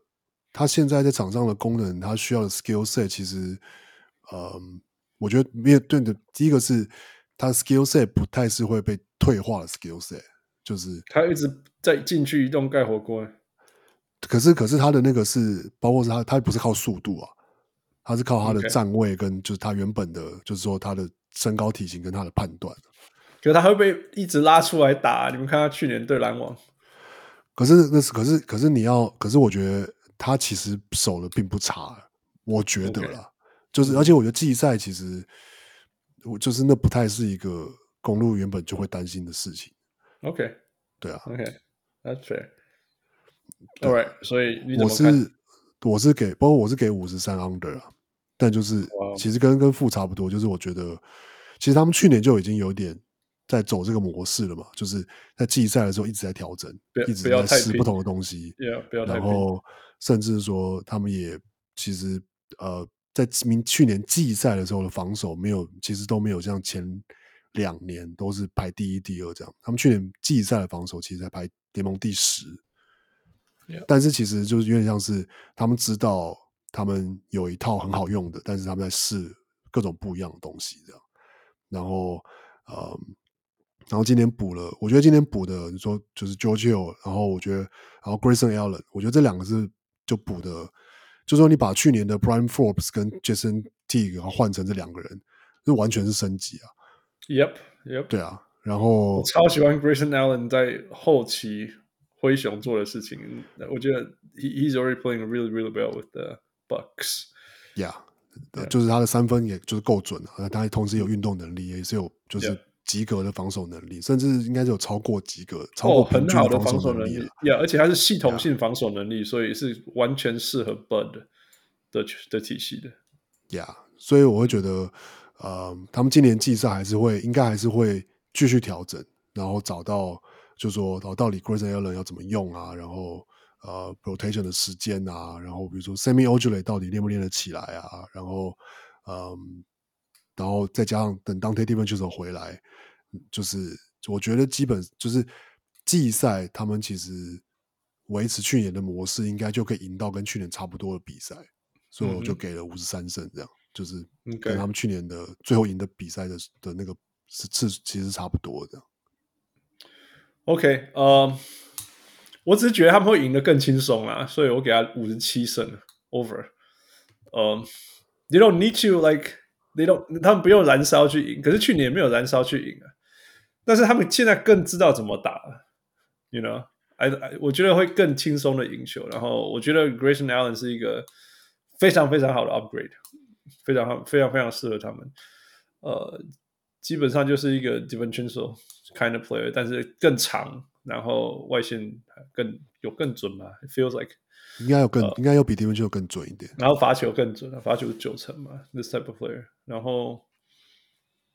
S2: 他现在在场上的功能，他需要的 skill set，其实，嗯，我觉得没有对的。第一个是他的 skill set 不太是会被退化的 skill set，就是
S3: 他一直在进去移动盖火锅，
S2: 可是可是他的那个是，包括是他他不是靠速度啊，他是靠他的
S3: OK
S2: 站位跟就是他原本的，就是说他的身高体型跟他的判断。啊
S3: 可是他会被一直拉出来打。你们看他去年对篮网，
S2: 可是那是可是可是你要，可是我觉得他其实守的并不差，啊我觉得啦
S3: 嗯
S2: 就是而且我觉得季赛其实我就是那不太是一个公路原本就会担心的事情，
S3: OK
S2: 对啊，
S3: OK that's fair。All right，所以嗯你怎
S2: 我
S3: 么看？
S2: 是我是给，包括我是给五十三 under 啊，但就是
S3: 哇哦
S2: 其实跟跟负差不多，就是我觉得其实他们去年就已经有点在走这个模式了嘛，就是在季赛的时候一直在调整
S3: 不，
S2: 一直
S3: 不要
S2: 在
S3: 太
S2: 试
S3: 拼
S2: 不同的东西，
S3: Yeah，不要太
S2: 然
S3: 拼
S2: 后甚至说他们也其实呃，在明去年季赛的时候的防守没有，其实都没有像前两年都是排第一、第二这样。他们去年季赛的防守其实才排联盟第十
S4: Yeah
S2: 但是其实就是有点像是他们知道他们有一套很好用的，但是他们在试各种不一样的东西这样。然后，嗯，然后今年补了，我觉得今年补的，你说就是 Giorgio，然后我觉得，然后 Grayson Allen，我觉得这两个是就补的，就说你把去年的 Brian Forbes 跟 Jason T 给换成这两个人，这完全是升级啊，
S3: Yep Yep，
S2: 对啊，然后
S3: 我超喜欢 Grayson Allen 在后期灰熊做的事情，我觉得 he he's already playing really really well with the Bucks。
S2: 呀、呃就是他的三分也就是够准啊，那他同时有运动能力，也是有就是
S3: Yeah
S2: 及格的防守能力，甚至应该是有超过及格，超
S3: 哦，
S2: 过
S3: 很
S2: 平均
S3: 好的
S2: 防
S3: 防守
S2: 能
S3: 能
S2: 力
S3: 力
S2: 了。
S3: 呀而且它是系统性防守能力，所以是完全适合 Bud 的的体系的。
S2: 呀所以我会觉得，呃，他们今年季赛还是会，应该还是会继续调整，然后找到就说哦，到底 Grayson Allen 要怎么用啊，然后呃 rotation 的时间啊，然后比如说 Semi o j u l e 到底练不练得起来啊，然后嗯，然后再加上等当 a n t e d i v e n 球手回来，嗯就是我觉得基本就是季赛他们其实维持去年的模式，应该就可以赢到跟去年差不多的比赛。所以我就给了五十三胜，这样就是跟
S3: OK
S2: 他们去年的最后赢的比赛的的那个是次其实差不多的。
S3: OK，呃、我只是觉得他们会赢得更轻松啦，所以我给他五十七胜 over。呃、t h e y don't need to like they don't，他们不用燃烧去赢，可是去年也没有燃烧去赢啊。但是他们现在更知道怎么打了，you know，I I- 我觉得会更轻松的赢球。然后我觉得 Grayson Allen 是一个非常非常好的 upgrade，非常好，非常非常适合他们。呃，基本上就是一个 d i v i n c e n z o kind of player，但是更长，然后外线更有更准嘛，it feels like，
S2: 应该有更，应该有比 d i v i n 更准一点。
S3: 然后罚球更准，啊罚球九成嘛，this type of player。然后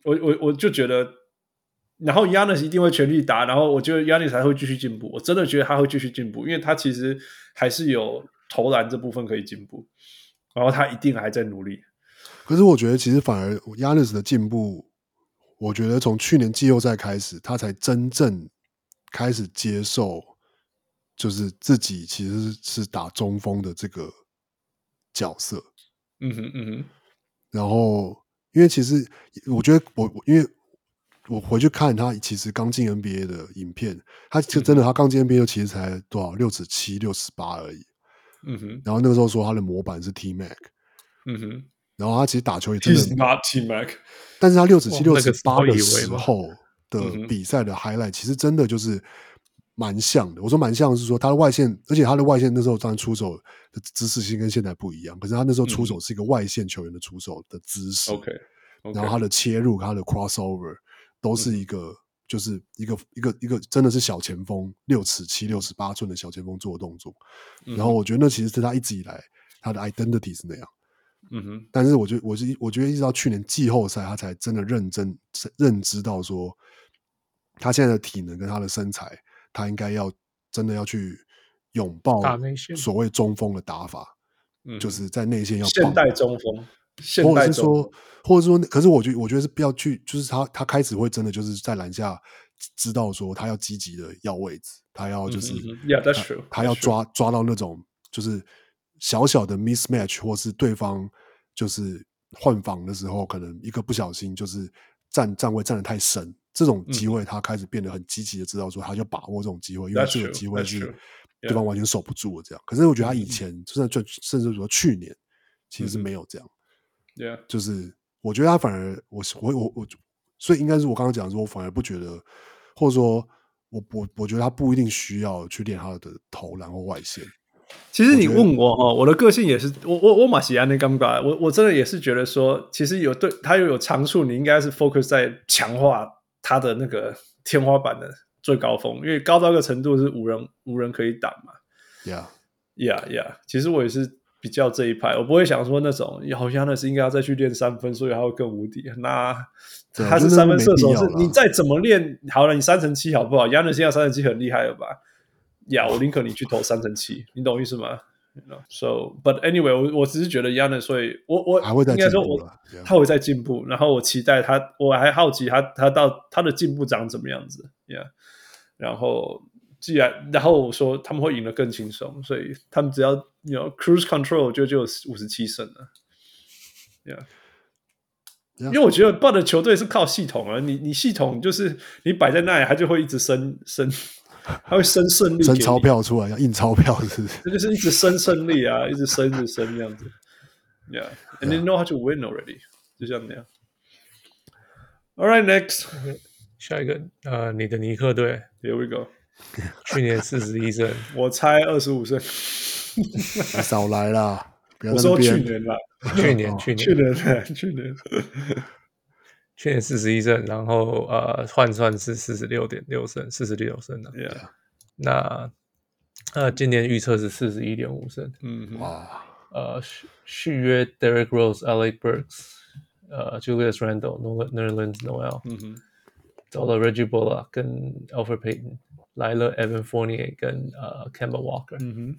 S3: 我我我就觉得，然后 Yanis 一定会全力打，然后我觉得 Yanis 还会继续进步，我真的觉得他会继续进步，因为他其实还是有投篮这部分可以进步，然后他一定还在努力。
S2: 可是我觉得其实反而 Yanis 的进步，我觉得从去年季后赛开始，他才真正开始接受，就是自己其实是打中锋的这个角色。
S3: 嗯哼嗯哼，
S2: 然后因为其实我觉得我我因为我回去看他其实刚进 NBA 的影片，他就真的他刚进 NBA 其实才多少六十七六十八而已。
S3: 嗯哼
S2: 然后那个时候说他的模板是 T Mac，
S3: 嗯哼
S2: 然后他其实打球也真
S3: ，He's
S2: 的，
S3: not T Mac。
S2: 但是他六十七
S4: 哇
S2: 六
S4: 那
S2: 十
S4: 个时
S2: 八
S4: 候
S2: 的
S4: 以为
S2: 时
S4: 吗
S2: 候的
S3: 嗯哼
S2: 比赛的 highlight 其实真的就是。蛮像的，我说蛮像是说他的外线，而且他的外线那时候当然出手的姿势性跟现在不一样，可是他那时候出手是一个外线球员的出手的姿势。
S3: OK，, o k
S2: 然后他的切入、他的 crossover 都是一个，就是一个一个一个真的是小前锋六尺七、六十八寸的小前锋做的动作。
S4: 嗯
S2: 然后我觉得那其实是他一直以来他的 identity 是那样。
S3: 嗯哼，
S2: 但是我觉得，我是我觉得一直到去年季后赛，他才真的认真认知到说，他现在的体能跟他的身材，他应该要真的要去拥抱
S4: 打内线
S2: 所谓中锋的打法，
S3: 嗯哼
S2: 就是在内线要
S3: 现
S2: 爆
S3: 代中锋，现
S2: 或者
S3: 代
S2: 是
S3: 中锋
S2: 说，或者说，可是我觉得我觉得是不要去，就是他他开始会真的就是在篮下知道说他要积极的要位置，他要就是、
S3: 嗯哼嗯哼，Yeah，that's true，
S2: 他要
S3: that's true
S2: 抓抓到那种就是小小的 mismatch，或是对方就是换防的时候，可能一个不小心就是站站位站得太深，这种机
S3: 嗯
S2: 会他开始变得很积极的知道说他就把握这种机会，因为
S3: That's
S2: 这个
S3: true,
S2: 机会
S3: that's
S2: 是
S3: true. 嗯
S2: 对方完全守不住的这样。可是我觉得他以前，就算就甚至说去年，其实是没有这样。
S3: Yeah.
S2: 就是我觉得他反而我是我我我，所以应该是我刚刚讲说，我反而不觉得，或者说我我我觉得他不一定需要去练他的投篮或外线。
S3: 其实你
S2: 我觉得
S3: 问我哈，我的个性也是，我我我马西亚那尴尬，我我真的也是觉得说，其实有对他又有长处，你应该是 focus 在强化他的那个天花板的最高峰，因为高到一个程度是无人无人可以挡嘛。
S2: Yeah，
S3: Yeah Yeah，其实我也是比较这一派，我不会想说那种好像那是应该要再去练三分，所以他会更无敌。那
S2: 对
S3: 他
S2: 我觉
S3: 是
S2: 得
S3: 三分
S2: 没
S3: 射手，
S2: 必要
S3: 是
S2: 啦
S3: 你再怎么练好了，你三乘七好不好？亚伦现在三乘七很厉害了吧？呀、我宁可你去投三乘七，你懂意思吗？You know, So, but anyway，我我只是觉得亚伦，所以我我
S2: 还会再
S3: 应该
S2: 进
S3: 说
S2: 步啊
S3: 我
S2: 了。Yeah
S3: 他会在进步，然后我期待他，我还好奇他他到他的进步长怎么样子，Yeah。然后既然然后我说他们会赢得更轻松，所以他们只要 you know cruise control 就就五十七胜了，Yeah。
S2: Yeah
S3: 因为我觉得 b 的球队是靠系统啊，你你系统就是你摆在那里，它就会一直升升，它会升胜利，
S2: 真钞，票出来要印钞票是不是？
S3: 这就是一直升胜利啊，一直升一直升这样子，Yeah，and they know how to win already，就像那样。All right, next.
S4: 下一个呃，你的尼克队
S3: Here we go.
S4: 去年四十一胜，
S3: 我猜二十五胜，
S2: 少来啦，不要
S3: 我
S2: 在那
S3: 说
S2: 边。
S3: 去年啦，
S4: 去年去
S3: 去
S4: 年
S3: 年，去年。
S4: 去年四十一胜，然后呃换算是四十六点六胜，四十六胜的、
S3: Yeah，
S4: 那呃今年预测是四十一点五胜，
S3: 嗯哼，
S2: 哇，
S4: 呃续续约 Derek Rose、Alec Burks、呃 Julius Randle、Nolan Nerlens Noel，
S3: 嗯哼，
S4: 找了 Reggie Bullock 跟 Alfred Payton，来了 Evan Fournier 跟呃 c a m b a Walker，、
S3: 嗯哼。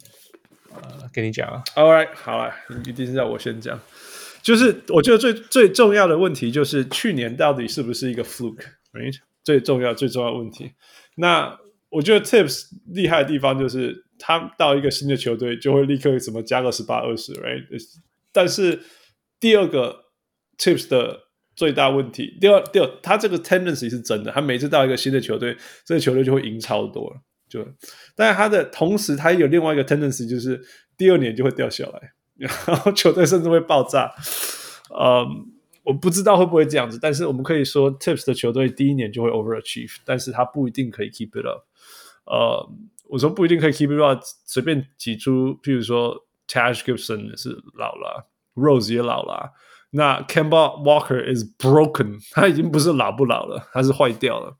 S4: 呃跟你讲啊，
S3: All right，好了，一定是要我先讲。就是我觉得最最重要的问题就是去年到底是不是一个 fluke，right？最重要最重要的问题。那我觉得 Tips 厉害的地方就是他到一个新的球队就会立刻怎么加个十八二十，right？但是第二个 Tips 的最大问题，第二第二他这个 tendency 是真的，他每次到一个新的球队，这个球队就会赢超多，就但是他的同时，他也有另外一个 tendency，就是第二年就会掉下来，然后球队甚至会爆炸。嗯，我不知道会不会这样子，但是我们可以说，Tips 的球队第一年就会 overachieve，但是他不一定可以 keep it up。呃，我说不一定可以 keep it up，随便挤出，譬如说 Tash Gibson 也是老了，Rose 也老了。那 Kemba Walker is broken，他已经不是老不老了，他是坏掉了。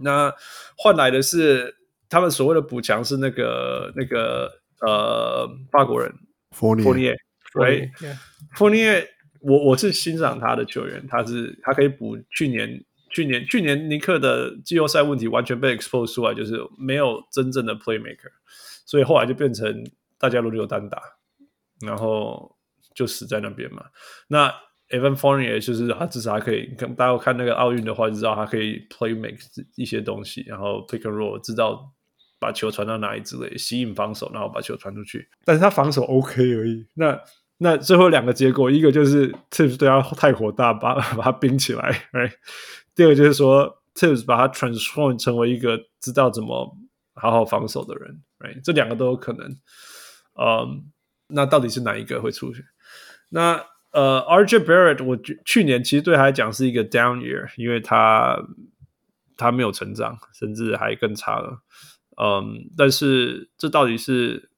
S3: 那换来的是他们所谓的补强是那个那个呃法国人
S2: 佛尼
S3: 托尼耶，right？
S4: Yeah
S3: 托尼耶，我我是欣赏他的球员，他是他可以补去年去年去年尼克的季后赛问题完全被 expose 出来，就是没有真正的 playmaker，所以后来就变成大家轮流单打，然后就死在那边嘛。那 Evan Fournier 就是他至少他可以，跟大家有看那个奥运的话，就知道他可以 play make 一些东西，然后 pick and roll，知道把球传到哪里之类，吸引防守，然后把球传出去。但是他防守 OK 而已。那那最后两个结果，一个就是 Tips 对他太火大，把 把他冰起来，right？第二个就是说 Tips 把他 transform 成为一个知道怎么好好防守的人，right？这两个都有可能。嗯，那到底是哪一个会出现？那呃，RJ Barrett，我觉去年其实对他来讲是一个 down year，因为他他没有成长，甚至还更差了。嗯，但是这到底是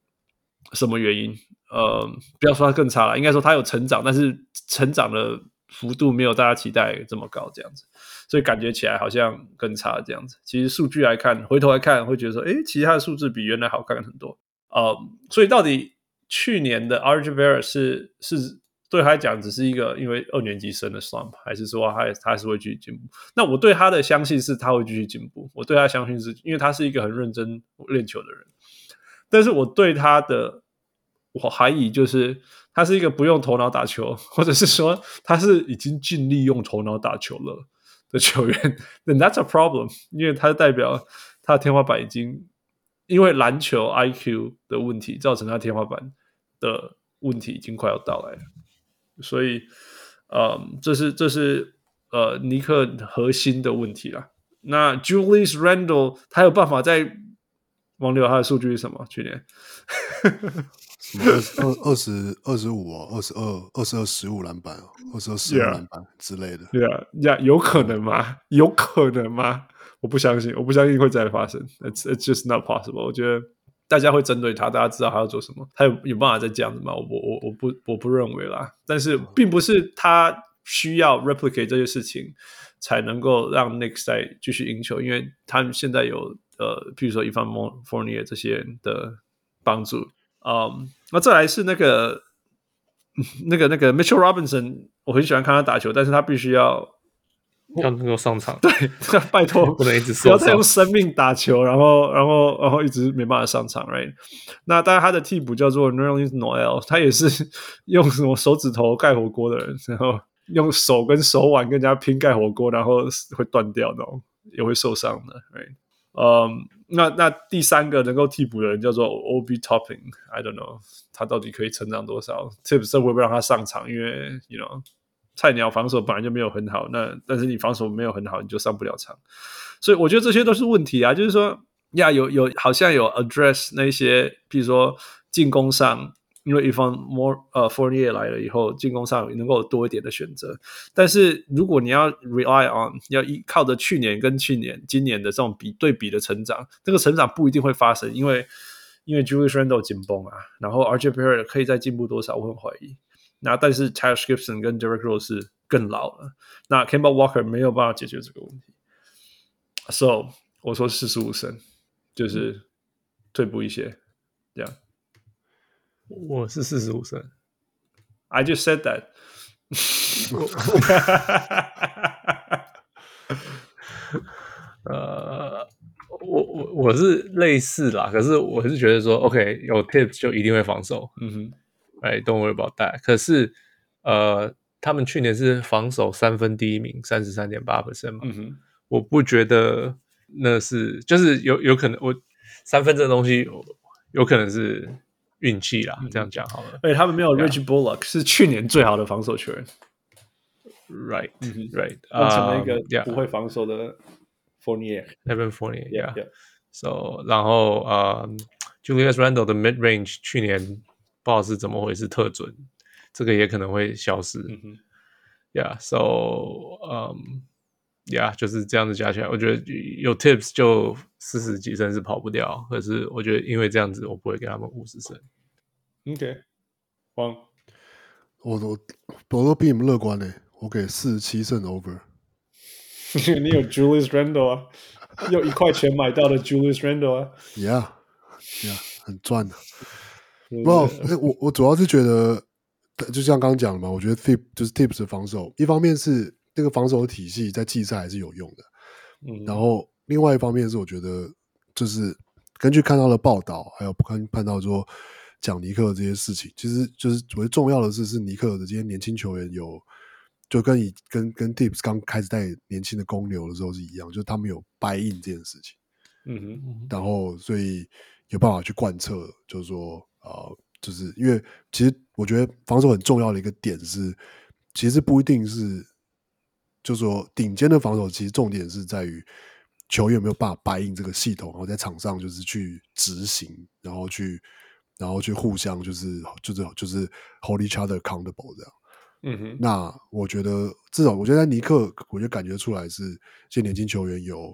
S3: 什么原因？呃、不要说他更差了，应该说他有成长，但是成长的幅度没有大家期待这么高，这样子，所以感觉起来好像更差这样子。其实数据来看，回头来看会觉得说，诶，其实他的数字比原来好看很多。呃，所以到底去年的 a r g e v e r 是是对他来讲只是一个因为二年级生的 slump，还是说他他是会继续进步？那我对他的相信是他会继续进步，我对他的相信是因为他是一个很认真练球的人，但是我对他的我怀疑就是他是一个不用头脑打球，或者是说他是已经尽力用头脑打球了的球员 ，then that's a problem，因为他代表他的天花板已经因为篮球 IQ 的问题造成他天花板的问题已经快要到来了，所以，嗯，这是这是呃尼克核心的问题啦。那 Julius Randle 他有办法在王流他的数据是什么？去年
S2: 什么二二十二十五哦，二十二二十二十五篮板哦，二十二十五
S3: Yeah
S2: 篮板之类的。
S3: 对啊，呀，有可能吗？ 有可能吗？我不相信，我不相信会再发生。It's it's just not possible。我觉得大家会针对他，大家知道他要做什么，他有有办法再这样子吗？我我我我不我不认为啦。但是并不是他需要 replicate 这些事情才能够让 Nick 再继续赢球，因为他们现在有呃，譬如说一方 Fournier 这些人的帮助。嗯，那再来是那个 那个那个 Mitchell Robinson，我很喜欢看他打球，但是他必须要
S4: 要能够上场，
S3: 拜 托，
S4: 不能一直
S3: 不要
S4: 受
S3: 再
S4: 伤
S3: 用。生命打球，然后然后然后一直没办法上场，right？那当然他的替补叫做 Nerlens Noel，他也是 用什么手指头盖火锅的人，然后用手跟手腕跟人家拼盖火锅，然后会断掉那种，也会受伤的，right？嗯，那那第三个能够替补的人叫做 OB Topping，I don't know，他到底可以成长多少？Tips 会不会让他上场？因为 you know 菜鸟防守本来就没有很好，那但是你防守没有很好，你就上不了场。所以我觉得这些都是问题啊，就是说呀，有有好像有 address 那些，比如说进攻上，因为一方 more 呃 Fournier 来了以后，进攻上能够有多一点的选择。但是如果你要 rely on 要依靠着去年跟去年、今年的这种比对比的成长，这个成长不一定会发生，因为因为 Julius Randle 紧绷啊，然后 RJ Barrett 可以再进步多少，我很怀疑。那但是 t a s h Gibson 跟 Derek Rose 是更老了，那 c a m b a Walker 没有办法解决这个问题。So 我说四十五胜，就是退步一些，这样。
S4: 我是四十五胜，
S3: I just said that
S4: 呃，我我我是类似啦，可是我是觉得说，OK，有 tips 就一定会防守
S3: 嗯哼。
S4: ，right？Don't worry about that。可是，呃，他们去年是防守三分第一名，三十三点八 percent 嘛，
S3: 嗯哼，
S4: 我不觉得那是，就是有有可能我三分这东西有有可能是运气啦，
S3: 嗯
S4: 这样讲好了
S3: 而且他们没有
S4: Yeah.
S3: Rich Bullock，是去年最好的防守球员，
S4: ，right？
S3: 嗯哼
S4: Right，
S3: 他成了一
S4: 嗯
S3: 个
S4: ，yeah
S3: 不会防守的 Fournier。
S4: Evan Fournier，yeah。
S3: yeah.
S4: So，然后呃、j u l i u s Randle 的 mid range 去年不知道是怎么回事特准，这个也可能会消失。
S3: 嗯哼
S4: Yeah，so，嗯、yeah，就是这样子加起来，我觉得有 tips 就四十几胜是跑不掉，可是我觉得因为这样子，我不会给他们五十胜。
S3: ，OK，王，
S2: 我我我都比你们乐观呢、我给四十七胜 over。
S3: 你有 Julius Randle 啊，又一块钱买到的 Julius Randle 啊，
S2: Yeah, yeah，很赚啊的。不，哎我我主要是觉得，就像刚刚讲的嘛，我觉得 tip 就是 tips 的防守，一方面是这个防守体系在季赛还是有用的，
S3: 嗯
S2: 然后另外一方面是我觉得就是根据看到的报道，还有看看到说讲尼克的这些事情，其实就是所谓重要的是是尼克的这些年轻球员有。就跟以跟跟 Tips 刚开始带年轻的公牛的时候是一样，就是他们有 buy in 这件事情。
S3: 嗯哼，
S2: 然后所以有办法去贯彻，就是说呃，就是因为其实我觉得防守很重要的一个点是，其实不一定是，就是说顶尖的防守，其实重点是在于球员有没有办法白应这个系统，然后在场上就是去执行，然后去然后去互相就是就是就是 hold each other accountable 这样。
S3: 嗯哼，
S2: 那我觉得至少我觉得在尼克，我就感觉出来是这些年轻球员有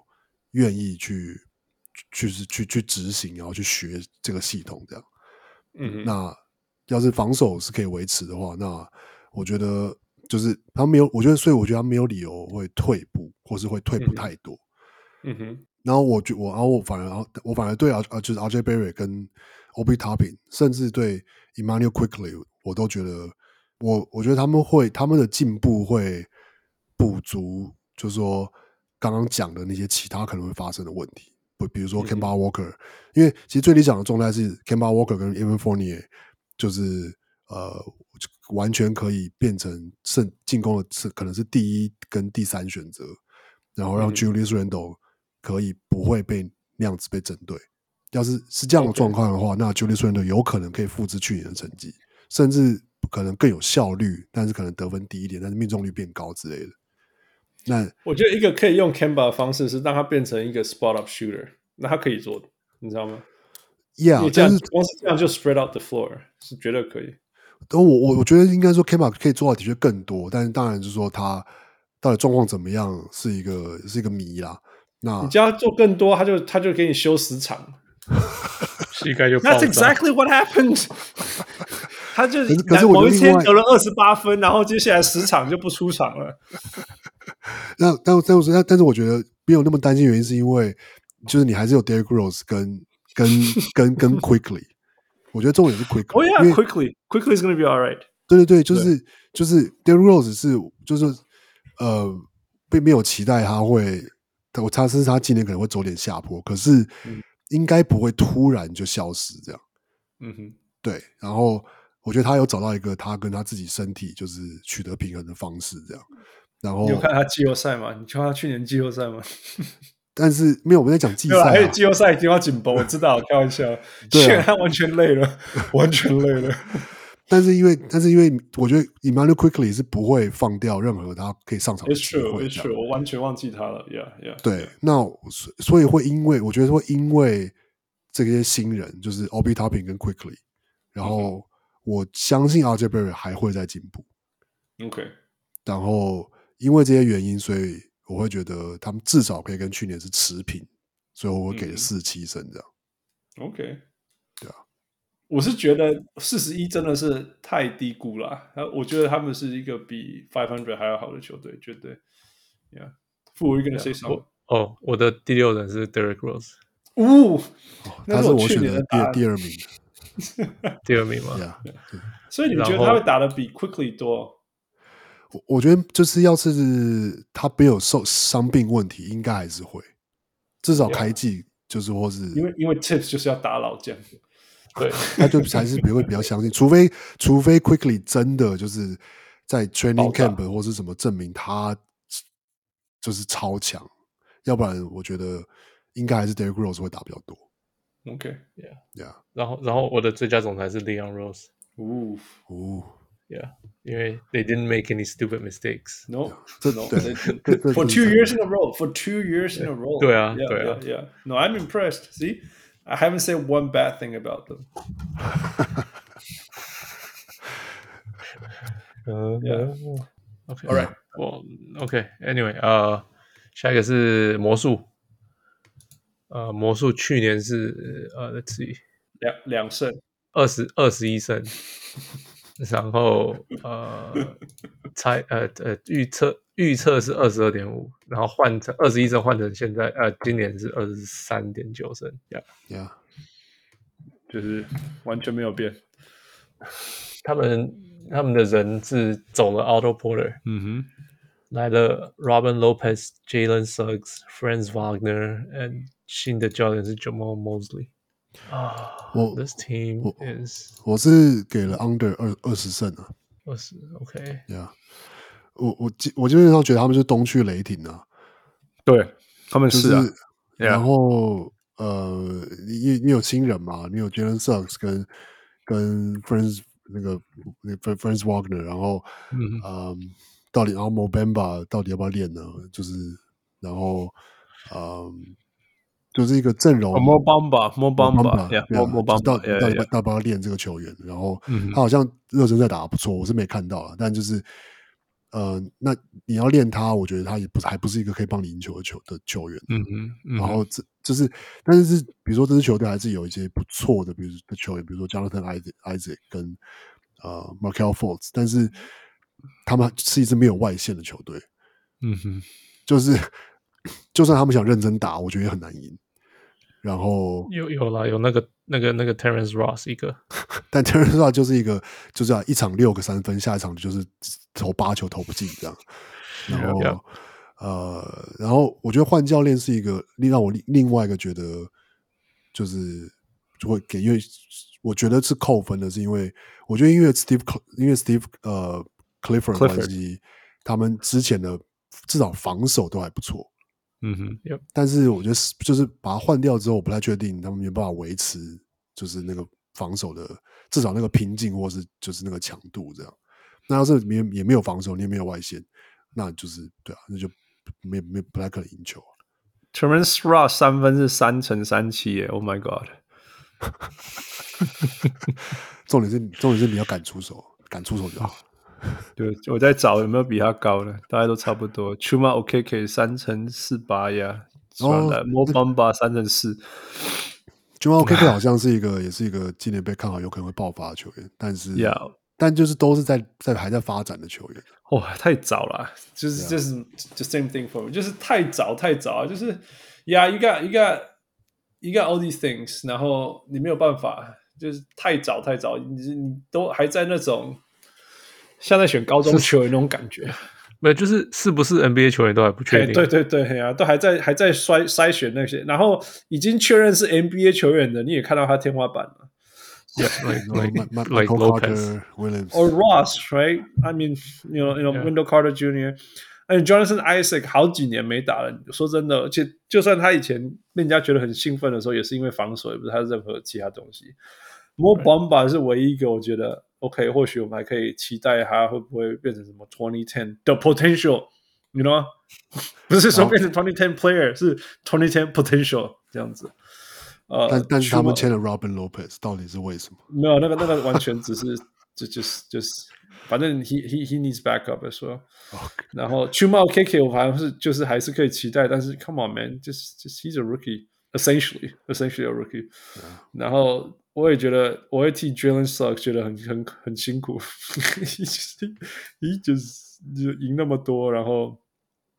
S2: 愿意去去去去去执行，然后去学这个系统这样。
S3: 嗯哼，
S2: 那要是防守是可以维持的话，那我觉得就是他没有，我觉得所以我觉得他没有理由会退步，或是会退步
S3: 嗯
S2: 太多。
S3: 嗯哼，
S2: 然后我觉我，然后我反而我反而对啊啊，就是 RJ Barry 跟 OB Topping，甚至对 Emmanuel Quickly，我都觉得我我觉得他们会他们的进步会补足，就是说刚刚讲的那些其他可能会发生的问题，不比如
S3: 嗯
S2: 说 c a m b a Walker，、因为其实最理想的状态是 c a m b a Walker 跟 Evan Fournier 就是呃完全可以变成胜进攻的是可能是第一跟第三选
S3: 嗯
S2: 择，然后让 Julius Randle 可以不会被那样子被针对，要是是这样的状况的话那 Julius Randle 有可能可以复制去年的成绩，甚至可能更有效率，但是可能得分低一点，但是命中率变高之类的。那
S3: 我觉得一个可以用 Canva 的方式是让他变成一个 spot up shooter，那他可以做的，你知道吗？因
S2: Yeah，
S3: 为这
S2: 但
S3: 样
S2: 是
S3: 光是这样就 spread out the floor 是绝对可以。
S2: 但我我我觉得应该说 k m a 可以做到的确更多，但是当然就是说他到底状况怎么样是一个是一个谜啦。那
S3: 你叫他做更多，他就他就给你休十场。
S4: 膝盖就爆炸。
S3: That's exactly what happened 。他就
S2: 可是可是我觉得
S3: 某一天
S2: 另外
S3: 得了二十八分，然后接下来十场就不出场了。
S2: 那但但我但但是我觉得没有那么担心，原因是因为就是你还是有 Derrick Rose 跟 跟跟跟 Quickly，我觉得重点是 Quickly，、
S3: Oh
S2: 因
S3: yeah,
S2: 为
S3: quickly, quickly is gonna be all right.
S2: 对对对，就是就是 Derrick Rose 是就是呃，并没有期待他会，他我他甚至他今年可能会走点下坡，可是应该不会突然就消失这样。
S3: 嗯哼，
S2: 对，然后我觉得他有找到一个他跟他自己身体就是取得平衡的方式，这样。然后
S3: 嗯你，有看他季后赛吗？你看他去年季后赛吗？
S2: 但是没有我们在讲季
S3: 对吧？还
S2: 赛、
S3: 有
S2: 啊，
S3: 季后赛一定要紧绷，我知道，开玩笑。
S2: 对啊
S3: 现在他 完全累了，完全累了。
S2: 但是因为但是因为我觉得 Emmanuel Quickly 是不会放掉任何他可以上场的
S3: It's
S2: 机
S3: true,
S2: 会，
S3: it's
S2: 这
S3: true，
S2: 样。
S3: 我完全忘记他了。Yeah, yeah。
S2: 对，那所所以会因为我觉得会因为这些新人就是 Ob Topping 跟 Quickly，然
S3: 嗯
S2: 后我相信 RJ Barry 还会再进步。
S3: OK，
S2: 然后因为这些原因，所以我会觉得他们至少可以跟去年是持平，所以我会给
S3: 嗯
S2: 了四七分这样。
S3: OK，
S2: 对啊，
S3: 我是觉得四十一真的是太低估了。呃我觉得他们是一个比 Five Hundred 还要好的球队，绝对。Yeah，傅维跟谁上？
S4: 我哦，我的第六人是 Derek Rose，
S3: 呜，
S2: 哦他
S3: 那是
S2: 是我
S3: 去
S2: 选
S3: 年
S2: 的
S3: 的答案
S2: 第第二 名，
S4: 第二名嘛。
S2: 对啊。
S3: 所以你觉得
S4: 然后
S3: 他会打的比 Quickly 多？
S2: 我我觉得就是要是他没有受伤病问题，应该还是会，至少开季就是或是
S3: 因为因为 Tips 就是要打老将。
S4: 对，
S2: 他就还是比会比较相信，除非除非 Quickly 真的就是在 training
S3: 爆炸
S2: camp 或是什么证明他就是超强，要不然我觉得应该还是 Derrick Rose 会打比较多。
S3: OK，
S2: Yeah，
S4: 然后然后我的最佳总裁是 Leon Rose。
S3: 呜
S2: 哦，
S4: Yeah，因为 they didn't make any stupid mistakes。
S3: ，No，
S2: 这
S3: no，
S2: 对
S3: they didn't.
S2: 这这
S3: For
S2: 这
S3: two
S2: 是
S3: years in a row. For two years in a row.
S4: 对啊
S3: Yeah,
S4: 对啊
S3: yeah, yeah. No, I'm impressed. See, I haven't said one bad thing about them.
S4: 嗯
S3: Yeah
S4: ，OK，
S3: All right，
S4: 我 OK，Anyway，呃，下一个是魔术。呃，魔术去年是呃，Let's see，
S3: 两两胜。
S4: 二十二十一胜，然后呃，猜呃呃预测预测是二十二点五，然后换成二十一胜换成现在呃今年是二十三点九胜，yeah.
S2: Yeah，
S3: 就是完全没有变。
S4: 他们他们的人是走了 Auto Porter，
S3: 嗯
S4: 来了 Robin Lopez、Jalen Suggs、Franz Wagner，and 新的教练是 Jamal Mosley。啊、
S2: 我
S4: t h i s team
S2: 我
S4: is
S2: 我是给了 Under 二二十胜啊。
S4: 二十 OK，
S2: Yeah，我我基我基本上觉得他们就是东区雷霆啊，
S3: 哼，对他们
S2: 就是
S3: 啊，
S2: 然后呃，你你有新人嘛？你有 Jalen Suggs 跟跟 Friends 那个那个 Friends Wagner，然后嗯、到底然后 Mobamba 到底要不要练呢？就是然后嗯、就是一个阵容
S3: m o Bamba Mo Bamba
S2: 对啊
S3: Mo
S2: 就是到
S3: Mo Bamba
S2: 底到底
S3: yeah
S2: 要
S3: yeah
S2: 要不要练这个球员？然后
S3: 嗯哼
S2: 他好像热身赛打得不错，我是没看到了，但就是。呃，那你要练他，我觉得他也不是还不是一个可以帮你赢球的球的球员。
S3: 嗯哼嗯
S2: 然
S3: 哼
S2: 后这就是，但是是比如说这支球队还是有一些不错的，比如的球员，比如说 Jonathan Isaac Isaac 跟呃 Markel Fultz，但是他们是一支没有外线的球队，
S3: 嗯哼
S2: 就是就算他们想认真打，我觉得也很难赢。然后，
S4: 有有啦，有那个那个那个 Terrence Ross 一个，
S2: 但 t e r r e 就是一个就是啊，一场六个三分，下一场就是投八球投不进这样。然后
S4: Yeah.
S2: 呃，然后我觉得换教练是一个另让我另另外一个觉得就是就会给，因为我觉得是扣分的，是因为我觉得因为 Steve Cl- 因为 Steve 呃 Clifford 的
S3: Clifford
S2: 关系，他们之前的至少防守都还不错，
S3: 嗯哼，
S2: 但是我觉得是就是把它换掉之后，我不太确定他们有没有办法维持，就是那个防守的至少那个瓶颈或是就是那个强度这样。那要是没有也没有防守，你也没有外线，那就是对啊，那就没没不太可能赢球、啊。
S3: Terence Ross 三分是三乘三七耶！Oh my god！
S2: 重点是重点是你要敢出手，敢出手就好。
S3: 对，我在找有没有比他高的，大家都差不多。Chuma OKK 三乘四八呀，算了，Mo Bamba 三乘四。
S2: j u m a KK 好像是一个也是一个今年被看好有可能会爆发的球员，但是
S3: Yeah
S2: 但就是都是在在还在发展的球员。
S3: 哇，太早了，就是就是 the same thing for me，就是太早太早啊，就是，yeah，you got you got you got all these things，然后你没有办法，就是太早太早，你你都还在那种像在选高中球的那种感觉，
S4: 没有，就是是不是 NBA 球员都还不确
S3: 对
S4: 定。
S3: 对对对，哎呀、都还在还在筛筛选那些，然后已经确认是 NBA 球员的，你也看到他天花板了。
S2: like
S4: like
S2: Michael
S4: Lopez.
S2: Carter Williams，
S3: or Ross, right? I mean, you know, you know,
S4: Yeah.
S3: Wendell Carter Jr. 哎，Jonathan Isaac 好几年没打了。说真的，而且就算他以前被人家觉得很兴奋的时候，也是因为防守，也不是他任何其他东西。Mo Bamba 是唯一一个我觉得 OK，或许我们还可以期待他会不会变成什么 Twenty Ten 的 potential，你 you know？不是说变成 Twenty Ten player，是 Twenty Ten potential 这样子。呃，
S2: 但但是他们
S3: Schumer-
S2: 签了 Robin Lopez，到底是为什么？
S3: 没有，那个那个完全只是 就就是就是，反正 he he he needs backup as well。然后 Chuma KK 我好像是就是还是可以期待，但是 come on man，就是就是 he's a rookie essentially essentially a rookie。然后我也觉得我会替 Jalen Suggs 觉得很很很辛苦 ，he just he just 就赢那么多，然后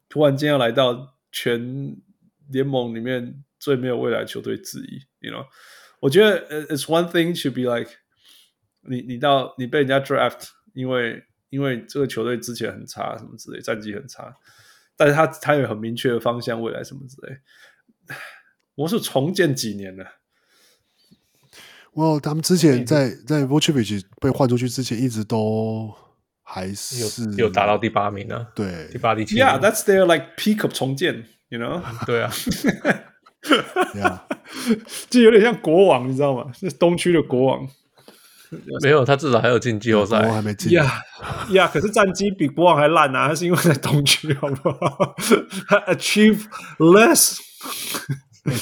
S3: 突然间要来到全联盟里面最没有未来球队之一，you know。我觉得呃 it's one thing to be like 你你到你被人家 draft，因为因为这个球队之前很差什么之类，战绩很差，但是他他有很明确的方向，未来什么之类。魔术重建几年了？
S2: well,，他们之前在在 v o c e v i c 被换出去之前，一直都还是
S4: 有有达到第八名啊，
S2: 对
S4: 第八第七名。
S3: Yeah, that's their like peak of 重建，you know，
S4: 对啊，
S2: ，yeah,
S3: 就有点像国王，你知道吗？是东区的国王。
S4: 没有，他至少还有进季后
S2: 我还
S4: 赛。
S2: 没进。
S3: 呀呀！可是战绩比国王还烂啊，他是因为在东区，好不好？ 他 achieve less，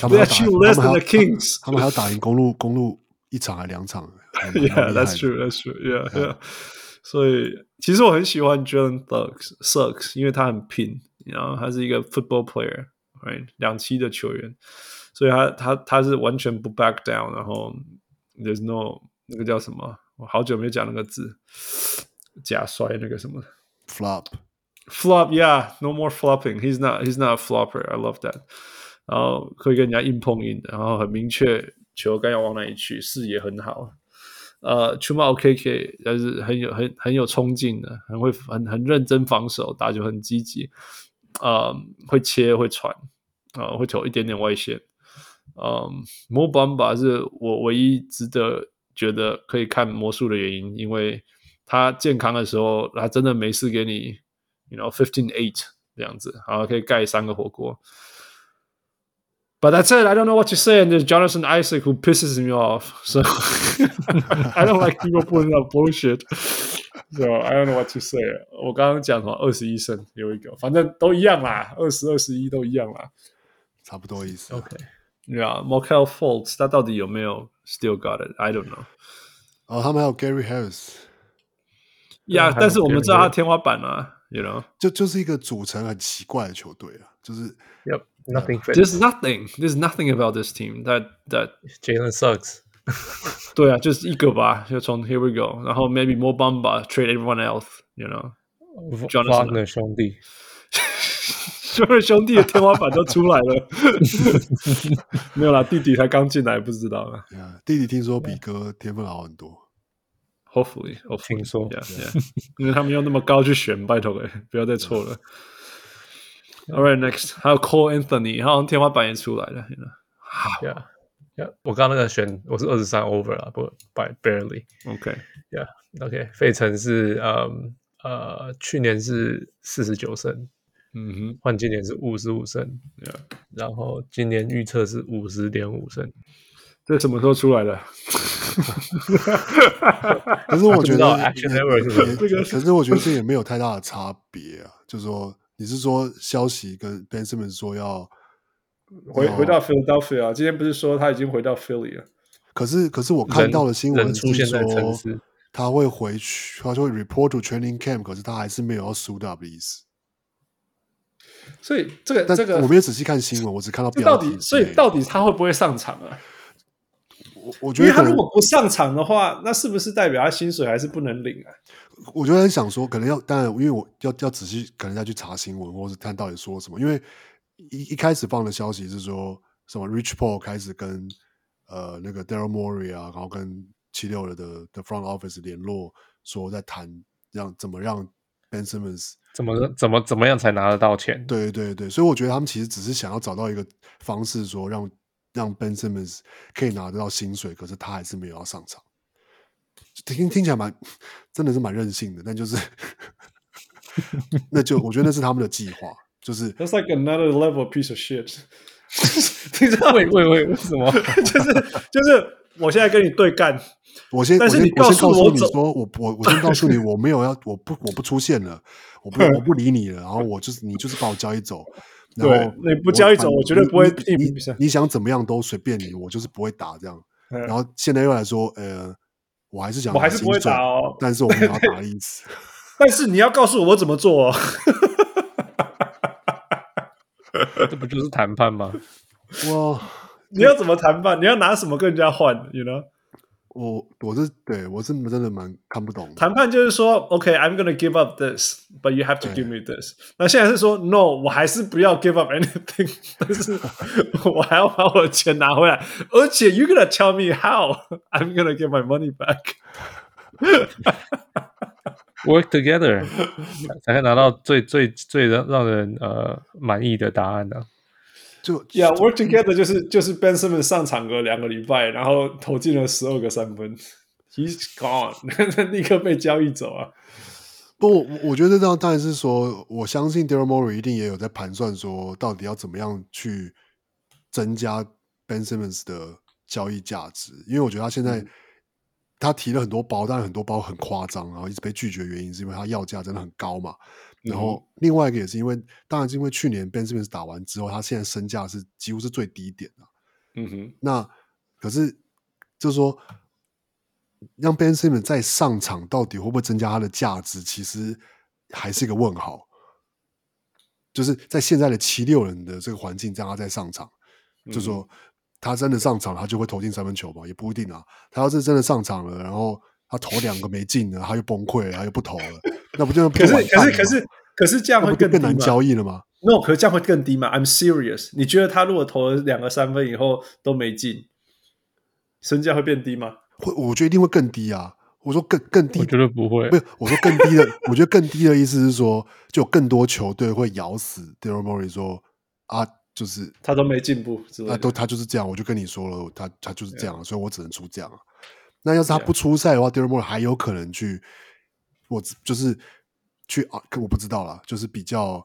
S2: 他们还
S3: They
S2: 要
S3: achieve
S2: 打
S3: 啊 less
S2: 他们还要
S3: than the Kings.
S2: 他们还要打赢公路公路一场还两场。还蛮
S3: Yeah,
S2: 蛮厉害
S3: that's
S2: 的
S3: true. That's true. Yeah, yeah. 所以其实我很喜欢 Jalen Thugs Sucks，因为他很拼，然后他是一个 football player，right，两栖的球员，所以他他他是完全不 back down，然后 there's no 那个叫什么，我好久没讲那个字，假摔那个什么
S2: Flop，
S3: flop. Yeah, no more flopping. He's not he's not a flopper. I love that. 然后可以跟人家硬碰硬，然后很明确球该要往哪里去，视野很好。呃，Chuma OKK 但是很有很很有冲劲的，很会很很认真防守，打球很积极，呃，会切会传，呃，会投一点点外线。嗯，Mo Bamba 是我唯一值得觉得可以看魔术的原因，因为他健康的时候，他真的没事给你，you know fifteen eight 这样子，然后可以盖三个火锅。But that's it. I don't know what you say. And there's Jonathan Isaac who pisses me off. So I don't like people putting up bullshit. So I don't know what to say. 我刚刚讲什么？二十一胜有一个，反正都一样啦，二十二十一都一样啦。
S2: 差不多意思。
S4: OK，
S3: Yeah, m o c a l Fultz，他到底有没有 still got it? I don't know.
S2: 哦，他们还有 Gary Harris，
S3: Yeah，
S4: 还有
S3: 但是我们知道
S4: Gary
S3: 他天花板啊，you know,
S2: 就就是一个组成很奇怪的球队啊，就是
S4: Yep, nothing fit.
S3: there's nothing, there's nothing about this team that that
S4: Jalen sucks.
S3: 对啊，就是一个吧，就从 Here we go，然后 maybe more Bamba trade everyone else, you know. Jonathan
S4: Wagner 兄弟，
S3: 兄弟兄弟的天花板都出来了， 没有啦，弟弟才刚进来，不知道啦。
S2: 啊，弟弟听说比哥天分好很多，
S3: Hopefully，我听
S4: 说
S3: yeah, yeah. 因为他们用那么高去选，拜托哎、不要再错了。All right, next，还有 Cole Anthony，他好像天花板也出来了，you know.
S4: 对啊，yeah, 我刚刚那个选我是二十三 over 啊，不，by barely。
S3: OK，
S4: Yeah，OK，、费城是嗯呃去年是四十九胜，
S3: 嗯哼，
S4: 换今年是五十五胜
S3: Yeah
S4: 然后今年预测是五十点五胜，
S3: 这什么时候出来的？
S2: 可是我
S4: 不
S2: 觉
S4: 知道
S2: 得
S4: action error 是什么。
S2: 也可是我觉得这也没有太大的差别啊。就是说，你是说消息跟 Ben Simmons 说要，
S3: 回
S2: 哦
S3: 回到 Philadelphia，今天不是说他已经回到 Philly 了？
S2: 可是可是我看
S4: 人
S2: 到的新
S4: 人
S2: 闻
S4: 出
S2: 是
S4: 现在城
S2: 说
S4: 市
S2: 他会回去，他就会 report to training camp，可是他还是没有要 suit up 的意思。
S3: 所以这个
S2: 但
S3: 这个
S2: 我没有仔细看新闻，我只看到
S3: 这
S2: 标
S3: 到
S2: 题之类
S3: 底，
S2: 的。
S3: 所以到底他会不会上场啊？
S2: 我我觉
S3: 因
S2: 得
S3: 为
S2: 可
S3: 他如
S2: 能，
S3: 果不上场的话，那是不是代表他薪水还是不能领 啊？
S2: 我觉得很想说，可能要，当然，因为我要要仔细，可能要去查新闻，或是看到底说什么。因为一一开始放的消息是说什么 Rich Paul 开始跟呃那个 Daryl Morey 啊，然后跟七六的的的 front office 联络，说在谈让怎么让 Ben Simmons
S4: 怎么怎么怎么样才拿得到钱？
S2: 对对对，所以我觉得他们其实只是想要找到一个方式，说让让 Ben Simmons 可以拿得到薪水，可是他还是没有要上场。听听起来蛮，真的是蛮任性的，但就是， 那就我觉得那是他们的计划，就是
S3: That's like another level piece of shit。你知道，
S4: 喂喂喂， 为什么？
S3: 就是就是，我现在跟你对干，
S2: 我先，
S3: 但
S2: 我
S3: 是
S2: 先
S3: 你
S2: 我
S3: 告
S2: 先
S3: 诉
S2: 告
S3: 我
S2: 诉你
S3: 走
S2: 说，我我我先告诉你，我没有要，我不我不出现了，我 不我不理你了，然后我就是你就是把我交易走，然
S3: 对
S2: 后
S3: 你不交易走
S2: 反
S3: 我绝对
S2: 你
S3: 不会
S2: 你
S3: 替你
S2: 你
S3: 比赛
S2: 你想怎么样都随便你，我就是不会打这样。
S3: 嗯
S2: 然后现在又来说，呃，我还是想
S3: 我还是不会打
S2: 哦，
S3: 哦。
S2: 但是我 没有要打的意思。
S3: 但是你要告诉我我怎么做哦。
S4: 这不就是谈判吗？
S2: 我
S3: 你要怎么谈判？你要拿什么跟人家换？You know，
S2: 我我是对我是真的蛮看不懂的。
S3: 谈判就是说，OK，I'm、gonna give up this，but you have to
S2: 对
S3: give me this。那现在是说，No，我还是不要 give up anything，但 是我还要把我的钱拿回来，而且 you gonna tell me how I'm gonna get my money back。
S4: work together 才能拿到最最最让让人呃满意的答案呢、啊
S2: 就
S3: Yeah，work together 就是就是 Ben Simmons 上场个两个礼拜，然后投进了十二个三分，He's gone，立 刻被交易走啊。
S2: 不，我我觉得这样当然是说，我相信 Daryl Morey 一定也有在盘算说，到底要怎么样去增加 Ben Simmons 的交易价值，因为我觉得他现在、他提了很多包，但很多包很夸张，然后一直被拒绝，原因是因为他要价真的很高嘛。然后另外一个也是因为，当然是因为去年 Ben Simmons 打完之后，他现在身价是几乎是最低点啊的、
S3: 嗯哼，
S2: 那可是就是说，让 Ben Simmons 再上场，到底会不会增加他的价值，其实还是一个问号。就是在现在的七六人的这个环境，让他再上场，就说
S3: 嗯
S2: 他真的上场了，他就会投进三分球吧？也不一定啊。他要是真的上场了，然后他投两个没进呢，他又崩溃了，他又不投了，那不 就
S3: 可是
S2: 不完蛋
S3: 可
S2: 了吗
S3: 是可是可是这样
S2: 那
S3: 会
S2: 不就
S3: 更
S2: 更
S3: 低
S2: 难
S3: 吗
S2: 交易了吗？
S3: No，可是这样会更低嘛？I'm serious。你觉得他如果投了两个三分以后都没进，身价会变低吗？
S2: 会，我觉得一定会更低啊。我说更更低
S4: 我觉得不会
S2: 不，是，我说更低的，我觉得更低的意思是说，就有更多球队会咬死 Daryl Morey 说啊，就是
S3: 他都没进步之类
S2: 啊，
S3: 的。
S2: 都他就是这样，我就跟你说了，他他就是这样，所以我只能出这样啊。那要是他不出赛的话 d a r y l Morey 还有可能去，我只就是去啊，可我不知道啦，就是比较，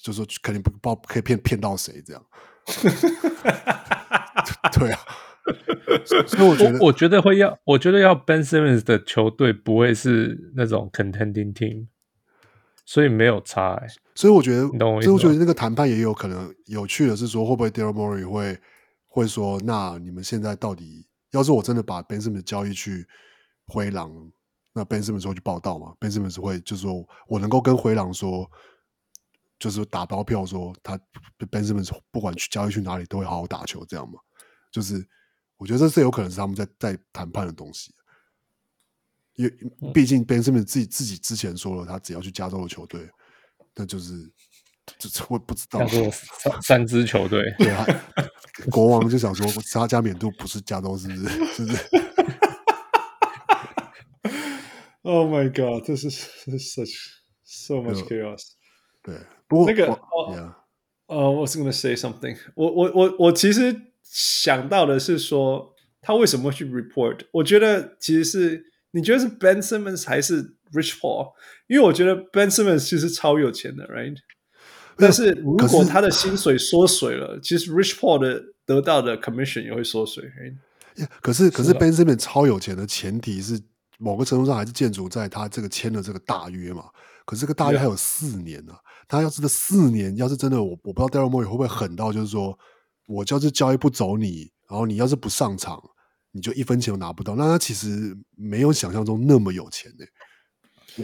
S2: 就是说肯定不不知道可以骗骗到谁这样。 对啊， 所以我觉得
S4: 我我觉得会要，我觉得要 Ben Simmons 的球队不会是那种 contending team，所以没有差、欸。
S2: 所以我觉得，
S4: 你懂我意思
S2: 所以我觉
S4: 吗
S2: 得那个谈判也有可能有趣的是说，会不会 Daryl Morey 会会说，那你们现在到底，要是我真的把 Ben Simmons 交易去灰狼，那 Ben Simmons 会去报道吗？Ben Simmons 会就是说我能够跟灰狼说，就是打包票说他 Ben Simmons 不管去交易去哪里都会好好打球，这样吗？就是我觉得这是有可能是他们在在谈判的东西。因为毕竟 Ben Simmons 自己自己之前说了，他只要去加州的球队，那就是就是我不知道，
S4: 叫，做三三支球队
S2: 对他国王就想说他加冕度不是加州，是不是？ 是不是？
S3: Oh my god！这是 such so much chaos。
S2: 对，不过
S3: 那个
S2: 我
S3: 哦
S2: yeah，
S3: 呃、w a s gonna say something 我。我我我其实想到的是说，他为什么会去 report？我觉得其实是你觉得是 Ben Simmons 还是 Rich Paul？因为我觉得 Ben Simmons 其实超有钱的，right？但是如
S2: 可
S3: 果
S2: 是
S3: 他的薪水缩水了，其实 Rich Paul 的得到的 commission 也会缩水。哎
S2: 可是可是
S3: 啊
S2: Ben Simmons 超有钱的前提是某个程度上还是建筑在他这个签了这个大约嘛。可是这个大约
S3: Yeah
S2: 还有四年呢、他要是这四年要是真的，我我不知道 Daryl Morey 会不会狠到就是说，我要是交易不走你，然后你要是不上场，你就一分钱都拿不到。那他其实没有想象中那么有钱呢、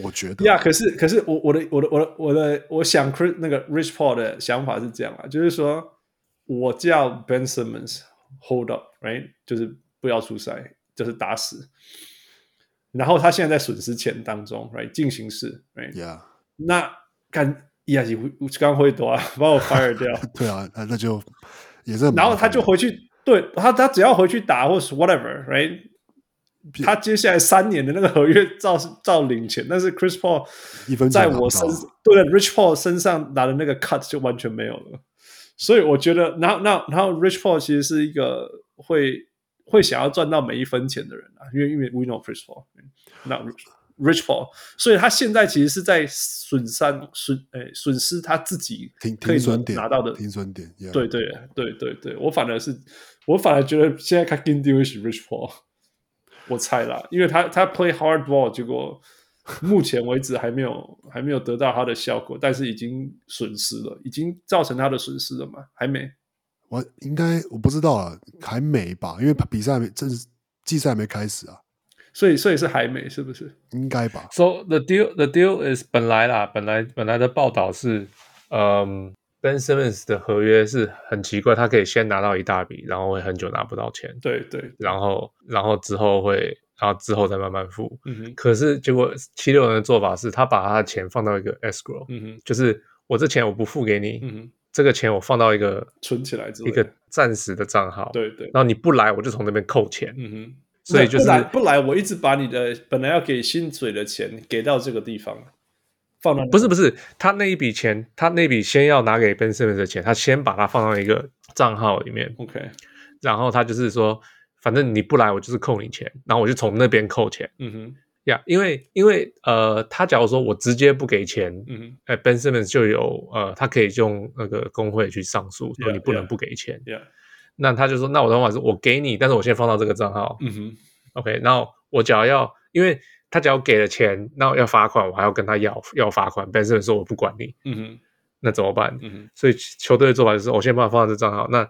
S2: 我觉得。
S3: 呀，可是可是我我的我的我的我的我想 Chris 那个 Rich Paul 的想法是这样啊，就是说我叫 Ben Simmons hold up，right，就是不要出赛，就是打死。然后他现在在损失钱当中，right，进行式，right，
S2: Yeah，
S3: 那干呀，你刚会多啊，把我 fire 掉。
S2: 对啊，那那就也是很麻烦的。
S3: 然后他就回去，对他，他只要回去打或是 whatever，right？他接下来三年的那个合约照照领钱，但是 Chris Paul
S2: 一分钱
S3: 在
S2: 拿不
S3: 我
S2: 到
S3: 身对了 Rich Paul 身上拿的那个 cut 就完全没有了，所以我觉得，然后那然后 Rich Paul 其实是一个会会想要赚到每一分钱的人啊，因为因为 we know Chris Paul，那 Rich Paul，所以他现在其实是在损伤损诶损失他自己
S2: 停
S3: 可以
S2: 停损点
S3: 拿到的
S2: 停损点，yeah，
S3: 对对对对对，我反而是，我反而觉得现在看 g i n d i 是 Rich Paul，我猜啦，因为他他 play hard ball，结果目前为止还没有还没有得到他的效果，但是已经损失了，已经造成他的损失了嘛？还没
S2: 我应该我不知道啊，还没吧？因为比赛还没正式季赛还没开始啊，
S3: 所以所以是还没，是不是？
S2: 应该吧？
S4: So the deal, the deal is 本来啦，本来本来的报道是，嗯，Ben Simmons 的合约是很奇怪，他可以先拿到一大笔，然后会很久拿不到钱，
S3: 对对，
S4: 然后然后之后会，然后之后再慢慢付。
S3: 嗯哼，
S4: 可是结果七六人的做法是，他把他的钱放到一个 escrow，、
S3: 嗯哼，
S4: 就是我这钱我不付给你，
S3: 嗯哼，
S4: 这个钱我放到一个
S3: 存起来之类
S4: 一
S3: 的
S4: 个暂时的账号，，
S3: 对对，
S4: 然后你不来我就从那边扣钱，
S3: 嗯哼。
S4: 所以就是
S3: 不然不然，我一直把你的本来要给薪水的钱给到这个地方，放到
S4: 不是不是，他那一笔钱，他那笔先要拿给 Ben Simmons 的钱，他先把它放到一个账号里面，
S3: OK，
S4: 然后他就是说，反正你不来，我就是扣你钱，然后我就从那边扣钱
S3: 嗯哼，
S4: 呀。因为因为呃，他假如说我直接不给钱，
S3: 嗯哼
S4: 哎、b e n Simmons 就有呃，他可以用那个工会去上诉，说
S3: Yeah,
S4: 你不能
S3: yeah.
S4: 不给钱。
S3: ，Yeah，
S4: 那他就说，那我的方法是我给你，但是我先放到这个账号、
S3: 嗯哼。
S4: o k 然后我只要要，因为他只要给了钱，那我要罚款，我还要跟他要要罚款。Ben Simmons 说我不管你，
S3: 嗯哼，
S4: 那怎么办？
S3: 嗯哼，
S4: 所以球队的做法就是，我先把它放到这账号，那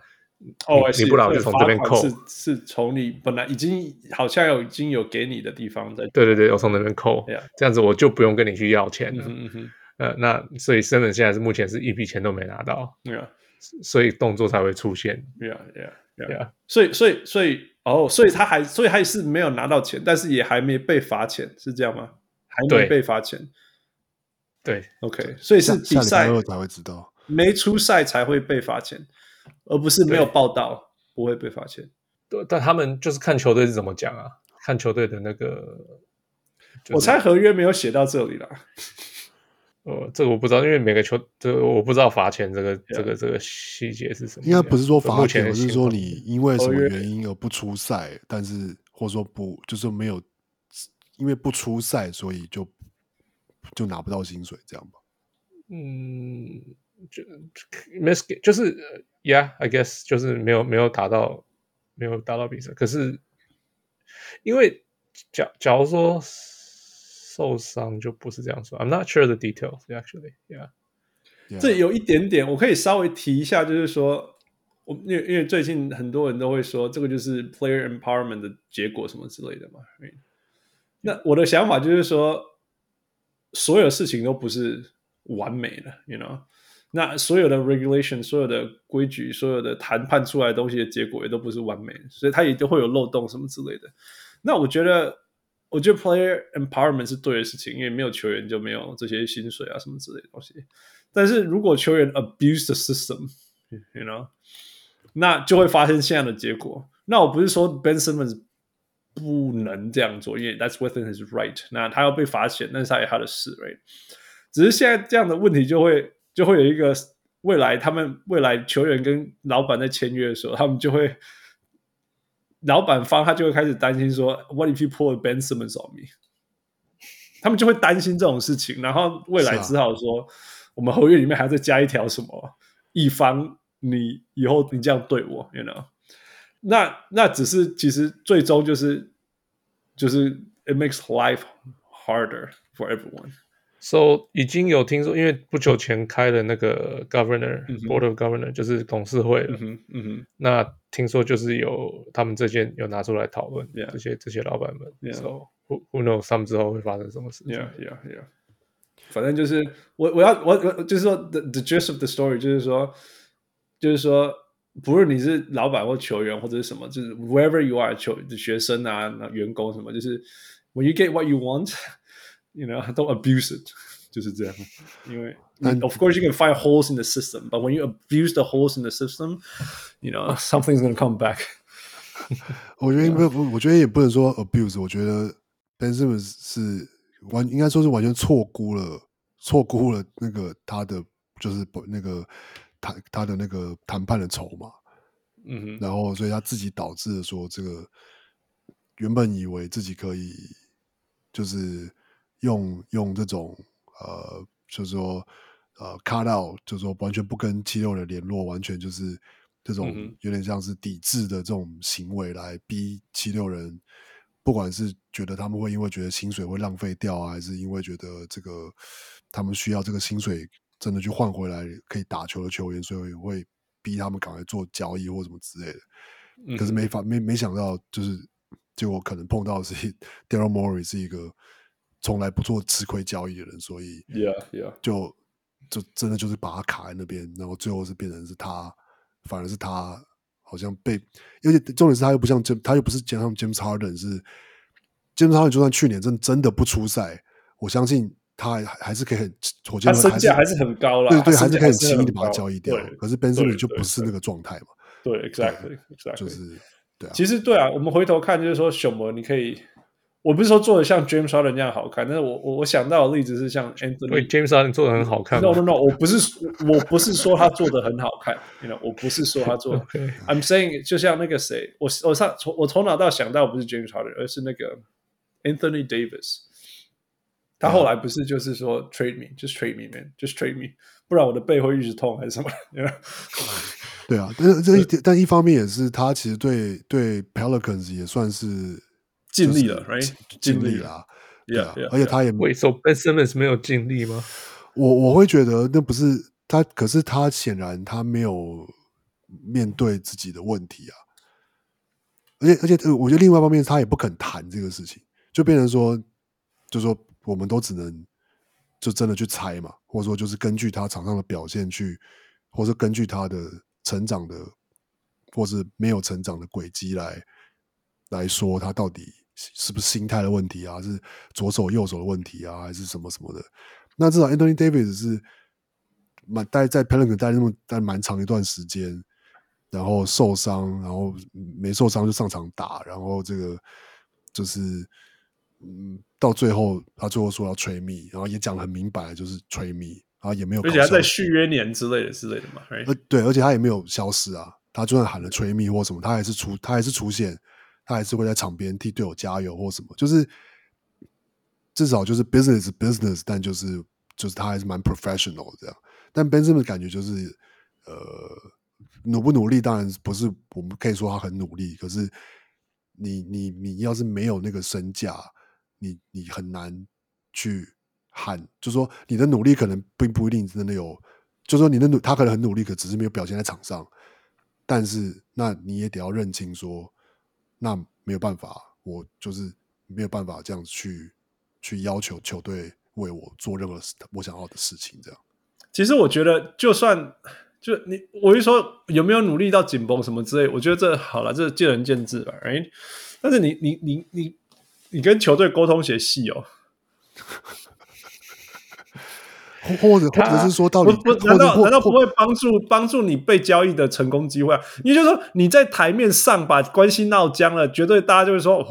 S3: 哦，I
S4: 你
S3: see，
S4: 你不来我就从这边
S3: 罚
S4: 扣
S3: 款，是是从你本来已经好像有已经有给你的地方在，
S4: 对对对，我从那边扣
S3: Yeah
S4: 这样子我就不用跟你去要钱
S3: 嗯
S4: 了。
S3: 哼嗯哼，
S4: 呃，那所以 s i m o n 现在是目前是一笔钱都没拿到，
S3: 对啊，
S4: 所以动作才会出现。
S3: 对啊，对啊，对
S4: 对
S3: 啊，
S4: 啊，
S3: 所以所以所以哦，所以他还所以还是没有拿到钱，但是也还没被罚钱，是这样吗？还没
S4: 对
S3: 被罚钱
S4: 对，
S3: ，OK，所以是
S2: 下
S3: 比
S2: 下礼拜
S3: 赛
S2: 二才会知道。
S3: 没出赛才会被罚钱，而不是没有报道不会被罚钱。
S4: 对但他们就是看球队是怎么讲啊，看球队的那个。就是
S3: 我猜合约没有写到这里啦，
S4: 呃，这个我不知道，因为每个球，这个我不知道罚钱这个
S3: Yeah
S4: 这个这个细节是什么
S2: 啊应
S4: 样。
S2: 该不是说
S4: 我目
S2: 罚
S4: 前
S2: 钱，
S4: 的
S2: 而是
S4: 情
S2: 说
S4: 况
S2: 你因为什么
S3: 合约
S2: 原因而不出赛，但是或者说不就是没有因为不出赛，所以就就拿不到薪水这样吧。
S4: 嗯，就 miss 就是呃 yeah，I guess 就是没有没有达到没有达到比赛，可是因为假假如说受伤就不是这样说，I'm not sure the details actually yeah
S3: 这
S2: Yeah,
S3: 有一点点，我可以稍微提一下，就是说，我因为因为最近很多人都会说，这个就是 player empowerment 的结果什么之类的嘛。right？那我的想法就是说，所有事情都不是完美的，you know。那所有的 regulation、所有的规矩、所有的谈判出来的东西的结果也都不是完美的，所以它也都会有漏洞什么之类的。那我觉得，我觉得 player empowerment 是对的事情，因为没有球员就没有这些薪水啊什么之类的东西。但是如果球员 abuse the system，you know，那就会发生现在的结果。那我不是说 Ben Simmons 不能这样做，因为 that's within his right。那他要被罚钱，那是他有他的事，right？只是现在这样的问题就会就会有一个未来他们未来球员跟老板在签约的时候，他们就会。老板方他就会开始担心说，What if you pull a Ben Simmons on me？他们就会担心这种事情，然后未来
S2: 是啊
S3: 只好说，我们合约里面还要再加一条什么，以防你以后你这样对我，you know？那那只是其实最终就是就是 it makes life harder for everyone。
S4: So 已经有听说，因为不久前开了那个 governor、board
S2: 嗯
S4: of governor，就是董事会了。
S3: 嗯嗯哼。
S4: 那听说就是有他们这些有拿出来讨论
S3: Yeah.
S4: 这些这些老板们。
S3: Yeah.
S4: So who who knows 他们之后会发生什么事情
S3: Yeah, yeah, yeah. 反正就是我我要我我就是说 the the gist of the story 就是说就是说，不论你是老板或球员或者是什么，就是 wherever you are，球学生啊、那员工什么，就是 when you get what you want，you know don't abuse it，就是 这样。因为
S2: 那
S3: of course you can find holes in the system，but when you abuse the holes in the system，you know something's gonna come back。
S2: 我觉得不不，我觉得也不能说 abuse。我觉得 Ben Simmons 是完，应该说是完全错估了，错估了那个他的就是那个谈他的那个谈判的筹码，
S3: 嗯哼。
S2: 然后所以他自己导致了说这个原本以为自己可以就是用用这种呃，就是说呃 cut out，就是说完全不跟七六人联络，完全就是这种
S3: 嗯哼
S2: 有点像是抵制的这种行为来逼七六人。不管是觉得他们会因为觉得薪水会浪费掉啊，还是因为觉得这个他们需要这个薪水真的去换回来可以打球的球员，所以会逼他们赶快做交易或什么之类的。可是没法没没想到，就是结果可能碰到的是 Daryl Morey 是一个从来不做吃亏交易的人，所以
S3: Yeah, yeah.
S2: 就就真的就是把他卡在那边，然后最后是变成是他，反而是他好像被，而且重点是他又不像 James，他又不是像 James Harden 是 James Harden 就算去年真真的不出赛，我相信他还还是可以很火箭
S3: 他身价还
S2: 还
S3: 是很高啦，
S2: 对对，
S3: 他
S2: 还
S3: 身
S2: 是
S3: 价
S2: 可以很
S3: 还是
S2: 轻易的把他
S3: 高
S2: 交易掉
S3: 对。
S2: 可是 Ben Simmons
S3: 对
S2: 就不
S3: 对
S2: 是那个状态嘛，
S3: 对，exactly exactly，
S2: 就是对啊，
S3: 其实对啊，我们回头看就是说，什么你可以，我不是说做的像 James Harden 那样好看，但是我我我想到的例子是像 Anthony。
S4: 对，James Harden 做的很好看
S3: No
S4: 嘛。
S3: no no，我不是我不是说他做的很好看，you know，我不是说他做。I'm saying 就像那个谁，我我上从我从脑到想到不是 James Harden，而是那个 Anthony Davis。他后来不是就是说 trade me，just trade me man，just trade me，不然我的背会一直痛还是什么 you know？
S2: 对啊，但是这一点，但一方面也是他其实对对 Pelicans 也算是
S3: 尽力
S2: 就
S3: 了
S2: 是
S3: ，right？
S2: 尽
S3: 尽
S2: 力
S3: 力了
S2: 啦，对啊
S3: Yeah，yeah，
S2: 而且他也
S4: 喂，So Ben Simmons 没有尽力吗？
S2: 我我会觉得那不是他，可是他显然他没有面对自己的问题啊。而且而且，呃我觉得另外一方面，他也不肯谈这个事情，就变成说，就说我们都只能就真的去猜嘛，或者说就是根据他场上的表现去，或者根据他的成长的，或是没有成长的轨迹来来说，他到底是是不是心态的问题啊，是左手右手的问题啊，还是什么什么的？那至少 Anthony Davis 是蛮待在 Pelican 待那么待蛮长一段时间，然后受伤，然后没受伤就上场打，然后这个就是嗯，到最后他最后说要 trade me，然后也讲得很明白，就是 trade me，然后也没有搞
S3: 而
S2: 笑，
S3: 且他在续约年之类的之类的嘛
S2: 而
S3: ，right？
S2: 对，而且他也没有消失啊，他就算喊了 trade me 或什么，他还是出他还是出现，他还是会在场边替队友加油或什么，就是至少就是 business is business，但就是就是他还是蛮 professional 的这样。但 Ben Simmons 感觉就是呃努不努力，当然不是我们可以说他很努力，可是你你你要是没有那个身价，你你很难去喊，就说你的努力可能并不一定真的有，就说你的努他可能很努力，可只是没有表现在场上，但是那你也得要认清说，那没有办法，我就是没有办法这样去去要求球队为我做任何事我想要的事情，这样。
S3: 其实我觉得，就算就你，我就说有没有努力到紧绷什么之类，我觉得这好了，这见仁见智吧，right？但是你你你你你跟球队沟通写细哦，
S2: 或或者或者是说到底，
S3: 不不，难道
S2: 或者
S3: 难道
S2: 或
S3: 不
S2: 或
S3: 会帮助帮助你被交易的成功机会、啊？也就是说，你在台面上把关系闹僵了，绝对大家就会说哦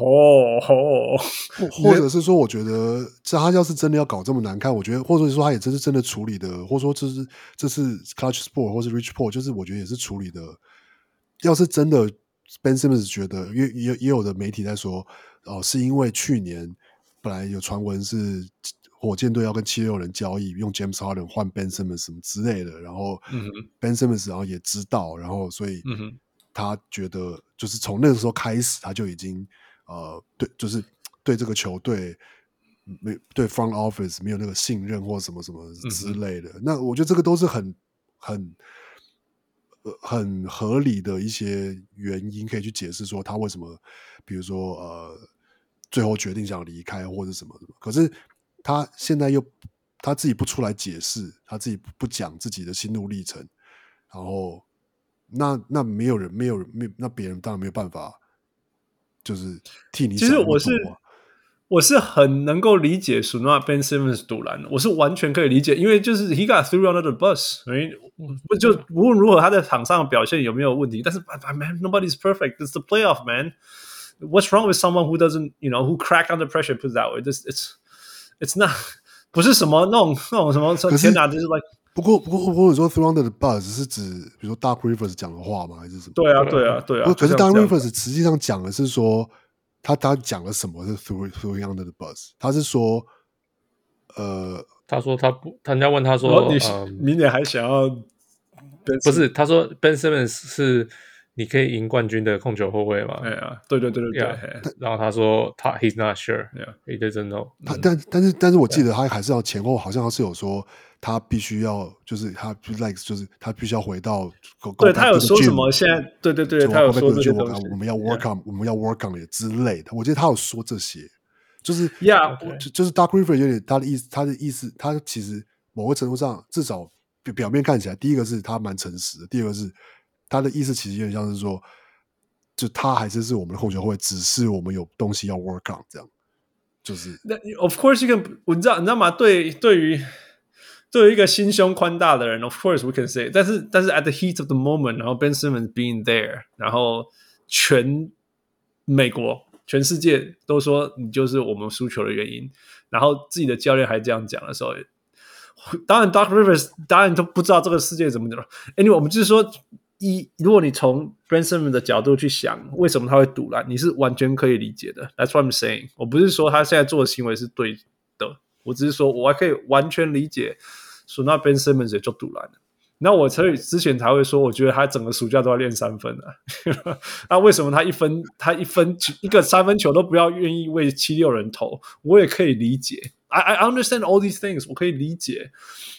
S3: 哦，
S2: 或或者是说，我觉得这他要是真的要搞这么难看，我觉得或者是说他也真是真的处理的，或者说这是这是 Clutch Sport 或是 Rich Paul，就是我觉得也是处理的。要是真的 Ben Simmons 觉得，也也也有的媒体在说，哦、是因为去年本来有传闻是火箭队要跟七六人交易，用 James Harden 换 Ben Simmons 什么之类的，然后
S3: 嗯哼
S2: Ben Simmons 然后也知道，然后所以
S3: 嗯哼
S2: 他觉得就是从那个时候开始，他就已经呃对，就是对这个球队没对 front office 没有那个信任或什么什么之类的。那我觉得这个都是很很。呃很合理的一些原因可以去解释说他为什么，比如说呃，最后决定想离开或者什么什么。可是他现在又他自己不出来解释，他自己不不讲自己的心路历程，然后那那没有人没有人没有那别人当然没有办法，就是替你
S3: 其
S2: 想
S3: 实
S2: 那么多
S3: 我
S2: 啊。
S3: 是我是很能够理解 s u n a Ben Simmons 堵拦，我是完全可以理解，因为就是 he got thrown under the bus，因为不就
S2: 嗯
S3: 无论如何他在场上表现有没有问题，但是 but- but man nobody's perfect. It's the playoff, man. What's wrong with someone who doesn't, you know, who crack under pressure? Put it that way, this it's it's not 不是什么那种那种什么
S2: 可是
S3: 天哪，就是 like
S2: 不过不过不过，你说 through under the bus 是指比如说 Dark Rivers 讲的话吗？还是什么？
S3: 对啊对啊对啊。
S2: 不可是
S3: 就像
S2: Dark
S3: 这样
S2: Rivers 实际上讲的是说，他他讲了什么是 through through under the bus？他是说，呃，
S4: 他说他不，他人家问他
S3: 然后
S4: 说，
S3: 你
S4: 嗯，
S3: 明年还想要 Ben
S4: 不是，他说 Ben Simmons 是你可以赢冠军的控球后卫嘛？
S3: 哎呀，对对对对对
S4: Yeah
S3: 嘿
S4: 然后他说他 He's not sure,
S3: Yeah
S4: he doesn't know。嗯
S2: 他
S3: 嗯
S2: 但但是但是我记得他还是要前后好像他是有说他必须要就是他 like 就是他必须要回到
S3: 对他有说什么？现
S2: 现在。
S3: 在对对对，
S2: 就
S3: 他有
S2: 我
S3: 说这些
S2: 我
S3: 东西。
S2: 我们要 work on，我们要 work on 也之类的。我记得他有说这些，就是
S3: 呀，
S4: 对
S2: 就就是 Dark River 有点他的意思，他的意思，他其实某个程度上，至少表表面看起来，第一个是他蛮诚实的，第二个是他的意思其实有点像是说，就他还是是我们的后球会，只是我们有东西要 work on，这样就是
S3: 那 of course you can，我知道你知道吗？对，对于对于一个心胸宽大的人，of course we can say，但是但是 at the heat of the moment，然后 Ben Simmons being there，然后全美国、全世界都说你就是我们输球的原因，然后自己的教练还这样讲的时候。当然，Doc Rivers 当然都不知道这个世界怎么怎么。Anyway，我们就是说，一如果你从 Ben Simmons 的角度去想，为什么他会堵拦，你是完全可以理解的。That's what I'm saying。我不是说他现在做的行为是对的，我只是说我还可以完全理解，说那 Ben Simmons 也就堵拦了。那我所以之前才会说，我觉得他整个暑假都在练三分啊。 那为什么他一分他一分一个三分球都不要愿意为七六人投？我也可以理解，I I understand all these things，我可以理解。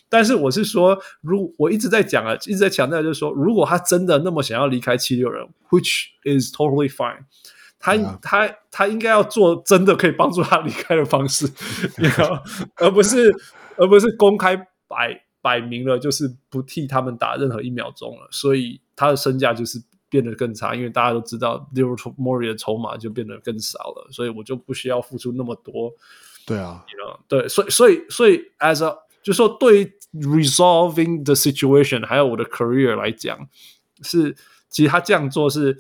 S3: 但是我是说，如我一直在讲啊，一直在强调，就是说，如果他真的那么想要离开七六人，which is totally fine，他、
S2: 对啊
S3: 他他应该要做真的可以帮助他离开的方式，你知道，而不是而不是公开摆摆明了就是不替他们打任何一秒钟了，所以他的身价就是变得更差，因为大家都知道 l i v e r p o o l Mori 的筹码就变得更少了，所以我就不需要付出那么多。
S2: 对啊，
S3: 对，所以所以所以，as a 就说对于 resolving the situation，还有我的 career 来讲，是其实他这样做是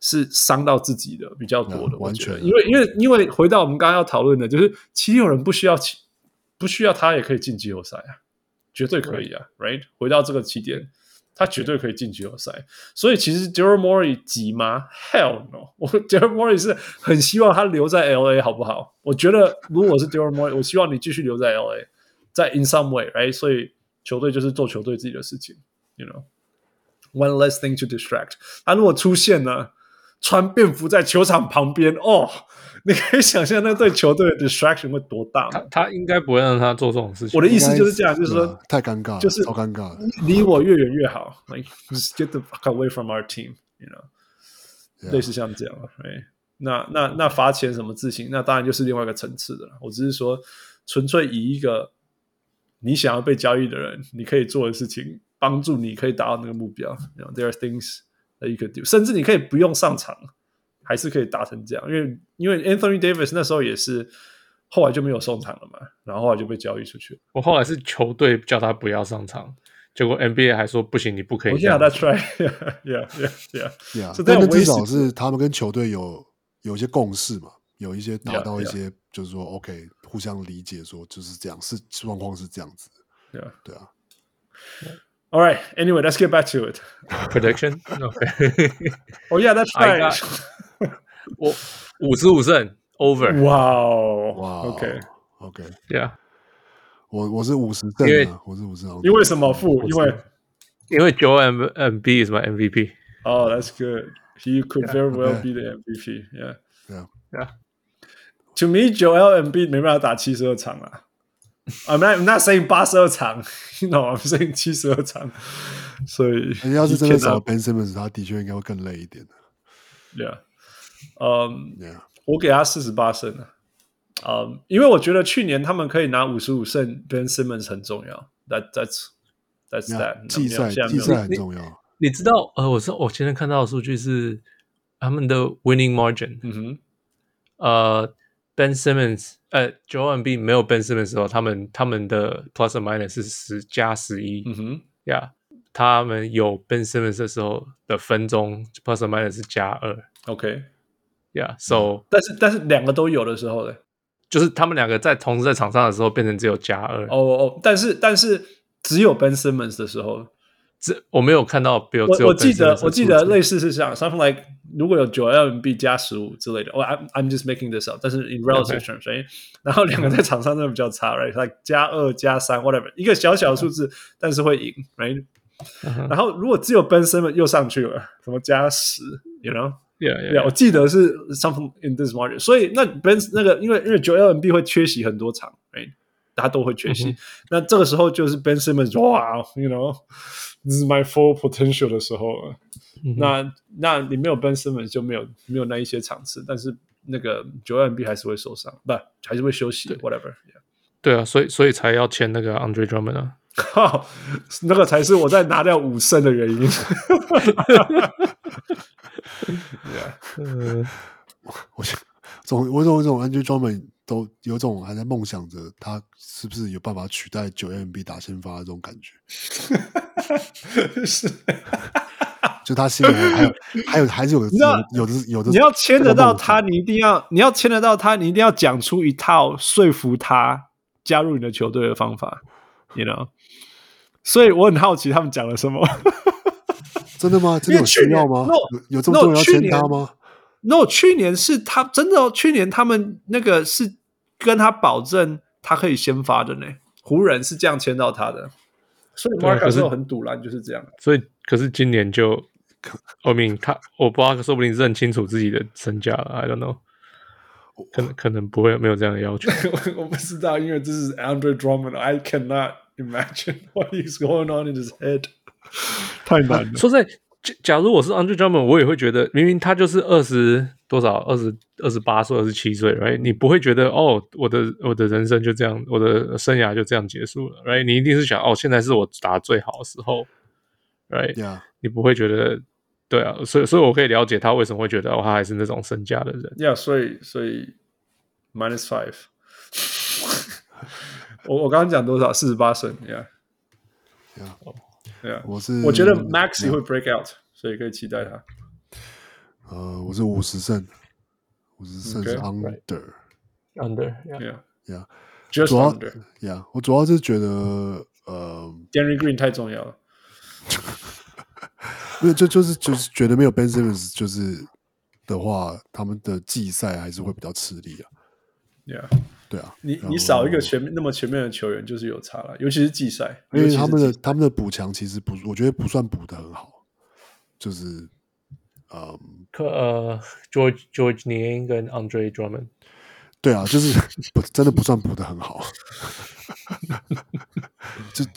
S3: 是伤到自己的比较多的，
S2: 嗯
S3: 我觉得
S2: 完全
S3: 因为因为因为回到我们刚刚要讨论的，就是七六人不需要七不需要他也可以进季后赛啊，绝对可以啊，right？回到这个起点。他绝对可以进季后赛，所以其实 j e r o m o r y 急吗？Hell no！我 j e r o m o r y 是很希望他留在 LA，好不好？我觉得如果我是 j e r o m o r y 我希望你继续留在 LA，在 in some way，right？所以球队就是做球队自己的事情，you know，one less thing to distract。他如果出现呢，穿便服在球场旁边，哦，你可以想象那对球队的 distraction 会多大
S4: 他
S3: 吗？
S4: 他应该不会让他做这种事情。
S3: 我的意
S2: 意
S3: 思就是这样，就是说。
S2: 啊太尴尬了，
S3: 就是嗯
S2: 超尴尬的。
S3: 离我越远越好。Like just get the fuck away from our team, you know，、
S2: Yeah
S3: 类似像这样，right？那那那罚钱什么事情，那当然就是另外一个层次的了。我只是说，纯粹以一个你想要被交易的人，你可以做的事情，帮助你可以达到那个目标。You know, there are things that you could do，甚至你可以不用上场，还是可以达成这样。因为因为 Anthony Davis 那时候也是后来就没有送场了嘛，然后后来就被交易出去了。
S4: 我后来是球队叫他不要上场，结果 NBA 还说不行，你不可以
S3: 我
S4: 这
S3: 现在
S4: 样。
S3: Oh that's right，yeah yeah yeah。
S2: Yeah，
S3: So
S2: 但
S3: that
S2: 那至
S3: wasted-
S2: 少是他们跟球队有有一些共识嘛，有一些达
S3: Yeah,
S2: 到一
S3: yeah.
S2: 些就是说 OK，互相理解说就是这样，是状况是这样子，
S3: Yeah.
S2: 对啊。
S3: All right. Anyway, let's get back to it.
S4: Prediction OK，
S3: Oh yeah, that's
S4: I
S3: right.
S4: 我五十五胜 Over，Yeah，
S3: Wow.
S2: 哇哦
S3: Okay.
S2: ，OK，我我是五十胜
S4: 因为
S2: 啊，我是五十胜，
S3: 因为什么负？因为
S4: 因为 Joel M M B 什么 MVP，
S3: 哦、t h a t s good. He could very well be the MVP. Yeah.
S2: 对啊，
S3: To me, Joel m b 没办法打七十二场啊。I'm not, I'm not saying 八十二场，you know, I'm saying 七十二场。所以，
S2: 而且要是真的
S3: he cannot-
S2: 找 Ben Simmons，他的确应该会更累一点的。
S3: Yeah，嗯、
S2: 对啊，
S3: 我给他四十八胜啊，嗯、因为我觉得去年他们可以拿五十五胜，Ben Simmons 很重要。That that's that's
S2: 对啊
S3: that
S2: 季赛
S3: 现在没
S2: 季
S3: 有
S2: 赛很重要。
S4: 你知道？呃，我是我今天看到的数据是他们的 winning margin，
S3: 嗯哼，
S4: 呃，Ben Simmons，呃，Joel M B 没有 Ben Simmons 的时候，他们他们的 plus or minus 是十加十一
S3: 嗯哼，
S4: 呀。他们有 Ben Simmons 的时候的分钟 plus or minus 是加二
S3: OK。
S4: 呀，so
S3: 但是但是两个都有的时候欸呢？
S4: 就是他们两个在同时在场上的时候变成只有加二。
S3: 哦哦，但是但是只有 Ben Simmons 的时候，
S4: 这我没有看到，比如只
S3: 我
S4: 有
S3: 我记
S4: Ben Simmons 的
S3: 得
S4: 数字
S3: 我记得类似是这样，something like 如果有九 LMB 加十五之类的，我 I'm I'm just making this up，但是 in relative
S4: Okay.
S3: terms，、right? 然后两个在场上真的比较差，right？like 加二加三 whatever，一个小小的数
S4: Uh-huh
S3: 字，但是会赢，right？、
S4: 嗯哼
S3: 然后如果只有 Ben Simmons 又上去了，什么加十，you know？
S4: Yeah, yeah,
S3: 对啊，我记得是 something in this margin。所以那 Ben 那个，因为因为九 L M B 会缺席很多场，right？他都会缺席。
S4: 嗯
S3: 那这个时候就是 Ben Simmons，哇，you know，this is my full potential 的时候了。
S4: 嗯哼
S3: 那那你没有 Ben Simmons 就没有没有那一些场次，但是那个九 L M B 还是会受伤，不还是会休息，whatever。
S4: 对啊，所以所以才要签那个 Andre Drummond 啊。
S3: 靠，那个才是我在拿掉五胜的原因。
S4: 嗯，
S2: 我想总我总有一种 Andrew Drummond 都有种还在梦想着他是不是有办法取代九 MB 打先发的这种感觉，
S3: 是。
S2: 就他心里还 还有还有还是有的
S3: 知道
S2: 有的有的
S3: 你要牵得到他，你一定要你要牵得到他，你一定要讲出一套说服他加入你的球队的方法，you know。所以我很好奇他们讲了什么。
S2: 真的吗？真的有需要吗
S3: 因为去？年
S2: 有有这么多人
S3: no，
S2: 要
S3: 去
S2: 签
S3: 年
S2: 他吗？
S3: no，去年是他真的、哦，去年他们那个是跟他保证他可以先发的呢。湖人是这样签到他的，所以
S4: 对
S3: Mark
S4: 可是
S3: 时候很堵拦，啊就是这样。
S4: 所以可是今年就，我明他我不知道，说不定认清楚自己的身价了，I don't know，可能可能不会没有这样的要求。
S3: 我不知道，因为这是 Andrew Drummond，I cannot imagine what is going on in his head。太难了。
S4: 说实在，假假如我是 Andre Drummond，我也会觉得，明明他就是二十多少，二十二十八岁、二十七岁，right？你不会觉得哦，我的我的人生就这样，我的生涯就这样结束了，right？你一定是想哦，现在是我打得最好的时候，right？
S2: 对啊，
S4: 你不会觉得，对啊，所以所以我可以了解他为什么会觉得、哦、他还是那种身价的人。
S3: Yeah，所以所以 minus five。我我刚刚讲多少？四十八胜。Yeah。
S2: Yeah 嗯
S3: Yeah。
S2: 我是
S3: 我觉得 Maxi 会
S2: 会
S3: break out，所以可以期待他。
S2: 呃，我是五十胜，五十胜是 under。
S4: Under，
S3: Yeah。
S2: Yeah
S3: Just
S2: 主要
S3: under。
S2: 呀，我主要是觉得，呃，
S3: Danny Green 太重要了。
S2: 没有，就就是就是觉得没有 Ben Simmons 就是的话，他们的季赛还是会比较吃力啊。
S3: Yeah。
S2: 对啊，
S3: 你
S2: 然
S3: 你少一个
S2: 后
S3: 全面那么全面的球员就是有差了，尤其是季赛，
S2: 因
S3: 尤
S2: 为
S3: 其
S2: 他
S3: 是
S2: 们的
S3: 季
S2: 他们的补强其实不，我觉得不算补的很好，就是嗯，
S4: 可呃，George George n i n 跟 Andre Drummond，
S2: 对啊，就是不真的不算补的很好， 就就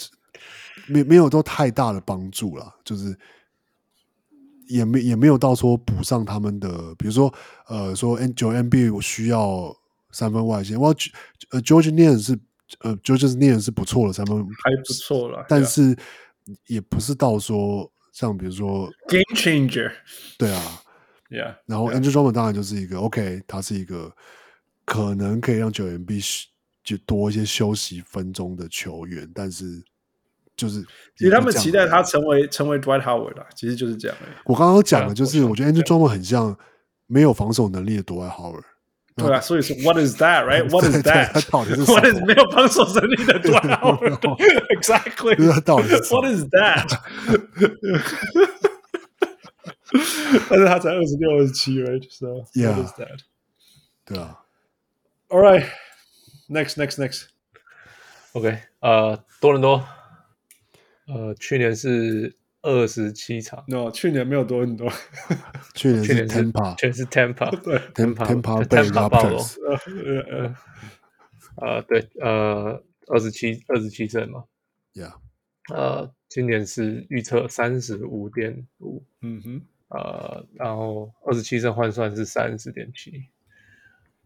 S2: 没没有都太大的帮助了，就是也没也没有到说补上他们的，比如说呃说 N 九 MB 我需要三分外线，我要呃 George n a n 是呃 George n a n 是不错的三分，
S3: 还不错了。
S2: 但是也不是到说像比如说
S3: Game Changer。
S2: 对啊，
S3: Yeah。
S2: 然后 Andrew Drummond 当然就是一个 OK，他是一个可能可以让九 n b 就多一些休息分钟的球员，但是就是
S3: 其实他们
S2: 也就这样
S3: 期待他成为成为 Dwight Howard 啦，其实就是这样而已。
S2: 我刚刚讲的就
S3: 对
S2: 是，
S3: 啊
S2: 我觉得 Andrew Drummond 很像没有防守能力的夺爱 Howard，
S3: 对啊，所以说 What is that, right? What
S2: 对
S3: is
S2: 嗯 对
S3: that?
S2: 他到底是什
S3: What is
S2: 么
S3: 没有防守能力的 Dwight Howard? Exactly.
S2: 就是他到 底是什么
S3: What is that? 但是他才二十六、二十七，right? So
S2: Yeah.
S3: what is that?
S2: 对啊，
S3: All right. Next, next, next.
S4: OK，呃，多伦多，呃，去年是二十七场，
S3: No，去年没有多 很多，
S2: 去年
S4: 去
S2: 是
S4: 年是
S2: Tampa
S4: 全是 Tampa，
S3: 对
S2: Tampa Tampa Bay
S4: Tampa 暴龙
S2: Raptors，
S3: 呃呃
S4: 呃，对，呃，二十七二十七胜嘛，
S2: 呀，
S4: 呃，今年是预测三十五点五，
S3: 嗯哼，
S4: 呃，然后二十七胜换算是三十点七，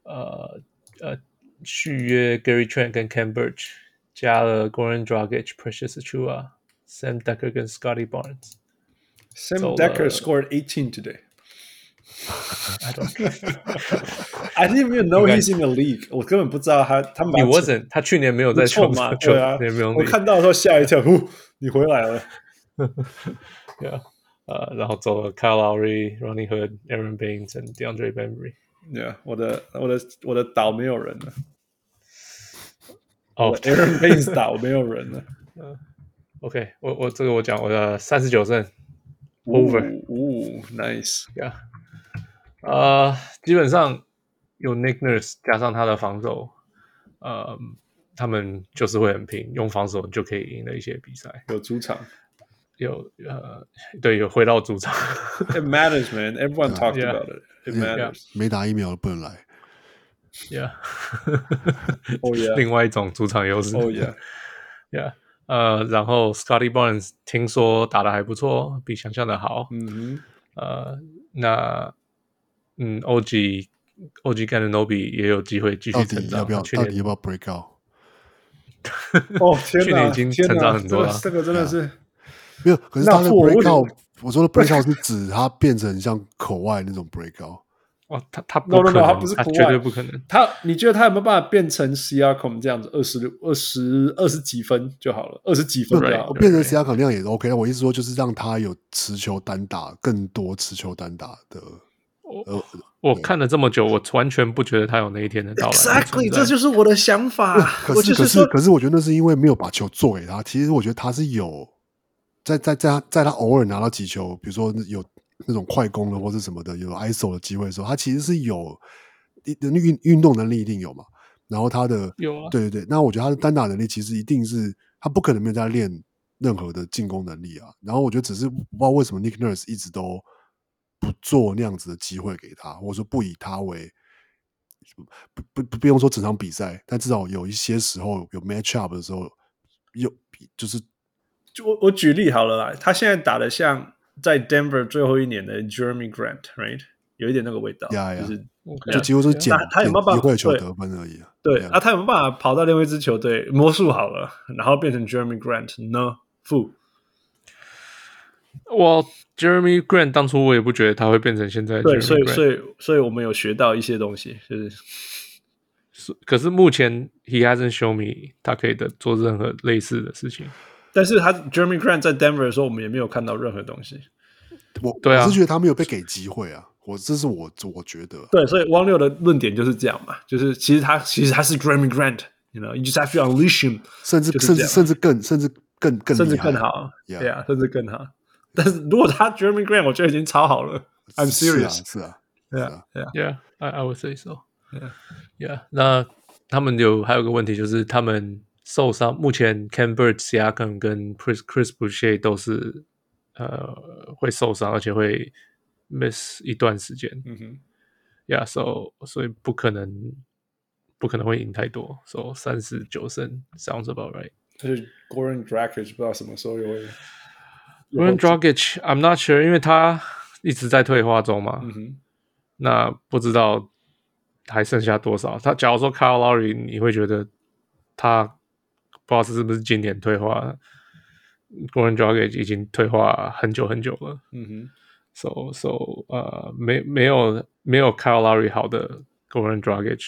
S4: 呃呃，续约 Gary Trent 跟 Cam Birch，加了 Goran Dragic、Precious Achua、Sam Decker 跟 Scotty Barnes。
S3: Sam
S4: 走了
S3: Decker scored 18 today.
S4: I don't
S3: I didn't even know
S4: 应该
S3: he's in the league. 我根本不知道他他们把
S4: He wasn't，他去年没有在
S3: 错
S4: 球
S3: 嘛？
S4: 场
S3: 对啊
S4: 也没有，
S3: 我看到的时候吓一跳，呼，你回来了。
S4: 对啊，呃，然后走了 Kyle Lowry、Ronnie Hood、Aaron Baines 和 DeAndre Bembry。
S3: Yeah，我的我的我的岛没有人了。
S4: 哦
S3: 我 Aaron Baines 岛没有人了。
S4: ，OK，我我这个我讲我的三十九胜 over，
S3: 呜、n i c e
S4: 呀，呃，基本上有 Nick Nurse 加上他的防守，呃，他们就是会很拼，用防守就可以赢的一些比赛。
S3: 有主场。
S4: 有呃，对，有回到主场。
S3: It matters, man. Everyone talked
S4: Yeah.
S3: about it. It
S2: Yeah.
S3: matters.
S2: 没打疫苗的不能来。
S4: Yeah，
S3: Oh, yeah.
S4: 另外一种主场优势。
S3: Oh yeah.
S4: Yeah，呃，然后 Scotty Barnes 听说打的还不错，比想象的好。
S3: 嗯 哼，
S4: 呃，那嗯，OG OG g a n o b i 也有机会继续
S2: 到
S4: 成
S2: 底
S4: 长。
S2: 要
S3: 啊
S2: 不要？
S4: 去
S2: 到底要
S4: 年
S2: 不要 break out？
S3: 哦天
S4: 去
S3: 哪，
S4: 年已经
S3: 天哪
S4: 成长很多了
S3: 这个
S2: 嗯
S3: 这个真的是
S2: 没有，可是他的
S3: 那我为
S2: break
S3: 什么
S2: out，我 说的 break out 是指他变成像口外那种 break out。
S4: 哇，他他不
S3: no
S4: 可
S3: no
S4: 能
S3: no，他不是
S4: 他
S3: 国
S4: 绝
S3: 外
S4: 对不可能。
S3: 他，你觉得他有没有办法变成 C R Com 这样子，二十六、二十二十几分就好了，二十几分就好
S2: 我
S3: 了。
S2: 变成 C 亚考那样也是 OK。我意思说，就是让他有持球单打，更多持球单打的。呃，
S4: 我看了这么久，我完全不觉得他有那一天的到来。存在
S3: 是我的想法。
S2: 呃可是可是可啊是，我觉得那是因为没有把球做给他。其实我觉得他是有在在在他在他偶尔拿到几球，比如说有那种快攻的或是什么的，有 ISO 的机会的时候，他其实是有一运运动能力一定有嘛。然后他的
S4: 有啊
S2: 对对对，那我觉得他的单打能力其实一定是他不可能没有在练任何的进攻能力啊。然后我觉得只是不知道为什么 Nick Nurse 一直都不做那样子的机会给他，或者说不以他为不不不不用说整场比赛，但至少有一些时候有 match up 的时候，有就是
S3: 就我我举例好了啦，他现在打的像在 Denver 最后一年的 Jeremy Grant，right？有一点那个味道
S2: Yeah, yeah.
S3: 就是
S2: 就几乎
S4: 啊
S2: 是捡
S3: 那啊他有没有办
S2: 捡
S3: 法
S2: 一会球
S3: 对
S2: 得分而已、啊。
S3: 对
S2: Yeah
S3: 啊，他有没有办法跑到另外一支球队魔术好了， 然后变成 Jeremy Grant 呢？负
S4: 我 Jeremy Grant 当初我也不觉得他会变成现在的 Jeremy
S3: 对，所以
S4: Grant
S3: 所以所以我们有学到一些东西，就是
S4: 是可是目前 He hasn't show me 他可以的做任何类似的事情。
S3: 但是他 Jeremy Grant 在 Denver 的时候，我们也没有看到任何东西。
S2: 我
S4: 对啊
S2: 我是觉得他没有被给机会啊，我这是我我觉 得
S3: 对，所以汪六的论点就是这样嘛，就是其实他其实他是 Jeremy Grant，you know，you just have to unleash him，
S2: 甚至
S3: 就是
S2: 甚至甚至
S3: 这样啊
S2: 更甚至更更
S3: 甚至
S2: 厉害
S3: 更好，
S2: Yeah
S3: 对啊，甚至更好。但是如果他 Jeremy Grant，我觉得已经超好了。I'm
S2: 是啊
S3: serious，
S2: 是 啊，
S3: 对
S2: 是
S3: 啊
S2: 啊，
S3: 对啊，
S4: Yeah, I I would say so. Yeah, yeah. 那他们有还有个问题就是他们受伤，目前 Cam b i r d s i a k a m 跟 Chris Chris Boucher 都是呃会受伤，而且会 miss 一段时间。
S3: 嗯哼，
S4: Yeah, so 所以不可能不可能会赢太多。So 三十九胜 sounds about right.
S3: 就是 Goran Dragic 不知道什么时候又会，
S4: g o r a n Dragic, I'm not sure，因为他一直在退化中嘛。
S3: 嗯哼，
S4: 那不知道还剩下多少。他假如说 Kyle Lowry，你会觉得他不知道是不是今年退化，Goran Dragic 已经退化很久很久了。
S3: 嗯哼，
S4: So so 呃，没没有没有 Kyle Lowry 好的 Goran Dragic，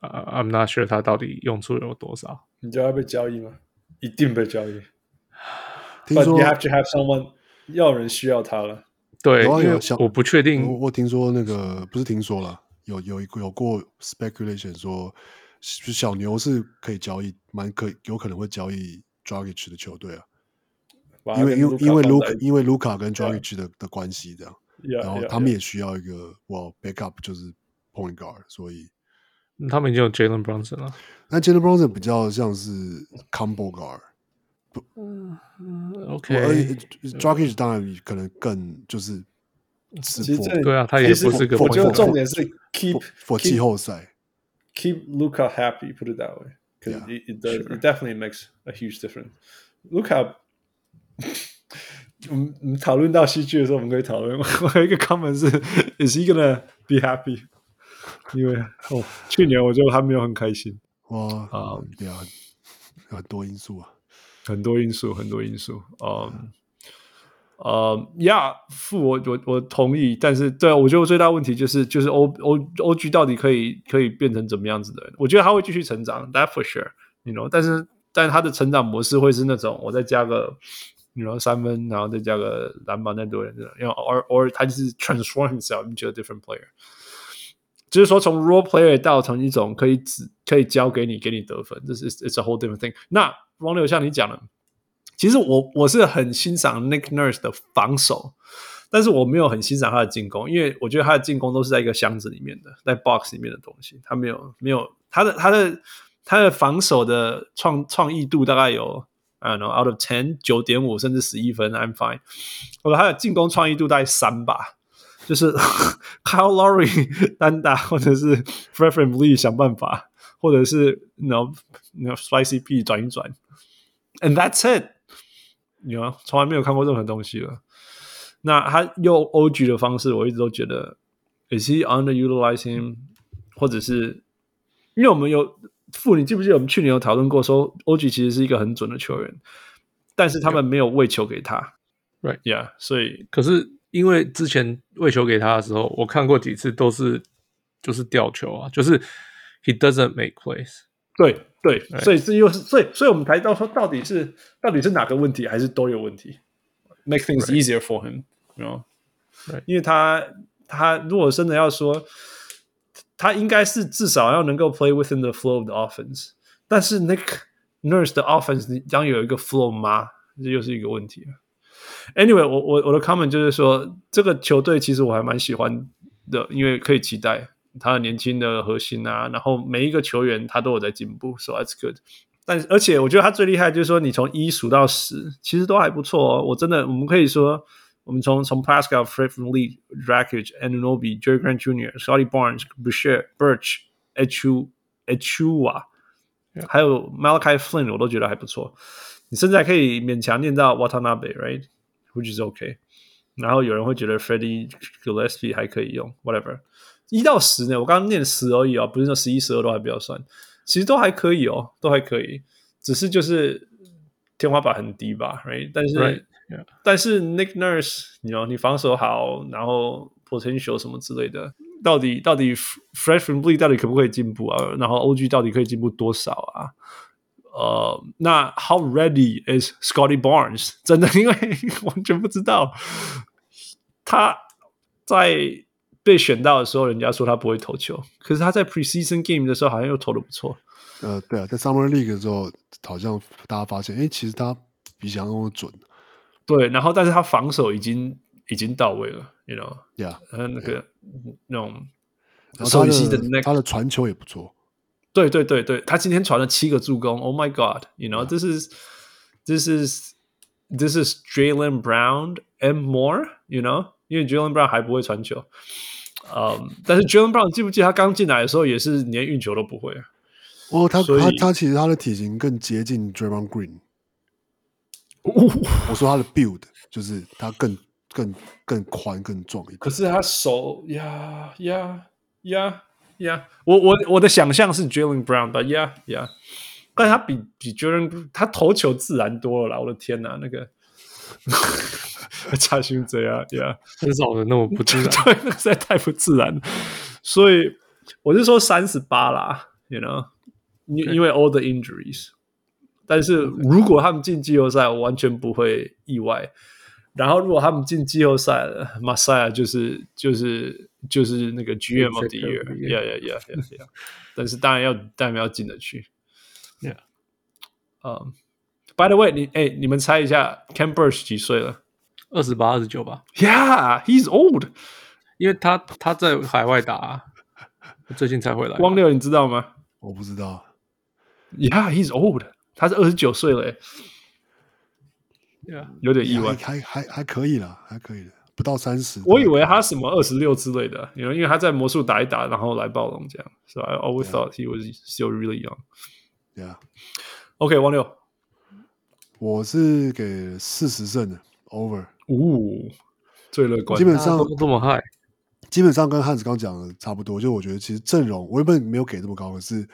S4: 啊、i m not sure 他到底用处有多少。
S3: 你知道要被交易吗？一定被交易。
S2: 听
S3: But
S2: 说
S3: you have to have someone，要人需要他了。
S4: 对，
S2: 有啊
S4: 因为
S2: 有像
S4: 我不确定
S2: 我我听说那个不是听说了，有有一有过 speculation 说是小牛是可以交易，蛮可有可能会交易 Dragic 的球队啊，
S3: 把他
S2: 因为
S3: 跟
S2: 因为因为
S3: Luka 放
S2: 卢
S3: 在啊
S2: 卡因为卢卡跟 Dragic 的的关系这样，
S3: Yeah,
S2: 然后
S3: yeah,
S2: 他们
S3: yeah.
S2: 也需要一个 well backup 就是 point guard，所以
S4: 他们已经有 Jalen Brunson 了。
S2: 那 Jalen Brunson 比较像是 combo guard，我而
S4: OK，
S2: 且
S3: 嗯
S2: d r a g i c 当然可能更就是直
S3: 其实
S2: 播
S3: 这
S4: 对啊他也
S3: 其实
S4: 不是个
S3: 我觉
S2: point
S3: 得
S2: guard
S3: 重点是 keep
S2: for 季
S3: keep
S2: 后赛。
S3: keep Luca happy. Put it that way, because
S2: Yeah,
S3: it, it does it definitely makes a huge difference. Luca，我们我们讨论到戏剧的时候，我们可以讨论。 我有一个 comment 是，Is he gonna be happy？因为哦，去年我就还没有很开心，
S2: 哇，
S3: 啊
S2: 对啊，有很多因素啊。
S3: 很多因素，很多因素。嗯，呃，呀，负我我我同意，但是对啊，我觉得我最大问题就是就是 O O O G 到底可以可以变成怎么样子的人？我觉得他会继续成长，That for sure，you know。但是但他的成长模式会是那种我再加个。然后三分，然后再加个篮板，再多人，然后 or or 他就是 transform himself into a different player。就是说从 role player 到成一种可以只可以教给你给你得分，这是 it's a whole different thing。那王柳像你讲的，其实我我是很欣赏 Nick Nurse 的防守，但是我没有很欣赏他的进攻，因为我觉得他的进攻都是在一个箱子里面的，在 box 里面的东西，他没有没有他的他的他的防守的创创意度大概有 I don't know out of ten 九点五甚至十一分，I'm fine。我的他的进攻创意度大概三吧，就是 Kyle Lowry 单打，或者是 f r e f e r m Lee 想办法，或者是 No No Spicy P 转一转，and that's it。你啊，从来没有看过任何东西了。那他用 O G 的方式，我一直都觉得，is he underutilizing，或者是因为我们有傅，你记不记得我们去年有讨论过说 O G 其实是一个很准的球员，但是他们没有喂球给他
S4: Right
S3: ，Yeah，所以
S4: 可是因为之前喂球给他的时候，我看过几次都是就是吊球啊，就是 he doesn't make plays。
S3: 对对，所以这又是所以所以我们才到说到底是到底是哪个问题，还是都有问题？Make things easier for him，然后
S4: Right.
S3: 因为他他如果真的要说，他应该是至少要能够 play within the flow of the offense，但是 Nick Nurse 的 offense 你将有一个 flow 吗？这又是一个问题了。Anyway，我我我的 comment 就是说，这个球队其实我还蛮喜欢的，因为可以期待他的年轻的核心啊，然后每一个球员他都有在进步，so that's good。但是而且我觉得他最厉害就是说，你从一数到十，其实都还不错哦。我真的，我们可以说，我们从从 Pascal、f r e d Lee、Drakic、Anunoby、Jerry Grant Jr.、Scotty Barnes、Boucher、Birch、H U H U 啊，还有 Malachi Flynn，我都觉得还不错。你甚至还可以勉强念到 Watanabe，right？which is okay。然后有人会觉得 Freddie Gillespie 还可以用，whatever。一到十呢，我刚刚念十而已哦，不是说十一、十二都还不要算，其实都还可以哦，都还可以，只是就是天花板很低吧，right？但是
S4: Right, yeah.
S3: 但是 Nick Nurse，你哦，你防守好，然后 potential 什么之类的，到底到底 Fred f r e m l e 到底可不可以进步啊？然后 OG 到底可以进步多少啊？呃，那 How ready is Scotty Barnes？真 的，因为完全不知道他在被选到的时候，人家说他不会投球，可是他在 preseason game 的时候好像又投的不错。
S2: 呃，对啊，在 Summer League 的时候，好像大家发现，哎，其实他比想象中的准。
S3: 对，然后但是他防守已经已经到位了，you know，
S2: Yeah，
S3: 他那个那种
S2: 然后
S3: 手
S2: 他
S3: 机的
S2: 的
S3: 那
S2: 他的传球也不错。
S3: 对对对对，他今天传了七个助攻，Oh my God，you know this is this is this is Jalen Brown and more，you know，因为 Jalen Brown 还不会传球，嗯、但是 Jalen Brown 记不记得他刚进来的时候也是连运球都不会啊
S2: 哦，他
S3: 所以
S2: 他他其实他的体型更接近 Draymond Green。我说他的 build 就是他更更更宽更壮一点。
S3: 可是他手呀呀呀呀，我我我的想象是 Jalen Brown，but yeah yeah，但他比比 Jalen 他投球自然多了啦，我的天哪，那个 差兄这样呀。。
S4: 很少人那么不自然
S3: 对，那个实在太不自然了。所以我是说三十八啦，you know，因因为 all the injuries。但是如果他们进季后赛，我完全不会意外。然后如果他们进季后赛了，马赛尔就是就是就是那个 GM of the
S4: Executive of the year
S3: year，yeah yeah yeah yeah yeah。但是当然要当然要进得去
S4: Yeah.
S3: 嗯、b y the way，你哎，你们猜一下 Cam Burch 几岁了
S4: 二十八、二十九吧，
S3: ？Yeah，he's old。
S4: 因为他他在海外打啊、最近才回来。
S3: 汪六，你知道吗
S2: 我不知道。
S3: ？Yeah，he's old，他是二十九岁了耶，
S4: Yeah
S3: 有点意外。
S2: 还还还还可以啦，还可以的，不到三十。
S3: 我以为他什么二十六之类的，因为因为他在魔术打一打，然后来暴龙这样。So I always thought he was still really young.
S2: Yeah，
S3: OK，汪六，
S2: 我是给四十胜的 over，
S3: 呜、最乐观
S2: 基。本
S4: 大家
S2: 上
S4: 都这么嗨，
S2: 基本上跟汉子刚讲的差不多。就我觉得其实阵容我原本没有给这么高，可是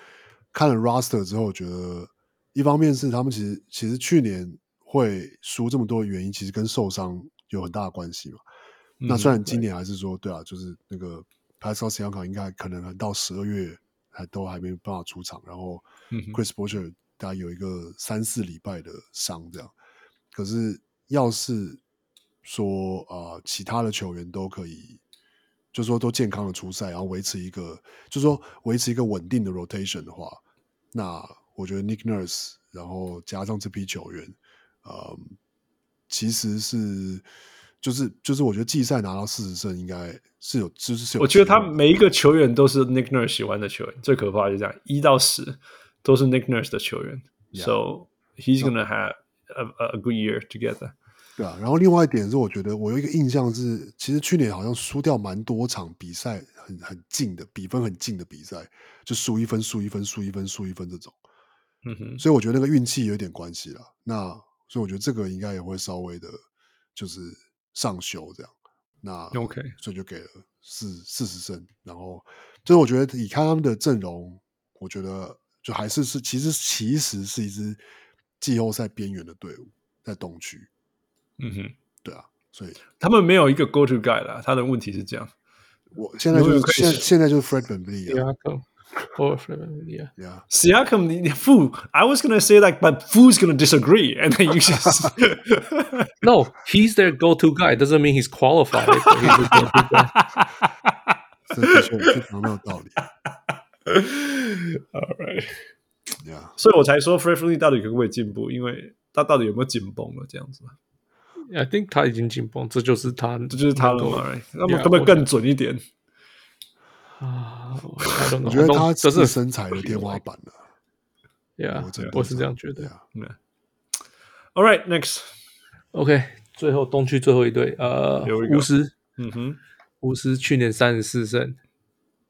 S2: 看了 roster 之后，我觉得一方面是他们其实其实去年会输这么多的原因，其实跟受伤有很大的关系嘛。
S3: 嗯
S2: 那虽然今年还是说，对啊，就是那个 Pascal s i a k a 应该可能到十二月还都还没办法出场，然后
S3: 嗯哼
S2: Chris Bosh 大概有一个三四礼拜的伤这样。可是要是说啊、呃其他的球员都可以，就说都健康的出赛，然后维持一个，就说维持一个稳定的 rotation 的话，那我觉得 Nick Nurse，然后加上这批球员，呃，其实是就是就是我觉得季赛拿到四十胜应该是有，就是是有
S3: 我觉得他
S2: 机会的
S3: 每一个球员都是 Nick Nurse 喜欢的球员，最可怕的就这样，一到十都是 Nick Nurse 的球员。So he's gonna have a, a a good year together.
S2: 对啊，然后另外一点是，我觉得我有一个印象是，其实去年好像输掉蛮多场比赛，很很近的比分很近的比赛，就输一分、输一分、输一分、输一分这种，
S3: 嗯哼，
S2: 所以我觉得那个运气有点关系啦。那所以我觉得这个应该也会稍微的，就是上修这样。那
S3: OK
S2: 所以就给了四四十胜，然后就是我觉得以看他们的阵容，我觉得就还是是其实其实是一支季后赛边缘的队伍，在东区，
S3: 嗯哼，
S2: 对啊，所以。
S3: 他们没有一个 go to guy 啦，他的问题是这样。
S2: 我现在就是
S3: 永远可以
S2: 现在
S3: 选
S2: 现在就是 Fred Van v
S4: 对
S2: l
S4: 啊，我 yeah。
S2: 啊
S3: Siakam, the- the Fu. I was gonna say like, but Fu's gonna disagree, and then you just.
S4: No, he's their go-to guy. Doesn't mean he's qualified. but he's their go-to guy.
S2: 这的确非常没有道理
S3: All right.
S2: 呀。
S3: 所以我才说 f r e d v a n l y 到底可不可以进步，因为他到底有没有紧绷了这样子嘛，
S4: I think 他已经紧绷，这就是他，
S3: 这
S4: 这
S3: 就是他了嘛。right？那么
S4: Yeah，
S3: 可不可以
S4: 我
S3: 更准一点？
S4: 啊，I don't know，
S2: 我觉得他
S4: 这
S2: 是
S4: 是
S2: 身材的天花板啊了，我真
S4: Yeah，
S2: 的
S4: 我是这样觉
S2: 对
S4: 得。
S2: 啊。
S3: 嗯 All right, next.
S4: OK，最后东区最后一队，呃
S3: Here we，go
S4: 巫师，
S3: 嗯哼，
S4: 巫师去年三十四胜，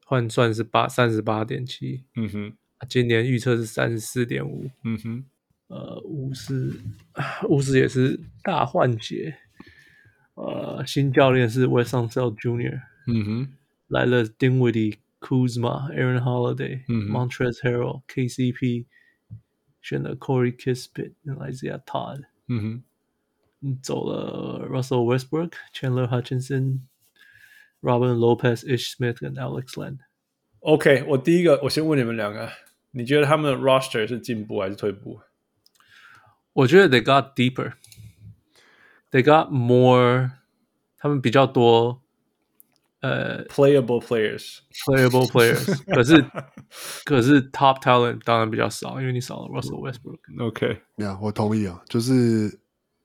S4: 换算是八三十八点七，啊
S3: 嗯哼，
S4: 今年预测是三十四点五。
S3: 嗯哼，
S4: 呃，巫师，啊巫师也是大换血。呃，新教练是 West n s e l Junior，
S3: 嗯哼，
S4: 来了 Dinwiddie、Kuzma、Aaron Holiday、
S3: 嗯
S4: Montrezl Harrell、KCP，选了 Corey Kispit、Isaiah Todd，
S3: 嗯哼，
S4: 嗯走了 Russell Westbrook、Chandler Hutchinson、Robin Lopez、Ish Smith 跟 Alex Len。
S3: OK，我第一个，我先问你们两个，你觉得他们的 roster 是进步还是退步？
S4: 我觉得 they got deeper, they got more，他们比较多呃
S3: Playable players，
S4: playable players，可是可是 top talent 当然比较少，因为你少了 Russell Westbrook。
S3: OK，
S2: 呀，我同意啊，就是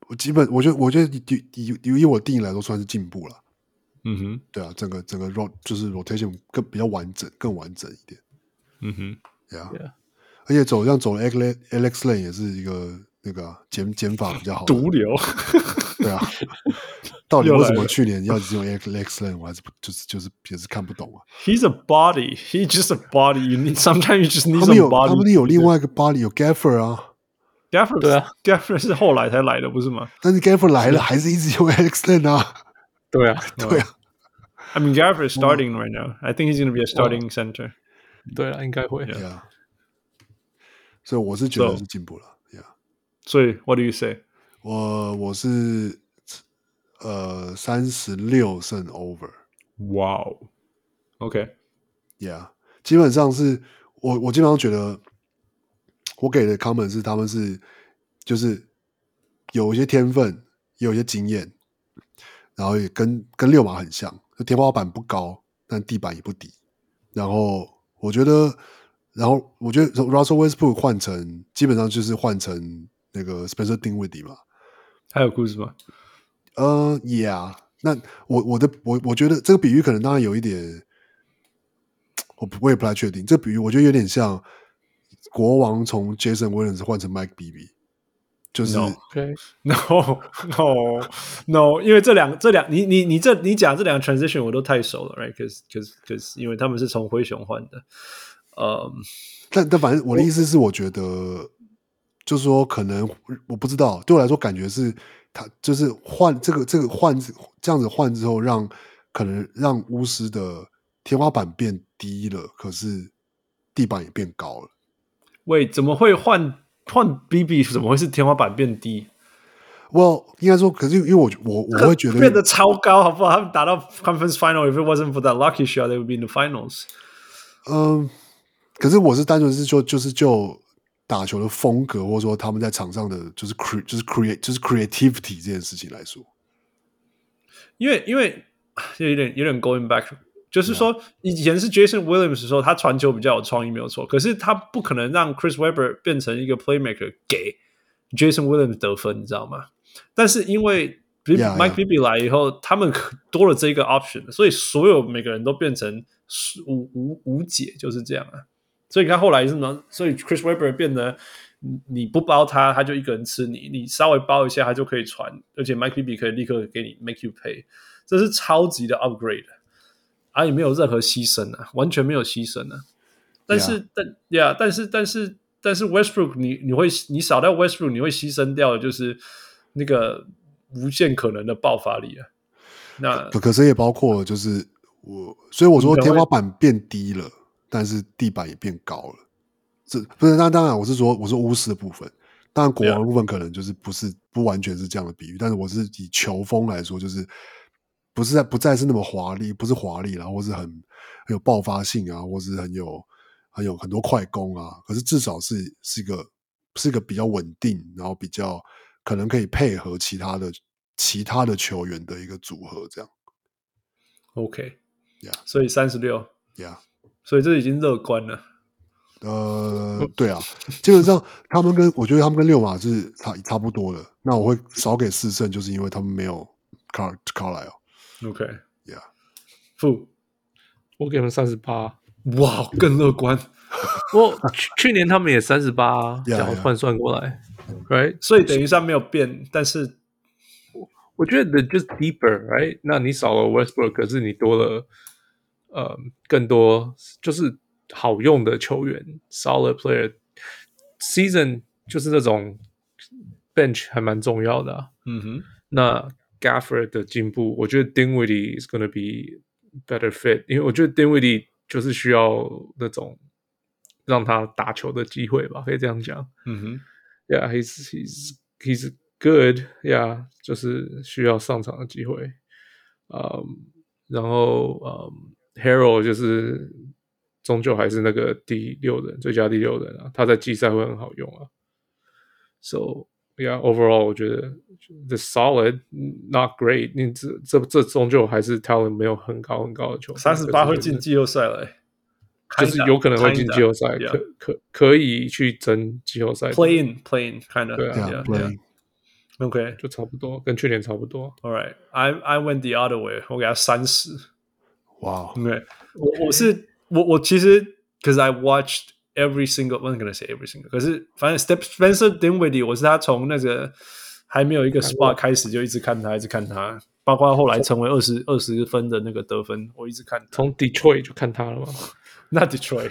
S2: 我基本我觉得我觉得以以以以我定义来说算是进步了，
S3: 嗯哼，
S2: 对啊，整个整个 rot 就是 rotation 更比较完整，更完整一点，
S3: 嗯哼，
S2: 呀
S4: Yeah。
S2: 而且走像走了 Alex Alex Lane 也是一个那个啊减减法比较好的，
S3: 毒瘤。
S2: 对 啊。到底
S3: 又
S2: 为
S3: 来
S2: 什么
S3: 了
S2: 去年要只有 Alex Lane，我还是不就是就是也是看不懂啊。
S3: He's a body. He's just a body. You need sometimes you just need
S2: 他们
S3: some
S2: 有他
S3: body.
S2: 们有另外一个巴黎有 Gaffer 啊，
S3: Gaffer
S4: 对啊
S3: ，Gaffer 是后来才来的，不是吗
S2: 但是 Gaffer 来了还是一直用 Alex Len 啊，
S4: 对啊，
S2: 对啊，
S3: ？I mean Gaffer is starting right now. I think he's going to be a starting center.
S4: 对啊，应该会。
S2: 对啊，所以我是觉得是进步了，Yeah，
S3: 所以 What do you say？
S2: 我我是呃三十六胜 Over，Yeah，
S3: Wow. OK，
S2: 基本上是我我基本上觉得我给的 comment 是他们是就是有一些天分，有一些经验，然后也跟跟六马很像，就天花板不高，但地板也不低。然后我觉得，然后我觉得 Russell Westbrook 换成基本上就是换成那个 Spencer Dinwiddie 嘛，
S3: 还有故事吗？
S2: 呃，Yeah，那我我的我我觉得这个比喻可能当然有一点，我不我也不太确定。这比喻我觉得有点像国王从 Jason Williams 换成 Mike Bibby，就是
S3: No
S4: OK，
S3: No no no，因为这两这两你你你这你讲这两个 transition 我都太熟了，right？可是可是可是，因为他们是从灰熊换的，呃、
S2: 但但反正我的意思是，我觉得就是说，可能我不知道，对我来说感觉是他就是换这个这个换这样子换之后让，可能让巫师的天花板变低了，可是地板也变高了。
S3: 喂，怎么会换换 BB？怎么会是天花板变低？
S2: Well，应该说，可是因为我我我会觉得
S3: 变得超高，好不好？他们打到 conference final，if it wasn't for that lucky shot，they would be in the finals。
S2: 嗯，可是我是单纯是就就是就打球的风格，或者说他们在场上的就是 cre 就是 create 就是 creativity 这件事情来说，
S3: 因为因为啊有点有点 going back，就是说以前是 Jason Williams 的时候，他传球比较有创意，没有错。可是他不可能让 Chris Webber 变成一个 playmaker 给 Jason Williams 得分，你知道吗？但是因为 Bib-
S2: Yeah,
S3: Mike
S2: yeah.
S3: Bibby 来以后，他们可多了这个 option，所以所有每个人都变成无无无解，就是这样啊。所以你看后来是呢，所以 Chris Webber 变得你你不包他，他就一个人吃你；你稍微包一下，他就可以传，而且 Mike Bibby 可以立刻给你 make you pay，这是超级的 upgrade，啊也没有任何牺牲啊，完全没有牺牲啊。但是
S2: Yeah.
S3: 但呀、但是但是但是 Westbrook 你你会你少掉 Westbrook 你会牺牲掉的就是那个无限可能的爆发力啊。那
S2: 可可是也包括就是我，所以我说
S3: 你可能
S2: 天
S3: 会
S2: 花板变低了，但是地板也变高了。这不是那当然，我是说我说巫师的部分，当然国王
S3: Yeah.
S2: 的部分可能就是不是不完全是这样的比喻，但是我是以球风来说，就是不是在不再是那么华丽，不是华丽啦，或是很很有爆发性啊，或是很有很有很多快攻啊，可是至少是是一个是一个比较稳定，然后比较可能可以配合其他的其他的球员的一个组合这样。
S3: OK，、
S2: Yeah.
S3: 所以三十六，
S2: Yeah，
S3: 所以这已经乐观了。
S2: 呃，对啊，基本上他们跟我觉得他们跟六马是差差不多的。那我会少给四胜，就是因为他们没有卡卡莱哦。
S3: OK，
S2: Yeah，
S3: 负
S4: 我给他们三十八。
S3: 哇更乐观，
S4: 我去去年他们也三十八，
S2: Yeah,
S4: 这样
S2: yeah.
S4: 换算过来，right？
S3: 所以等于上没有变，但是
S4: 我觉得 just deeper，right？那你少了 Westbrook，可是你多了，呃，更多就是好用的球员，solid player。Season 就是那种 bench 还蛮重要的啊、
S3: 嗯哼。
S4: 那 Gaffer 的进步，我觉得 Dinwiddie is gonna be better fit，因为我觉得 Dinwiddie 就是需要那种让他打球的机会吧，可以这样讲。
S3: 嗯哼，
S4: Yeah, he's he's he's good. Yeah，就是需要上场的机会。嗯、然后嗯、h a r o l 就是终究还是那个第六人，最佳第六人啊，他在季赛会很好用啊。So yeah, overall 我觉得 the solid not great，你这这这终究还是 talent 没有很高很高的球员，
S3: 三十八
S4: 可
S3: 会
S4: 是就是
S3: 进季后赛了、欸，
S4: 就是有可能会进季后赛，
S3: Kinda,
S4: 可可可以去争季后赛
S3: play in play in kind of
S4: 对啊
S3: 呃
S2: Yeah，
S3: yeah, yeah.
S2: play
S3: OK
S4: 就差不多，跟去年差不多。
S3: all right I I went the other way 我给他三十
S2: 哇、wow,
S3: ，OK 我我是我我其实 cause I watched every single I'm not gonna say every single 可是反正 Step Spencer Dinwiddie 我是他从那个还没有一个 spot 开始就一直看他一直看他，包括后来成为二十二十分的那个得分我一直看他。
S4: 从 Detroit 就看他了嘛。
S3: not Detroit，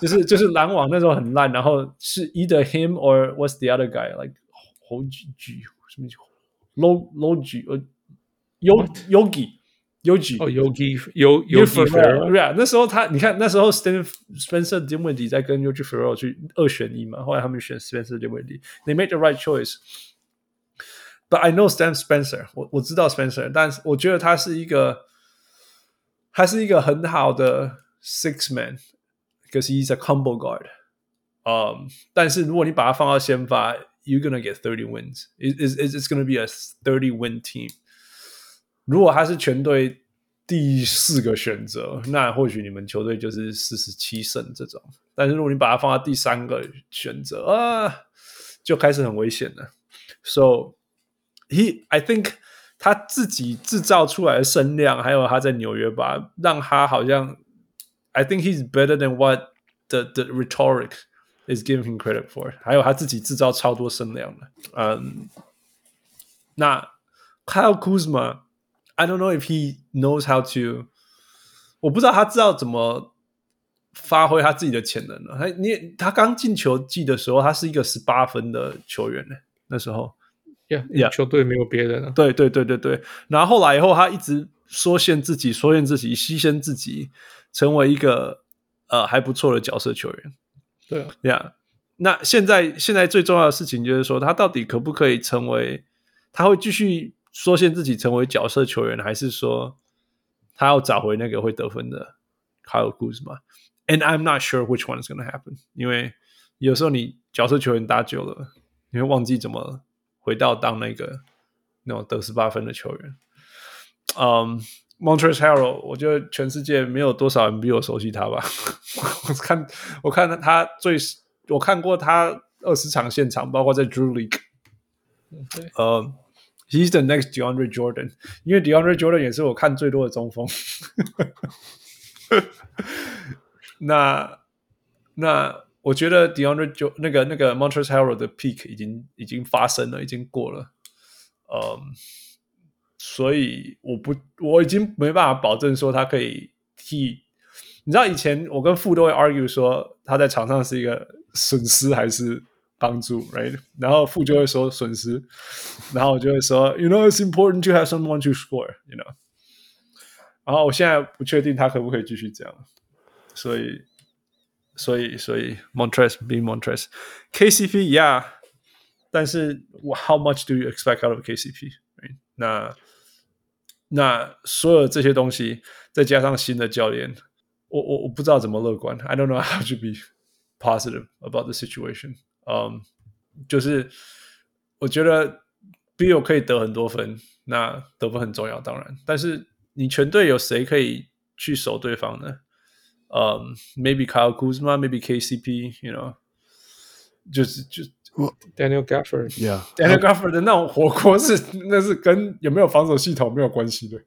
S3: 就是 就是篮网那时候很烂，然后是 either him or what's the other guy like 侯举举什么举 low low 举呃 Yo- Yogi Yogi
S4: 哦，Yogi Yo
S3: Yogi Ferrell
S4: Yogi Ferrell，
S3: 对啊，那时候他你看那时候 Stan Spencer Dinwiddie 在跟 Yogi Ferrell 去二选一嘛，后来他们选 Spencer Dinwiddie，they made the right choice。But I know Stan Spencer，我我知道 Spencer，但是我觉得他是一个，他是一个很好的 six man，可是 he's a combo guard。嗯，但是如果你把他放到先发，you're gonna get thirty wins。It is it's it's gonna be a thirty win team。如果他是全队第四个选择，那或许你们球队就是四十七胜这种。但是如果你把它放到第三个选择啊，就开始很危险了。So he, I think 他自己制造出来的声量，还有他在纽约吧，让他好像 I think he's better than what the the rhetoric is giving him credit for。还有他自己制造超多声量的，嗯，那 Kyle Kuzma，I don't know if he knows how to，我不知道他知道怎么发挥他自己的潜能了。他你也他刚进球季的时候，他是一个十八分的球员呢，那时候。
S4: Yeah,
S3: Yeah.
S4: 球队没有别人了。啊
S3: 对对对对对。然后后来以后，他一直缩限自己，缩限自己，牺牲自己，成为一个呃还不错的角色球员。
S4: 对啊，
S3: Yeah，那现在现在最重要的事情就是说，他到底可不可以成为？他会继续缩限自己成为角色球员，还是说他要找回那个会得分的 Kyle Kuzma？And I'm not sure which one is going to happen，因为有时候你角色球员打久了，你会忘记怎么回到当那个那种得十八分的球员。嗯、m o n t r e s h a r r e 我觉得全世界没有多少人比我熟悉他吧。 我看，我看他最，我看过他二十场现场，包括在 Drew League。呃、h e s the next DeAndre Jordan，因为 DeAndre Jordan 也是我看最多的中锋。那那我觉得 DeAndre 就那个那个 m o n t r e s h a r r e 的 peak 已经已经发生了，已经过了。嗯、所以我不，我已经没办法保证说他可以替。你知道以前我跟富都会 argue 说他在场上是一个损失还是帮助，right？然后富就会说损失，然后我就会说，you know it's important to have someone to score，you know。然后我现在不确定他可不可以继续这样，所以，所以，所以 Montrez be Montrez，KCP yeah，但是 how much do you expect out of KCP？、right? 那那所有这些东西，再加上新的教练，我我我不知道怎么乐观。I don't know how to be positive about the situation。嗯，就是我觉得 Bill 可以得很多分，那得分很重要，当然。但是你全队有谁可以去守对方呢？嗯、m a y b e Kyle Kuzma，maybe KCP，you know，就是就
S4: Daniel Gafford，
S2: Yeah，
S3: Daniel Gafford 的那种火锅是，那是跟有没有防守系统没有关系的，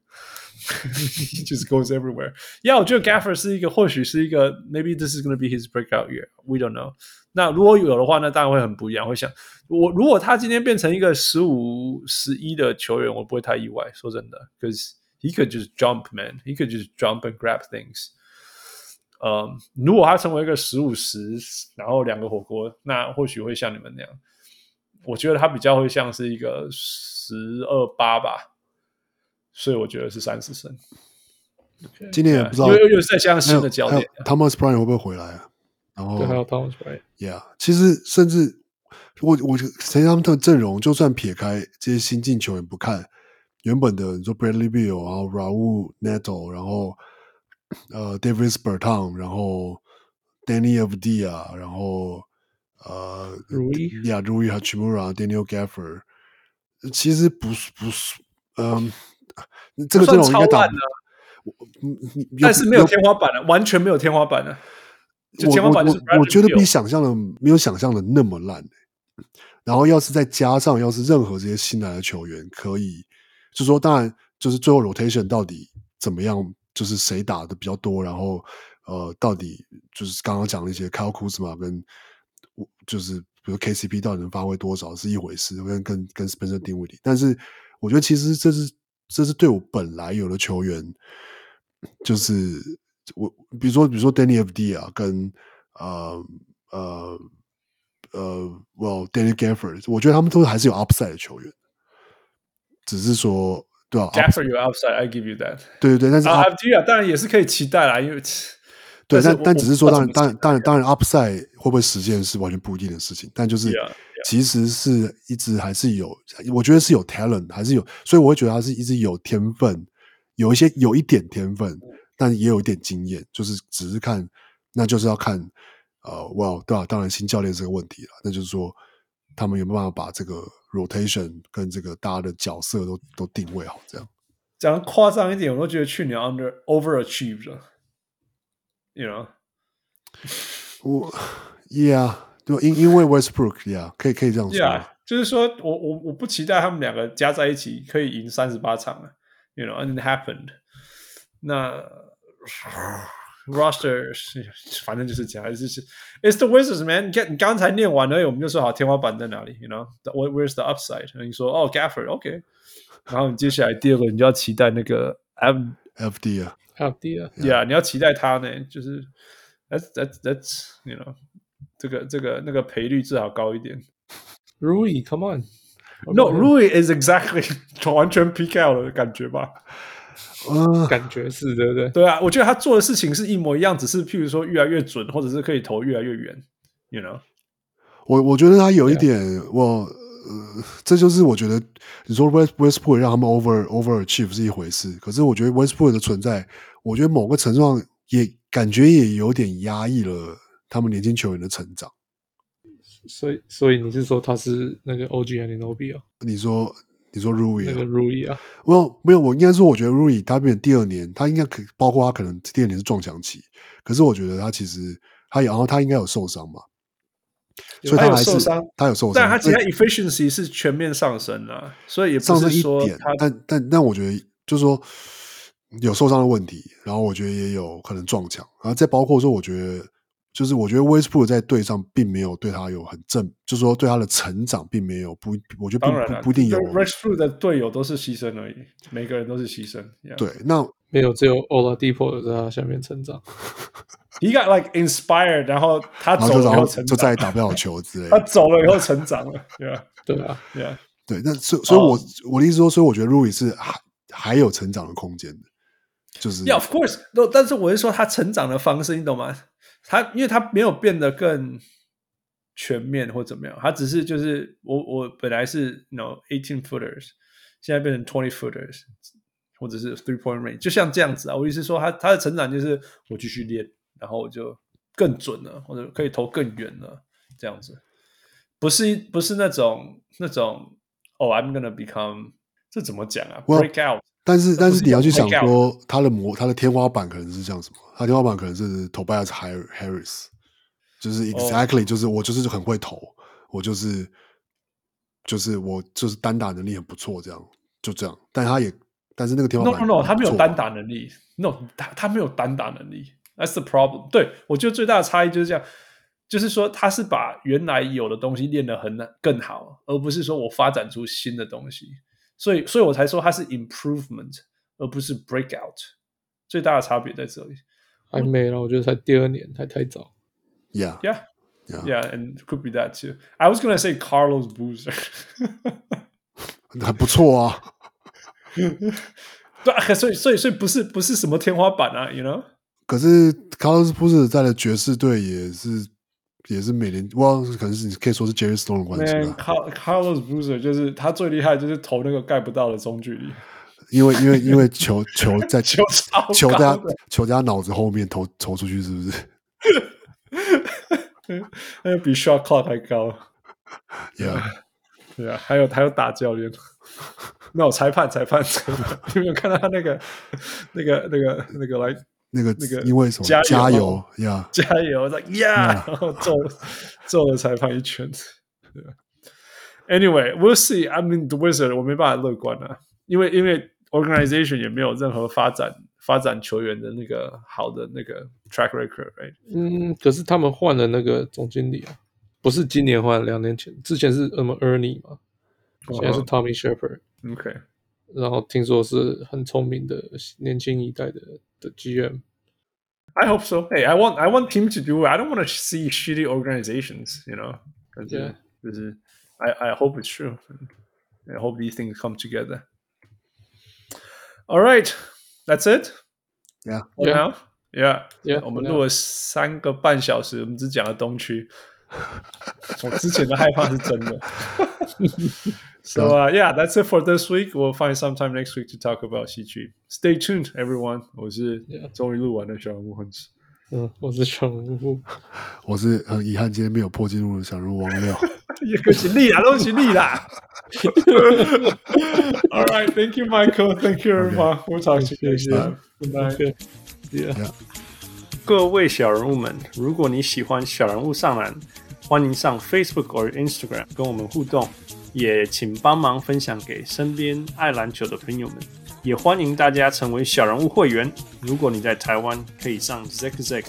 S3: 就是 goes everywhere。Yeah，我觉得 Gafford 是一个，或许是一个，maybe this is g o n n a be his breakout year，we don't know。那如果有的话，那当然会很不一样，会想我如果他今天变成一个十五、十一的球员，我不会太意外。说真的，because he could just jump man，he could just jump and grab things。嗯，如果他成为一个十五十，然后两个火锅，那或许会像你们那样。我觉得他比较会像是一个十二八吧，所以我觉得是三十胜，
S2: 今年也不知道
S3: 因为又又再像
S2: 还
S3: 新
S2: 有
S3: 的啊教
S2: 还
S3: 练
S2: 有 Thomas Bryant 会不会回来啊？然后
S4: 对，还有 Thomas Bryant。
S2: Yeah，其实甚至我我陈他们的阵容，就算撇开这些新进球员不看，原本的你说 Bradley Beal，然后 Raul Neto，然后呃 Davis Bertan，然后 Danny Avdia，然后呃
S4: Rui
S2: ，Yeah Rui Hachimura，Daniel 啊 Gaffer，其实不是不是，嗯、这个阵容应该打
S3: 不算超烂
S2: 不
S3: 的，
S2: 我嗯你
S3: 但是没有天花板了，完全没有天花板了。啊就
S2: 我
S3: 天花
S2: 我
S3: 板就是
S2: 我我
S3: Bradley
S2: 觉得
S3: Beal
S2: 比想象的没有想象的那么烂、欸然后要是再加上要是任何这些新来的球员可以，就说当然就是最后 rotation 到底怎么样，就是谁打的比较多，然后呃到底就是刚刚讲的一些 Kyle Kuzma 跟我就是比如 KCP 到底能发挥多少是一回事，跟跟跟 Spencer d i n w i d d i 但是我觉得其实这是这是对我本来有的球员，就是我比如说比如说 Danny FD 啊，跟呃呃呃，Well Danny Gafford，我觉得他们都还是有 upside 的球员，只是说对吧、啊
S3: Jaffer 有 outside，I give you that。
S2: 对对对，但是
S3: 啊
S2: up-
S3: f d 啊，当然也是可以期待啦，因为
S2: 对，
S3: 是
S2: 但
S3: 我
S2: 但只是说，当然，当然，，
S3: 我
S2: 当然，当然，upside 会不会实现是完全不一定的事情。但就是
S3: Yeah, yeah.
S2: 其实是一直还是有，我觉得是有 talent，还是有，所以我会觉得他是一直有天分，有一些有一点天分，但也有一点经验，就是只是看，那就是要看，呃，哇，对啊，当然新教练是个问题了，那就是说他们有没有办法把这个 rotation 跟这个大家的角色都都定位好，这样。
S3: 讲得夸张一点，我都觉得去年 under overachieved 了，you know。
S2: 我，Yeah，对，因因为 Westbrook，Yeah，可以可以这样说。
S3: Yeah，就是说我我我不期待他们两个加在一起可以赢三十八场啊，you know，and it happened 那。 roster 是反正就是这样，就是 It's the Wizards man。你刚才念完而已，我们就说好天花板在哪里，you know，what where's the upside？然后你说哦 Gafford，OK，、然后你接下来第二个你就要期待那个 Ab
S2: FD 啊，
S4: 还有第二，
S3: Yeah，你要期待他呢，就是 that's that's that's you know，这个这个那个赔率至少高一点。
S4: 如意，Come on，
S3: No, Rui is exactly 完全 pick out 的感觉吧？
S2: 嗯、
S4: 感觉是对不对？
S3: 对啊，我觉得他做的事情是一模一样，只是譬如说越来越准，或者是可以投越来越远，you know？
S2: 我我觉得他有一
S3: 啊
S2: 点，我、呃，这就是我觉得你说 West Westbrook 让他们 over over achieve 是一回事，可是我觉得 Westbrook 的存在，我觉得某个程度上也感觉也有点压抑了他们年轻球员的成长。
S4: 所以所以你是说他是那个 OG 还是 NOB 啊？
S2: 你说你说 Rui
S4: 那
S2: 啊
S4: 个如意啊？
S2: well, 没有，我应该说，我觉得 Rui 他变成第二年，他应该可包括他可能第二年是撞墙期，可是我觉得他其实他也然后他应该有受伤嘛，所以
S3: 他有
S2: 还是
S3: 受伤
S2: 他有受伤，
S3: 但他其他
S2: 那
S3: efficiency 是全面上升了，所以也不
S2: 上升
S3: 是
S2: 一
S3: 说
S2: 点
S3: 他，
S2: 但但但我觉得就是说有受伤的问题，然后我觉得也有可能撞墙，然后再包括说，我觉得就是我觉得 Westbrook 在队上并没有对他有很正，就是说对他的成长并没有不，我觉得
S3: 当
S2: 并
S3: 然
S2: 不
S3: 了，
S2: 不一定有
S3: r e s h f o o d 的队友都是牺牲而已，每个人都是牺牲。Yeah.
S2: 对，那
S4: 没有，只有 Ola Depot 在他下面成长。
S3: ，He got like inspired，然后他
S2: 然后
S3: 走
S2: 就
S3: 了以
S2: 然
S3: 后
S2: 后
S3: 成
S2: 就再也，
S3: 长
S2: 打不了球之类的
S3: 他。走了以后成长了。Yeah,
S4: 对啊，
S3: yeah.
S2: 对，那所以
S3: 哦
S2: 所以我，我、的意思说，所以我觉得 Rui 是还还有成长的空间的，就是、
S3: Yeah, of course. No，但是我是说他成长的方式，你懂吗？他因为他没有变得更全面或怎么样，他只是就是我我本来是 no eighteen footers，现在变成 twenty footers，或者是 three point range，就像这样子啊。我意思说他他的成长就是我继续练，然后我就更准了，或者可以投更远了，这样子。不是不是那种那种哦、oh,，I'm gonna become 这怎么讲啊
S2: Well,
S3: ？Break out
S2: 但是但是你要去想
S3: breakout
S2: 说，他的模他的天花板可能是这样什么？他天花板可能是 Tobias Har- Harris，就是
S3: 哦
S2: exactly 就是我就是很会投，我就是就是我就是单打能力很不错，这样就这样。但他也但是那个天花
S3: No
S2: 板
S3: no no，他没有
S2: 很不错
S3: 单打能力。No，他他没有单打能力。That's the problem 对。我觉得最大的差异就是这样，就是说他是把原来有的东西练得很更好，而不是说我发展出新的东西。所以，所以我才说他是 improvement，而不是 breakout。最大的差别在这里。
S4: 还没了，我觉得才第二年，还太早。
S2: ，yeah
S3: Yeah,
S2: Yeah.
S3: yeah, and could be that too. I was gonna say Carlos Boozer.
S2: 很不错啊。
S3: 对啊，所以所以所以不是不是什么天花板啊，you know。
S2: 可是卡洛斯布斯在的爵士队也是也是每年，哇，可能是你可以说是 Jerry Stone 的关系
S3: Man,
S2: 吧，
S3: Car- Carlos Boozer 就是他最厉害，就是投那个盖不到的中距离，
S2: 因为因为因为球球在
S3: 球超高
S2: 球啊在他
S3: 的
S2: 球在他脑子后面投投出去，是不是
S3: 那个比 shot clock 还高。
S2: ？Yeah，
S3: 对啊，还有还有打教练， 那我裁判裁判， 裁判你有没有看到他那个那个那个那个来
S2: 那个
S3: 那个
S2: 因为什么
S3: 加油
S2: 加油，Yeah，
S3: 加油，like yeah，然后揍揍了裁判一拳。对啊 Anyway, we'll see. I mean, the wizard 我没办法乐观啊，因为因为 organization 也没有任何发展发展球员的那个好的那个 track record，right？
S4: 嗯，可是他们换了那个总经理啊，不是今年换，两年前，之前是什么 Ernie 嘛，现
S3: 哦
S4: 在是 Tommy Shepard，
S3: OK，
S4: 然后听说是很聪明的年轻一代的的 GM。
S3: I hope so. Hey, I want I want team to do. it. I don't want to see shitty organizations. You know, This is-
S4: Yeah.
S3: this is- I I hope it's true. I hope these things come together. All right, that's it.
S2: Yeah.
S3: For
S4: Yeah.
S3: now. Yeah.
S4: Yeah，
S3: 我们录了三个半小时，我们只讲了东区。我之前的害怕是真的。So uh, yeah, that's it for this week. We'll find some time next week to talk about 西区。Stay tuned, everyone. 我是
S4: Yeah.
S3: 终于录完的小人物亨氏。
S4: 嗯，我是小人物，
S2: 我是很遗憾今天没有破纪录的小人物王 六。
S3: 也恭喜你啦，恭喜你 啦。All right, thank you, Michael. Thank you, everyone. We'll talk to you next time. Goodbye. 各位小人物们，如果你喜欢小人物上篮，欢迎上 Facebook 或 Instagram 跟我们互动，也请帮忙分享给身边爱篮球的朋友们。也欢迎大家成为小人物会员。如果你在台湾，可以上 ZackZack；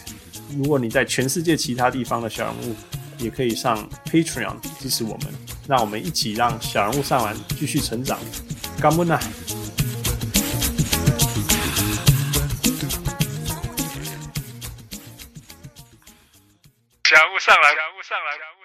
S3: 如果你在全世界其他地方的小人物，也可以上 Patreon 支持我们。让我们一起让小人物上篮继续成长。干杯呐！
S1: 小人物上篮，小人物上篮，小人物上篮。